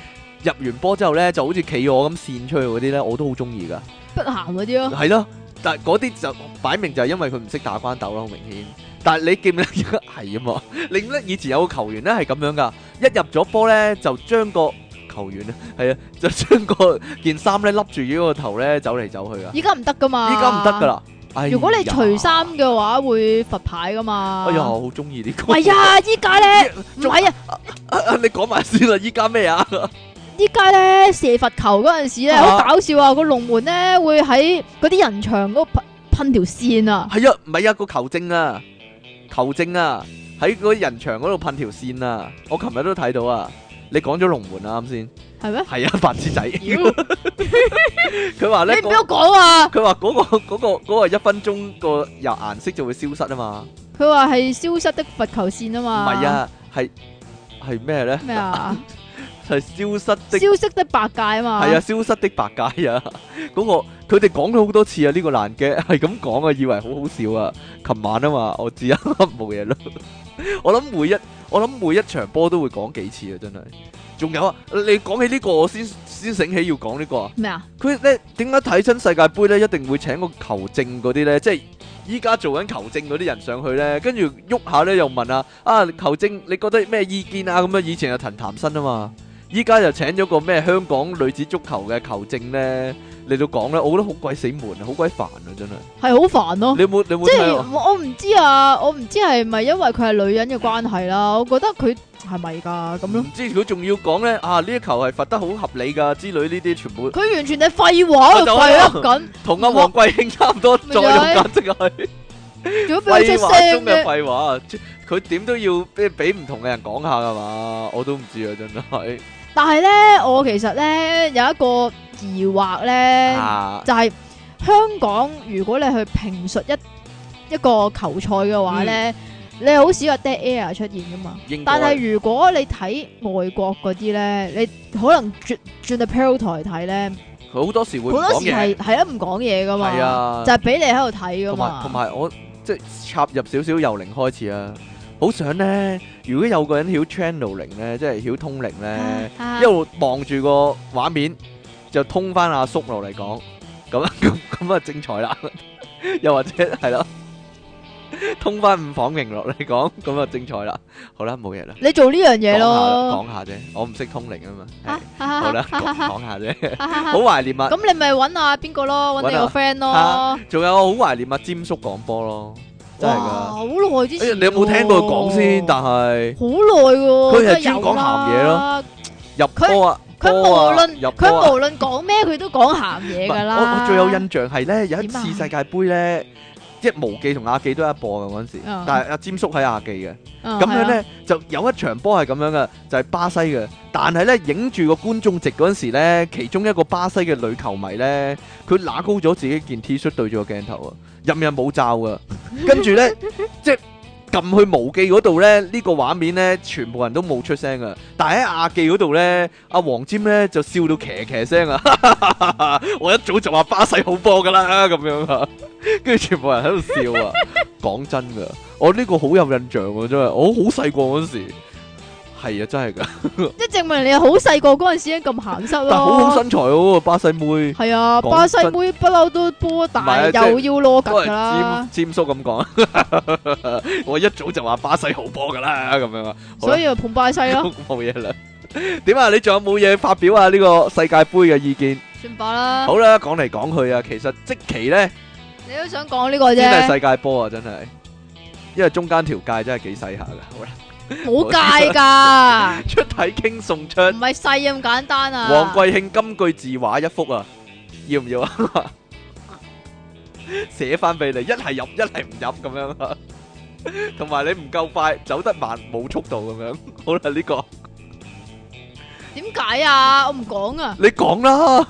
[SPEAKER 1] 入完波之後咧就好似企鵝咁跣出去嗰啲咧，我都好中意噶。
[SPEAKER 2] 不咸嗰 啲咯。
[SPEAKER 1] 係咯，但係嗰啲就擺明就係因為佢唔識打關鬥啦，好明顯。但係你記唔記得 係啊嘛？你記唔記得以前有個球員咧係咁樣噶，一入咗波咧就將個球員啊，係啊，就將個件衫咧笠住咗個頭咧走嚟走去啊！
[SPEAKER 2] 依家唔得噶嘛，
[SPEAKER 1] 依家唔得噶。啦，哎
[SPEAKER 2] 如果你
[SPEAKER 1] 呀
[SPEAKER 2] 除衫，嘅話，會罰牌噶嘛。
[SPEAKER 1] 哎呀，我好中意呢個。
[SPEAKER 2] 哎呀，依家咧唔係啊，
[SPEAKER 1] 啊， 你講埋先啦，依家咩啊？
[SPEAKER 2] 依家咧射罰球嗰陣時咧，
[SPEAKER 1] 啊
[SPEAKER 2] 好搞笑啊！個龍門咧會喺嗰啲人牆嗰度噴噴條線啊，
[SPEAKER 1] 係啊，唔係啊，個球證啊，球證啊，喺嗰人牆嗰度噴條線啊，我琴日都睇到啊。你講咗龍門啊，啱先。
[SPEAKER 2] 係咩？
[SPEAKER 1] 係啊，白痴仔。
[SPEAKER 2] 妖
[SPEAKER 1] 佢話咧，
[SPEAKER 2] 你唔俾
[SPEAKER 1] 嗰
[SPEAKER 2] 我講啊！
[SPEAKER 1] 佢話嗰個嗰個嗰個一分鐘個由顏色就會消失啊嘛。
[SPEAKER 2] 佢話係消失的罰球線啊
[SPEAKER 1] 唔
[SPEAKER 2] 嘛。
[SPEAKER 1] 係。啊，係係咩咧？
[SPEAKER 2] 咩啊？
[SPEAKER 1] 係消 失的，
[SPEAKER 2] 消失的白界啊嘛。
[SPEAKER 1] 係啊，。消失的白解啊。 嗰個佢哋講咗好多次啊，呢個爛嘅 係咁講啊，以為好好笑啊。琴晚啊嘛，我知啊， 冇嘢咯。我諗每一我諗每一場波都會講幾次啊，真係。仲有啊，你講起呢個，我先先醒起要講呢個啊。
[SPEAKER 2] 咩啊？
[SPEAKER 1] 佢咧點解睇親世界盃咧，一定會請個球證嗰啲咧，即係依家做緊球證嗰啲人上去咧，跟住喐下咧又問啊，啊球證你覺得咩意見啊？咁樣以前係陳談新啊嘛，依家就請咗個咩香港女子足球嘅球證咧嚟到講咧，我覺得好鬼死悶啊，好鬼煩啊，真係。
[SPEAKER 2] 係好煩咯。
[SPEAKER 1] 你有冇你有冇
[SPEAKER 2] 哦即係
[SPEAKER 1] 聽啊？
[SPEAKER 2] 我我唔知啊，我唔知係咪因為佢係女人嘅關係啦，我覺得佢係咪㗎咁咯
[SPEAKER 1] 唔？知佢仲要講咧啊！呢一球係罰得好合理㗎之類呢啲，全部
[SPEAKER 2] 佢完全係廢 話，
[SPEAKER 1] 我就
[SPEAKER 2] 廢
[SPEAKER 1] 係
[SPEAKER 2] 噏緊，
[SPEAKER 1] 同阿黃桂興差唔多作用，
[SPEAKER 2] 咪就係
[SPEAKER 1] 簡直係。
[SPEAKER 2] 仲要俾佢
[SPEAKER 1] 廢
[SPEAKER 2] 出
[SPEAKER 1] 話
[SPEAKER 2] 聲
[SPEAKER 1] 中嘅
[SPEAKER 2] 嘅。
[SPEAKER 1] 廢話，即佢點都要俾俾唔同嘅人講下噶嘛，我都唔知啊，真係
[SPEAKER 2] 但係咧，我其實咧有一個疑惑咧，
[SPEAKER 1] 啊，
[SPEAKER 2] 就係香港如果你去評述一一個球賽嘅話
[SPEAKER 1] 嗯
[SPEAKER 2] 咧，你好少有 dead air 出現噶嘛。
[SPEAKER 1] 應該
[SPEAKER 2] 但係如果你睇外國嗰啲咧，你可能轉轉到 Pearl 台睇咧，
[SPEAKER 1] 佢好多時
[SPEAKER 2] 好
[SPEAKER 1] 會唔
[SPEAKER 2] 多
[SPEAKER 1] 講
[SPEAKER 2] 時
[SPEAKER 1] 嘢
[SPEAKER 2] 係，係啊唔講嘢噶嘛。
[SPEAKER 1] 係啊，
[SPEAKER 2] 就係啊俾你喺度睇噶
[SPEAKER 1] 同埋
[SPEAKER 2] 嘛。
[SPEAKER 1] 同埋我即係插入少少由零開始啊，好想咧，如果有個人曉 channeling 咧，即係曉通靈咧，
[SPEAKER 2] 啊
[SPEAKER 1] 一路望住個畫面就通翻阿叔落嚟講，咁 咁咁啊精彩啦， 又或者係咯，通翻五房明落嚟講，咁啊精彩啦，好啦，冇嘢啦。
[SPEAKER 2] 你做呢樣嘢咯。
[SPEAKER 1] 講下啫，我唔識通靈啊嘛。
[SPEAKER 2] 啊
[SPEAKER 1] 係
[SPEAKER 2] 啊
[SPEAKER 1] 好啦，
[SPEAKER 2] 啊
[SPEAKER 1] 講講下啫。
[SPEAKER 2] 啊啊
[SPEAKER 1] 好懷念啊，
[SPEAKER 2] 咁你咪揾下邊個咯，揾你個
[SPEAKER 1] 搵
[SPEAKER 2] friend 咯
[SPEAKER 1] 啊。仲有我好懷念啊，詹叔講波咯，真係
[SPEAKER 2] 哇
[SPEAKER 1] 噶。
[SPEAKER 2] 好耐之
[SPEAKER 1] 哎呀
[SPEAKER 2] 前。
[SPEAKER 1] 你有冇聽過佢講先？但係
[SPEAKER 2] 好耐喎。
[SPEAKER 1] 佢係專
[SPEAKER 2] 梗有啦
[SPEAKER 1] 講鹹嘢咯。入波啊，
[SPEAKER 2] 佢
[SPEAKER 1] 波啊
[SPEAKER 2] 無論
[SPEAKER 1] 入
[SPEAKER 2] 佢
[SPEAKER 1] 波啊
[SPEAKER 2] 無論講咩，佢都講鹹嘢㗎
[SPEAKER 1] 唔係我
[SPEAKER 2] 啦。
[SPEAKER 1] 我最有印象係咧，有一
[SPEAKER 2] 點啊
[SPEAKER 1] 次世界盃咧，即係無記同亞記都有一播嘅嗰陣時，
[SPEAKER 2] 啊
[SPEAKER 1] 但係阿詹叔喺亞記嘅。
[SPEAKER 2] 嗯。
[SPEAKER 1] 咁樣
[SPEAKER 2] 係啊，
[SPEAKER 1] 咧就有一場波係咁樣嘅，就係、巴西嘅。但係咧影住個觀眾席嗰陣時咧，其中一個巴西嘅女球迷咧，佢揦高咗自己件 T 恤對住個鏡頭啊，任人冇罩啊。跟 住咧即係撳去無記嗰度咧，呢、個畫面咧全部人都冇出聲啊。但係喺亞記嗰度咧，阿黃沾咧就笑到騎騎聲啊！ 我一早就話巴西好波噶啦，咁樣啊，跟住全部人喺度笑啊！講真噶。我呢個好有印象啊喎，真係，我好細個嗰時，係啊，真 係噶，
[SPEAKER 2] 即係證明你好細個嗰陣時已經咁鹹濕咯。
[SPEAKER 1] 但係好好身材喎，巴西妹，
[SPEAKER 2] 係啊，
[SPEAKER 1] 講
[SPEAKER 2] 巴西
[SPEAKER 1] 真
[SPEAKER 2] 妹不嬲都波
[SPEAKER 1] 唔係啊
[SPEAKER 2] 大，
[SPEAKER 1] 即係
[SPEAKER 2] 又要攞
[SPEAKER 1] 都
[SPEAKER 2] 緊
[SPEAKER 1] 係
[SPEAKER 2] 㗎啦
[SPEAKER 1] 詹。詹叔咁講， 我一早就話巴西好波噶啦，咁樣啊，好啦
[SPEAKER 2] 所以咪捧巴西咯，
[SPEAKER 1] 冇嘢啦。點啊？你仲有冇嘢發表啊？呢個世界盃嘅意見，
[SPEAKER 2] 算罷啦。
[SPEAKER 1] 好啦，講嚟講去啊，其實即期咧
[SPEAKER 2] 你都想講呢個
[SPEAKER 1] 先係
[SPEAKER 2] 啫，
[SPEAKER 1] 世界波啊，真係，因為中間條界真係幾細下噶。好啦，
[SPEAKER 2] 冇界㗎，
[SPEAKER 1] 出體傾送出。
[SPEAKER 2] 唔係細咁簡單啊。
[SPEAKER 1] 王貴慶金句字畫一幅啊，要唔要啊？ 寫翻俾你，一係入，一係唔入咁樣啊。同埋你唔夠快，走得慢，冇速度咁樣。好啦，呢、個
[SPEAKER 2] 點解啊？我唔講 啊，
[SPEAKER 1] 你講啦，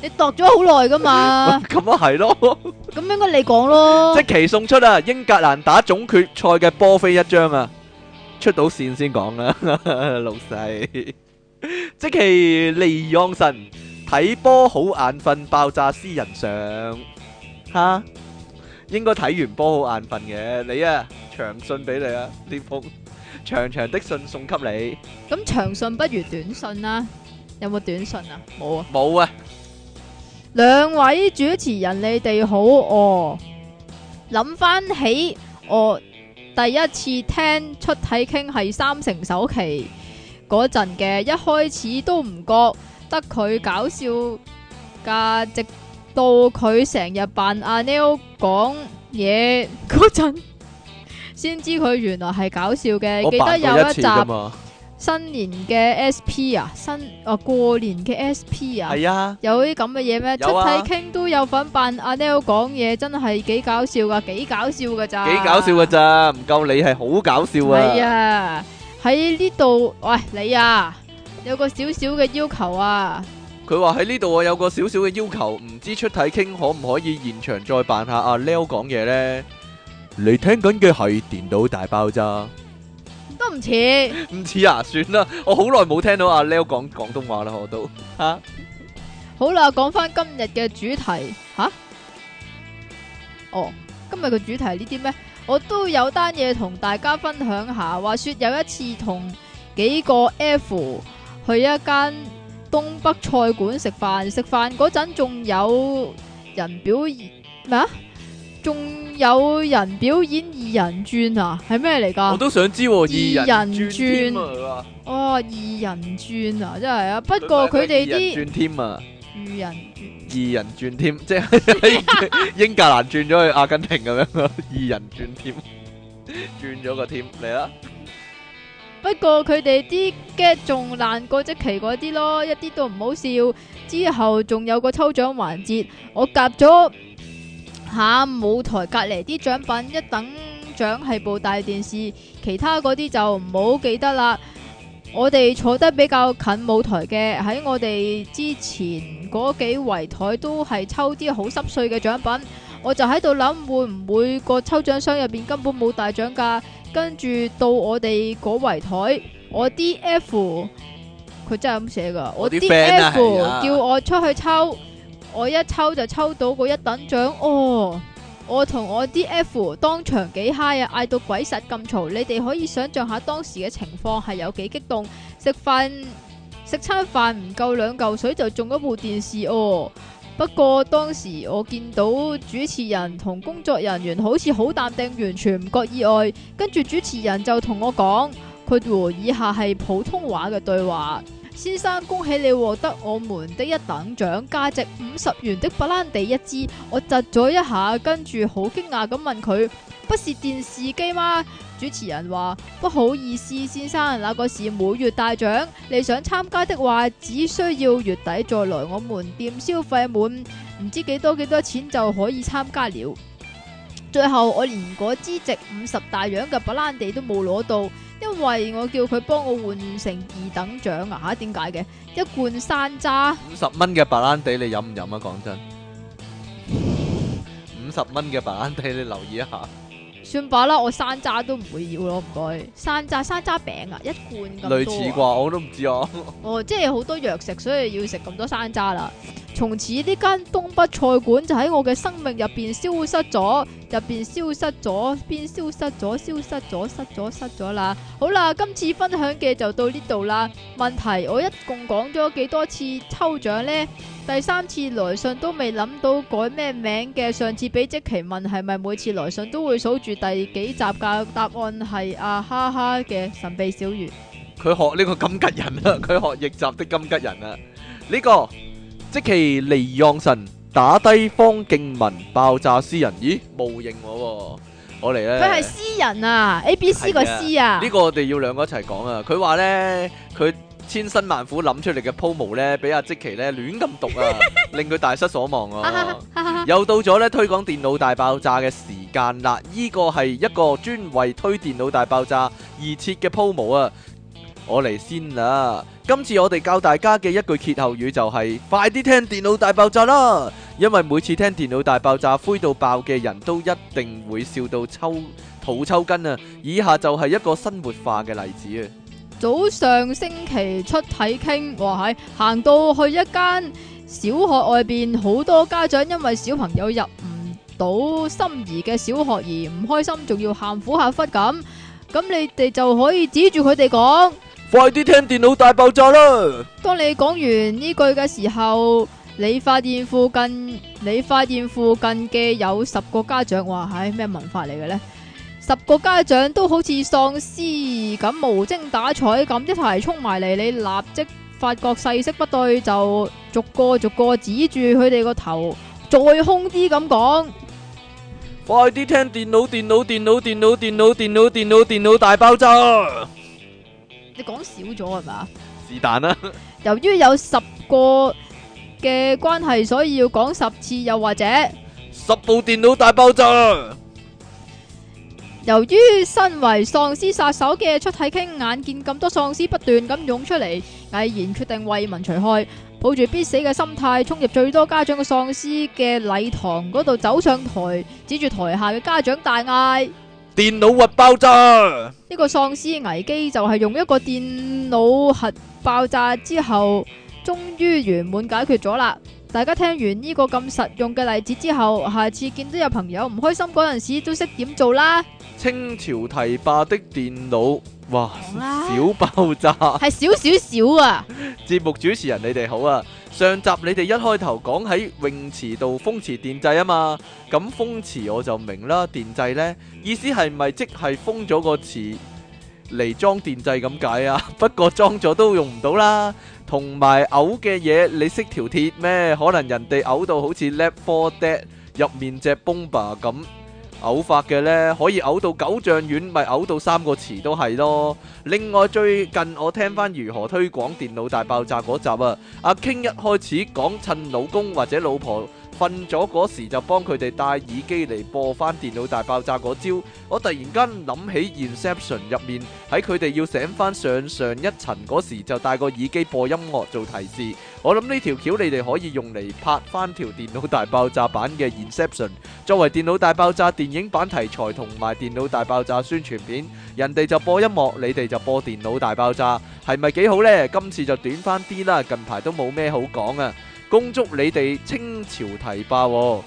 [SPEAKER 2] 你度咗好耐㗎嘛，
[SPEAKER 1] 咁啊係咯。
[SPEAKER 2] 咁應該你講咯
[SPEAKER 1] 即。期送出啊，英格蘭打總決賽 嘅波飛一張啊，出到線先講啦，老細。 即其利昂神睇波好眼瞓，爆炸私人相吓，應該睇完波好眼瞓嘅。你啊，長信俾你啊，呢封長長的信送給你。
[SPEAKER 2] 咁長信不如短信啦，有冇短信啊？冇啊。
[SPEAKER 1] 冇啊，
[SPEAKER 2] 兩位主持人，你哋好哦。諗翻起我第一次聽出體傾係三成首期嗰陣嘅，一開始都唔覺得佢搞笑㗎，直到佢成日扮阿 Neil 講嘢嗰陣，先知佢原來係搞笑嘅。
[SPEAKER 1] 我
[SPEAKER 2] 記得
[SPEAKER 1] 扮
[SPEAKER 2] 有
[SPEAKER 1] 過
[SPEAKER 2] 一
[SPEAKER 1] 一次
[SPEAKER 2] 集
[SPEAKER 1] 㗎嘛，
[SPEAKER 2] 新年嘅 SP 啊，新啊過年嘅 SP 啊。
[SPEAKER 1] 係啊，
[SPEAKER 2] 有啲咁嘅嘢咩？
[SPEAKER 1] 有啊
[SPEAKER 2] 出體傾都有份扮阿 Neil 講嘢，真係幾搞笑噶，幾搞笑噶咋？
[SPEAKER 1] 幾搞笑㗎咋，唔夠你係好搞笑
[SPEAKER 2] 係
[SPEAKER 1] 啊，
[SPEAKER 2] 啊，喺呢度，喂你啊，有個少少嘅要求啊，
[SPEAKER 1] 佢話喺呢度我有個少少嘅要求，唔知出體傾可唔可以現場再扮下阿 Leo 講嘢呢？你聽緊嘅係電腦大爆炸。
[SPEAKER 2] 都唔似。喂，
[SPEAKER 1] 唔似啊，算啦，我好耐冇聽到阿 Leo 講廣東話啦，我都吓
[SPEAKER 2] 好啦，講翻今日嘅主題吓。哦，今日嘅主題呢啲咩？我都有單嘢同大家分享下。話說有一次同幾個 F 去一間東北菜館食飯，食飯嗰陣仲有人表演咩啊？仲有人表演二人轉啊？係咩嚟
[SPEAKER 1] 我
[SPEAKER 2] 㗎？
[SPEAKER 1] 都想知喎，
[SPEAKER 2] 二人
[SPEAKER 1] 轉添啊佢話，
[SPEAKER 2] 哦，二人轉啊，真係啊！不過佢哋
[SPEAKER 1] 轉
[SPEAKER 2] 啲
[SPEAKER 1] 添啊，
[SPEAKER 2] 二人轉。
[SPEAKER 1] 二人轉添，即係英格蘭轉咗去阿根廷咁樣啊，二人轉添，轉咗個添嚟啦，
[SPEAKER 2] 不過佢哋啲 get 仲爛過即期嗰啲咯，一啲都唔好笑。之後仲有個抽獎環節，我夾咗下舞台隔離啲獎品，一等獎係部大電視，其他嗰啲就唔好記得啦。我哋坐得比較近舞台嘅，喺我哋之前嗰幾圍台都係抽啲好濕碎嘅獎品，我就喺度諗會唔會個抽獎箱入邊根本冇大獎㗎？跟住到我哋嗰圍台，我啲 F 佢真係咁寫噶，我
[SPEAKER 1] 我啲
[SPEAKER 2] 啲
[SPEAKER 1] friend 啊
[SPEAKER 2] F
[SPEAKER 1] 係啊
[SPEAKER 2] 叫我出去抽，我一抽就抽到個一等獎哦。我同我啲 F 當場幾 high 啊，嗌到鬼實咁嘈，你哋可以想象下當時嘅情況係有幾激動。食飯食餐飯唔夠兩嚿水就中咗部電視哦。不過當時我見到主持人同工作人員好似好淡定，完全唔覺意外。跟住主持人就同我講，佢和以下係普通話嘅對話。先生，恭喜你獲得我們的一等獎，價值五十元的白蘭地一支。我窒咗一下，跟住好驚訝咁問佢：不是電視機嗎？主持人話：不好意思，先生，那個是每月大獎，你想參加的話，只需要月底再來我們店消費滿唔知幾多幾多錢就可以參加了。最後我連嗰支值五十大洋嘅白蘭地都冇攞到，因為我叫佢幫我換成二等獎啊！吓，點解嘅？一罐山楂
[SPEAKER 1] 五十蚊嘅白蘭地你飲唔飲啊？講真，五十蚊嘅白蘭地你留意一下，
[SPEAKER 2] 算罷啦，我山楂都唔會要咯，唔該。山楂山楂餅啊，一罐咁多啊。
[SPEAKER 1] 類似啩，我都唔知啊。
[SPEAKER 2] 哦，即係好多藥食，所以要食咁多山楂啦。從此呢間東北菜館就喺我嘅生命入邊消失咗，入邊消失咗，邊消失咗，消失咗，失咗，失咗啦。好啦，今次分享嘅就到呢度啦。問題我一共講咗幾多次抽獎呢？第三次來信都未諗到改咩名嘅，上次俾即奇問係咪每次來信都會數住第幾集㗎？答案係啊哈哈嘅神秘小魚。
[SPEAKER 1] 佢學呢個金吉人啊， 佢學逆襲的金吉人啊。呢、個即其利讓神打低方敬文爆炸詩人，咦冇應我喎、我嚟咧。
[SPEAKER 2] 佢係詩人啊，A B C 個 C 啊
[SPEAKER 1] 呢，個我哋要兩個一齊講啊！佢話呢，佢千辛萬苦諗出嚟嘅 promo 呢，俾阿即奇呢亂咁讀 啊，令佢大失所望啊！ 又到咗咧推廣電腦大爆炸嘅時間啦！依個係一個專為推電腦大爆炸而設嘅 promo 啊！我嚟先啦！今次我哋教大家嘅一句歇後語就係、快啲聽電腦大爆炸啦！因為每次聽電腦大爆炸灰到爆嘅人都一定會笑到抽肚抽筋啊！以下就係一個生活化嘅例子啊！
[SPEAKER 2] 早上星期出體傾，哇係行到去一間小學外邊，好多家長因為小朋友入唔到心儀嘅小學而唔開心，仲要喊苦喊忽咁。咁你哋就可以指住佢哋講。
[SPEAKER 1] 快啲聽電腦大爆炸啦！
[SPEAKER 2] 當你講完呢句嘅時候，你發現附近你發現附近嘅有十個家長，哇，唉，咩文法嚟嘅呢？十個家長都好似喪屍咁無精打采咁一齊衝埋嚟，你立即發覺勢色不對，就逐個逐個指住佢哋個頭，再兇啲咁講。
[SPEAKER 1] 快啲聽電腦電腦電腦電腦電腦電腦電腦電腦大爆炸！
[SPEAKER 2] 你講少咗係咪啊？
[SPEAKER 1] 是但啦，
[SPEAKER 2] 由於有十個嘅關係，所以要講十次，又或者。
[SPEAKER 1] 十部電腦大爆炸！啊
[SPEAKER 2] 由於身為喪屍殺手嘅出體傾，眼見咁多喪屍不斷咁湧出嚟，毅然決定為民除害，抱住必死嘅心態衝入最多家長嘅喪屍嘅禮堂嗰度，走上台，指住台下嘅家長大嗌：
[SPEAKER 1] 電腦核爆炸！啊
[SPEAKER 2] 呢個喪屍危機就係用一個電腦核爆炸之後，終於圓滿解決咗啦。大家聽完呢個咁實用嘅例子之後，下次見到有朋友唔開心嗰陣時，都識點做啦。
[SPEAKER 1] 清朝堤壩的電腦，哇！
[SPEAKER 2] 講啦
[SPEAKER 1] 小爆炸！啊
[SPEAKER 2] 係少少少啊！
[SPEAKER 1] 節目主持人你哋好啊！上集你哋一開頭講喺泳池度風池電掣啊嘛，咁風池我就明啦，電掣呢意思係咪即係封咗個池嚟裝電掣咁解啊？不過裝咗都用唔到啦。同埋嘔嘅嘢，你識條鐵咩？可能人哋嘔到好似 Lab Four Dead 入面隻 Bomber 咁嘔法嘅呢，可以嘔到九丈遠，咪嘔到三個池都係咯。另外最近我聽翻如何推廣電腦大爆炸嗰集啊，阿 King 一開始講趁老公或者老婆瞓咗嗰時就幫佢哋戴耳機嚟播翻電腦大爆炸嗰招，我突然間諗起 Inception 入面喺佢哋要醒翻上上一層嗰時就戴個耳機播音樂做提示，我諗呢條橋你哋可以用嚟拍翻條電腦大爆炸版嘅 Inception，作為電腦大爆炸電影版題材同埋電腦大爆炸宣傳片。人哋就播音樂，你哋就播電腦大爆炸，係咪幾好呢？今次就短翻啲啦，近排都冇咩好講啊！恭祝你哋清朝提霸喎、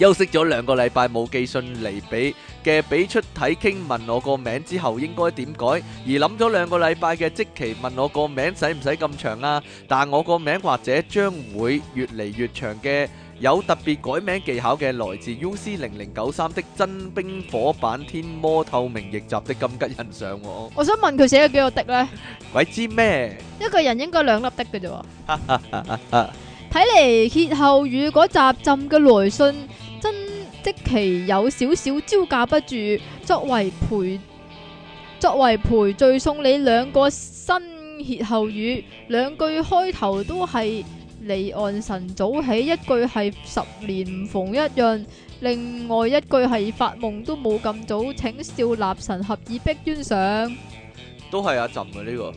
[SPEAKER 1] 休息咗兩個禮拜冇寄信嚟俾嘅，俾出體傾問我個名之後應該點改，而諗咗兩個禮拜嘅即期問我個名使唔使咁長啊？但我個名或者將會越嚟越長嘅。有特別改名技巧嘅，來自 UC 零零九三的真冰火版天魔透明逆襲的金吉印上喎，
[SPEAKER 2] 我想問佢寫咗幾個的呢？
[SPEAKER 1] 鬼知咩？
[SPEAKER 2] 一個人應該兩粒的嘅啫喎。睇嚟歇後語嗰集浸嘅來信真即其有少少招架不住，作為賠作為賠罪送你兩個新歇後語，兩句開頭都係離岸神早起，一句係十年逢一閏，另外一句係發夢都冇咁早，請笑納神合以逼冤上。
[SPEAKER 1] 都係阿朕啊呢個。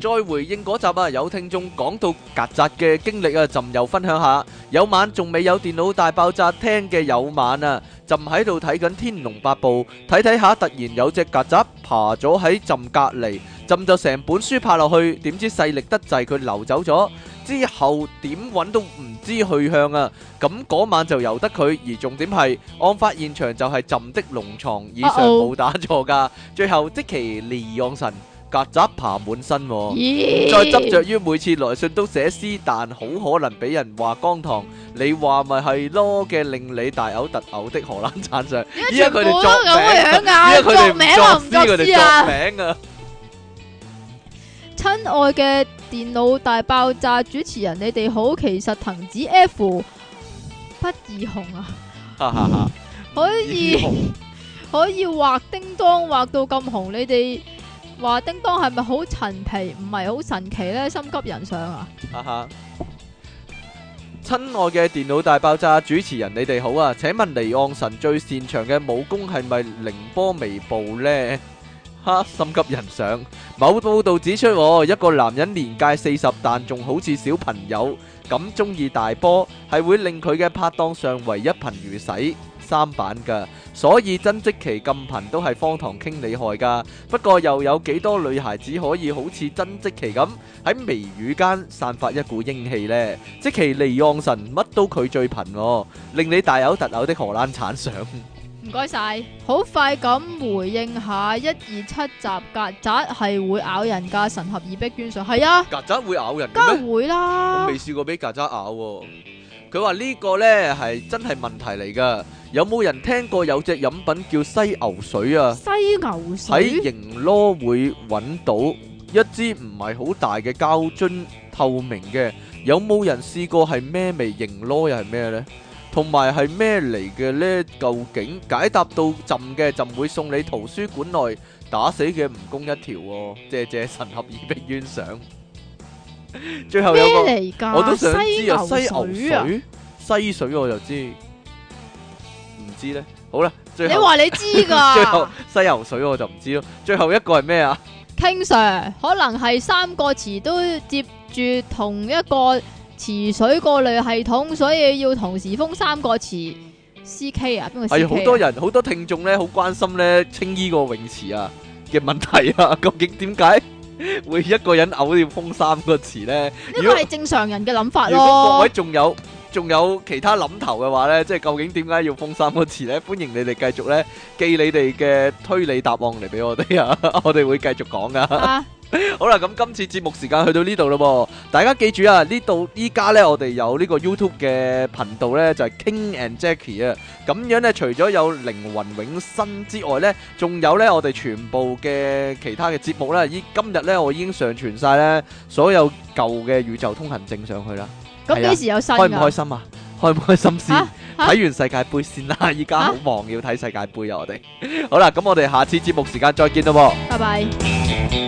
[SPEAKER 1] 再回應嗰集啊，有聽眾講到曱甴嘅經歷啊，朕又分享下。有晚仲未有電腦大爆炸聽嘅有晚啊，朕喺度睇緊《天龍八部》，睇睇下突然有隻曱甴爬咗喺朕隔離，朕就成本書拍落去，點知勢力得滯佢流走咗。之後點揾都唔知去向啊！咁嗰晚就由得佢，而重點係案發現場就係朕的農場，以上冇打錯噶。最後即其離岸神曱甴爬滿身、喎。
[SPEAKER 2] 咦
[SPEAKER 1] 再執着於每次來信都寫詩，但好可能俾人話江堂，你話咪係咯嘅令你大嘔特嘔的荷蘭產 上，依家
[SPEAKER 2] 全
[SPEAKER 1] 佢
[SPEAKER 2] 部
[SPEAKER 1] 哋
[SPEAKER 2] 都
[SPEAKER 1] 作
[SPEAKER 2] 咁
[SPEAKER 1] 名，依
[SPEAKER 2] 樣
[SPEAKER 1] 家
[SPEAKER 2] 噶，
[SPEAKER 1] 佢
[SPEAKER 2] 作
[SPEAKER 1] 哋唔
[SPEAKER 2] 名話唔
[SPEAKER 1] 作詩，佢
[SPEAKER 2] 作詩啊！
[SPEAKER 1] 哋作名啊！
[SPEAKER 2] 親愛嘅電腦大爆炸主持人，你哋好，其實藤子 F 不二雄啊，
[SPEAKER 1] 哈哈哈！
[SPEAKER 2] 可以
[SPEAKER 1] 二紅
[SPEAKER 2] 可以畫叮當畫到咁紅，你哋話叮當係咪好陳皮，唔係好神奇呢？心急人上啊！
[SPEAKER 1] 哈哈！親愛嘅電腦大爆炸主持人，你哋好啊！請問離岸神最擅長嘅武功係咪凌波微步呢？哈！心急人上。某報道指出，哦一個男人年屆四十，但仲好似小朋友咁中意大波，係會令佢嘅拍檔上圍一貧如洗。三版噶，所以曾積奇咁貧都係荒唐傾理害噶。不過又有幾多女孩子可以好似曾積奇咁喺微雨間散發一股英氣呢？即其利昂神乜都佢最貧、喎，令你大有特有的荷蘭產相。
[SPEAKER 2] 唔該晒，好快咁回應下一二七集曱甴係會咬人㗎，神合耳壁捐上係啊，
[SPEAKER 1] 曱甴會咬人
[SPEAKER 2] 梗
[SPEAKER 1] 嘅咩？
[SPEAKER 2] 係會
[SPEAKER 1] 我
[SPEAKER 2] 啦
[SPEAKER 1] 未，試過俾曱甴咬喎。佢話呢個呢係真係問題嚟噶。有冇人聽過有隻飲品叫犀牛水啊？
[SPEAKER 2] 犀牛
[SPEAKER 1] 喺
[SPEAKER 2] 水
[SPEAKER 1] 營箩會揾到一支唔係好大嘅膠樽，透明嘅。有冇人試過係咩味？營箩又係咩呢？同埋係咩嚟嘅呢？究竟解答到朕嘅，朕會送你圖書館內打死嘅蜈蚣一條喎、謝謝神合耳壁冤上。最後
[SPEAKER 2] 咩
[SPEAKER 1] 有個。
[SPEAKER 2] 嚟㗎？
[SPEAKER 1] 我都想知啊，
[SPEAKER 2] 犀
[SPEAKER 1] 西牛
[SPEAKER 2] 水啊！
[SPEAKER 1] 水，西水我就知，唔知咧。好啦，最
[SPEAKER 2] 你
[SPEAKER 1] 後
[SPEAKER 2] 話你知
[SPEAKER 1] 最後
[SPEAKER 2] 㗎
[SPEAKER 1] 西牛水我就唔知咯。最後一個係咩啊？
[SPEAKER 2] ，King Sir 可能係三個詞都接住同一個詞水過濾系統，所以要同時封三個詞。C K 啊，邊個
[SPEAKER 1] 係
[SPEAKER 2] C
[SPEAKER 1] 好多
[SPEAKER 2] K？
[SPEAKER 1] 人好多聽眾咧，好關心咧青衣個泳池啊嘅問題啊， 究竟點解會一個人嘔要封三個詞咧？
[SPEAKER 2] 呢
[SPEAKER 1] 如
[SPEAKER 2] 個
[SPEAKER 1] 果
[SPEAKER 2] 係正常人嘅諗法
[SPEAKER 1] 如果各
[SPEAKER 2] 咯
[SPEAKER 1] 位。仲有仲有其他諗頭嘅話咧，即係究竟點解要封三個詞咧？歡迎你哋繼續咧寄你哋嘅推理答案嚟俾我哋啊， 我哋會繼續講噶。
[SPEAKER 2] 啊，
[SPEAKER 1] 好啦，咁今次節目時間去到呢度咯喎，大家記住啊，呢度依家呢，我哋有呢個 YouTube 嘅頻道呢，就係、King and Jackie 啊，咁樣呢，除咗有靈魂永生之外呢，仲有呢，我哋全部嘅其他嘅節目啦，依今日呢，我已經上傳晒呢所有舊嘅宇宙通行證上去啦，
[SPEAKER 2] 咁
[SPEAKER 1] 係啊
[SPEAKER 2] 幾時有新
[SPEAKER 1] 開唔開
[SPEAKER 2] 㗎？
[SPEAKER 1] 心啊？開唔開心先？睇、
[SPEAKER 2] 啊啊
[SPEAKER 1] 完世界盃先啦，依家好忙要睇世界盃啊！我哋好啦，咁我哋下次節目時間再見咯喎。
[SPEAKER 2] 拜
[SPEAKER 3] 「
[SPEAKER 2] 拜。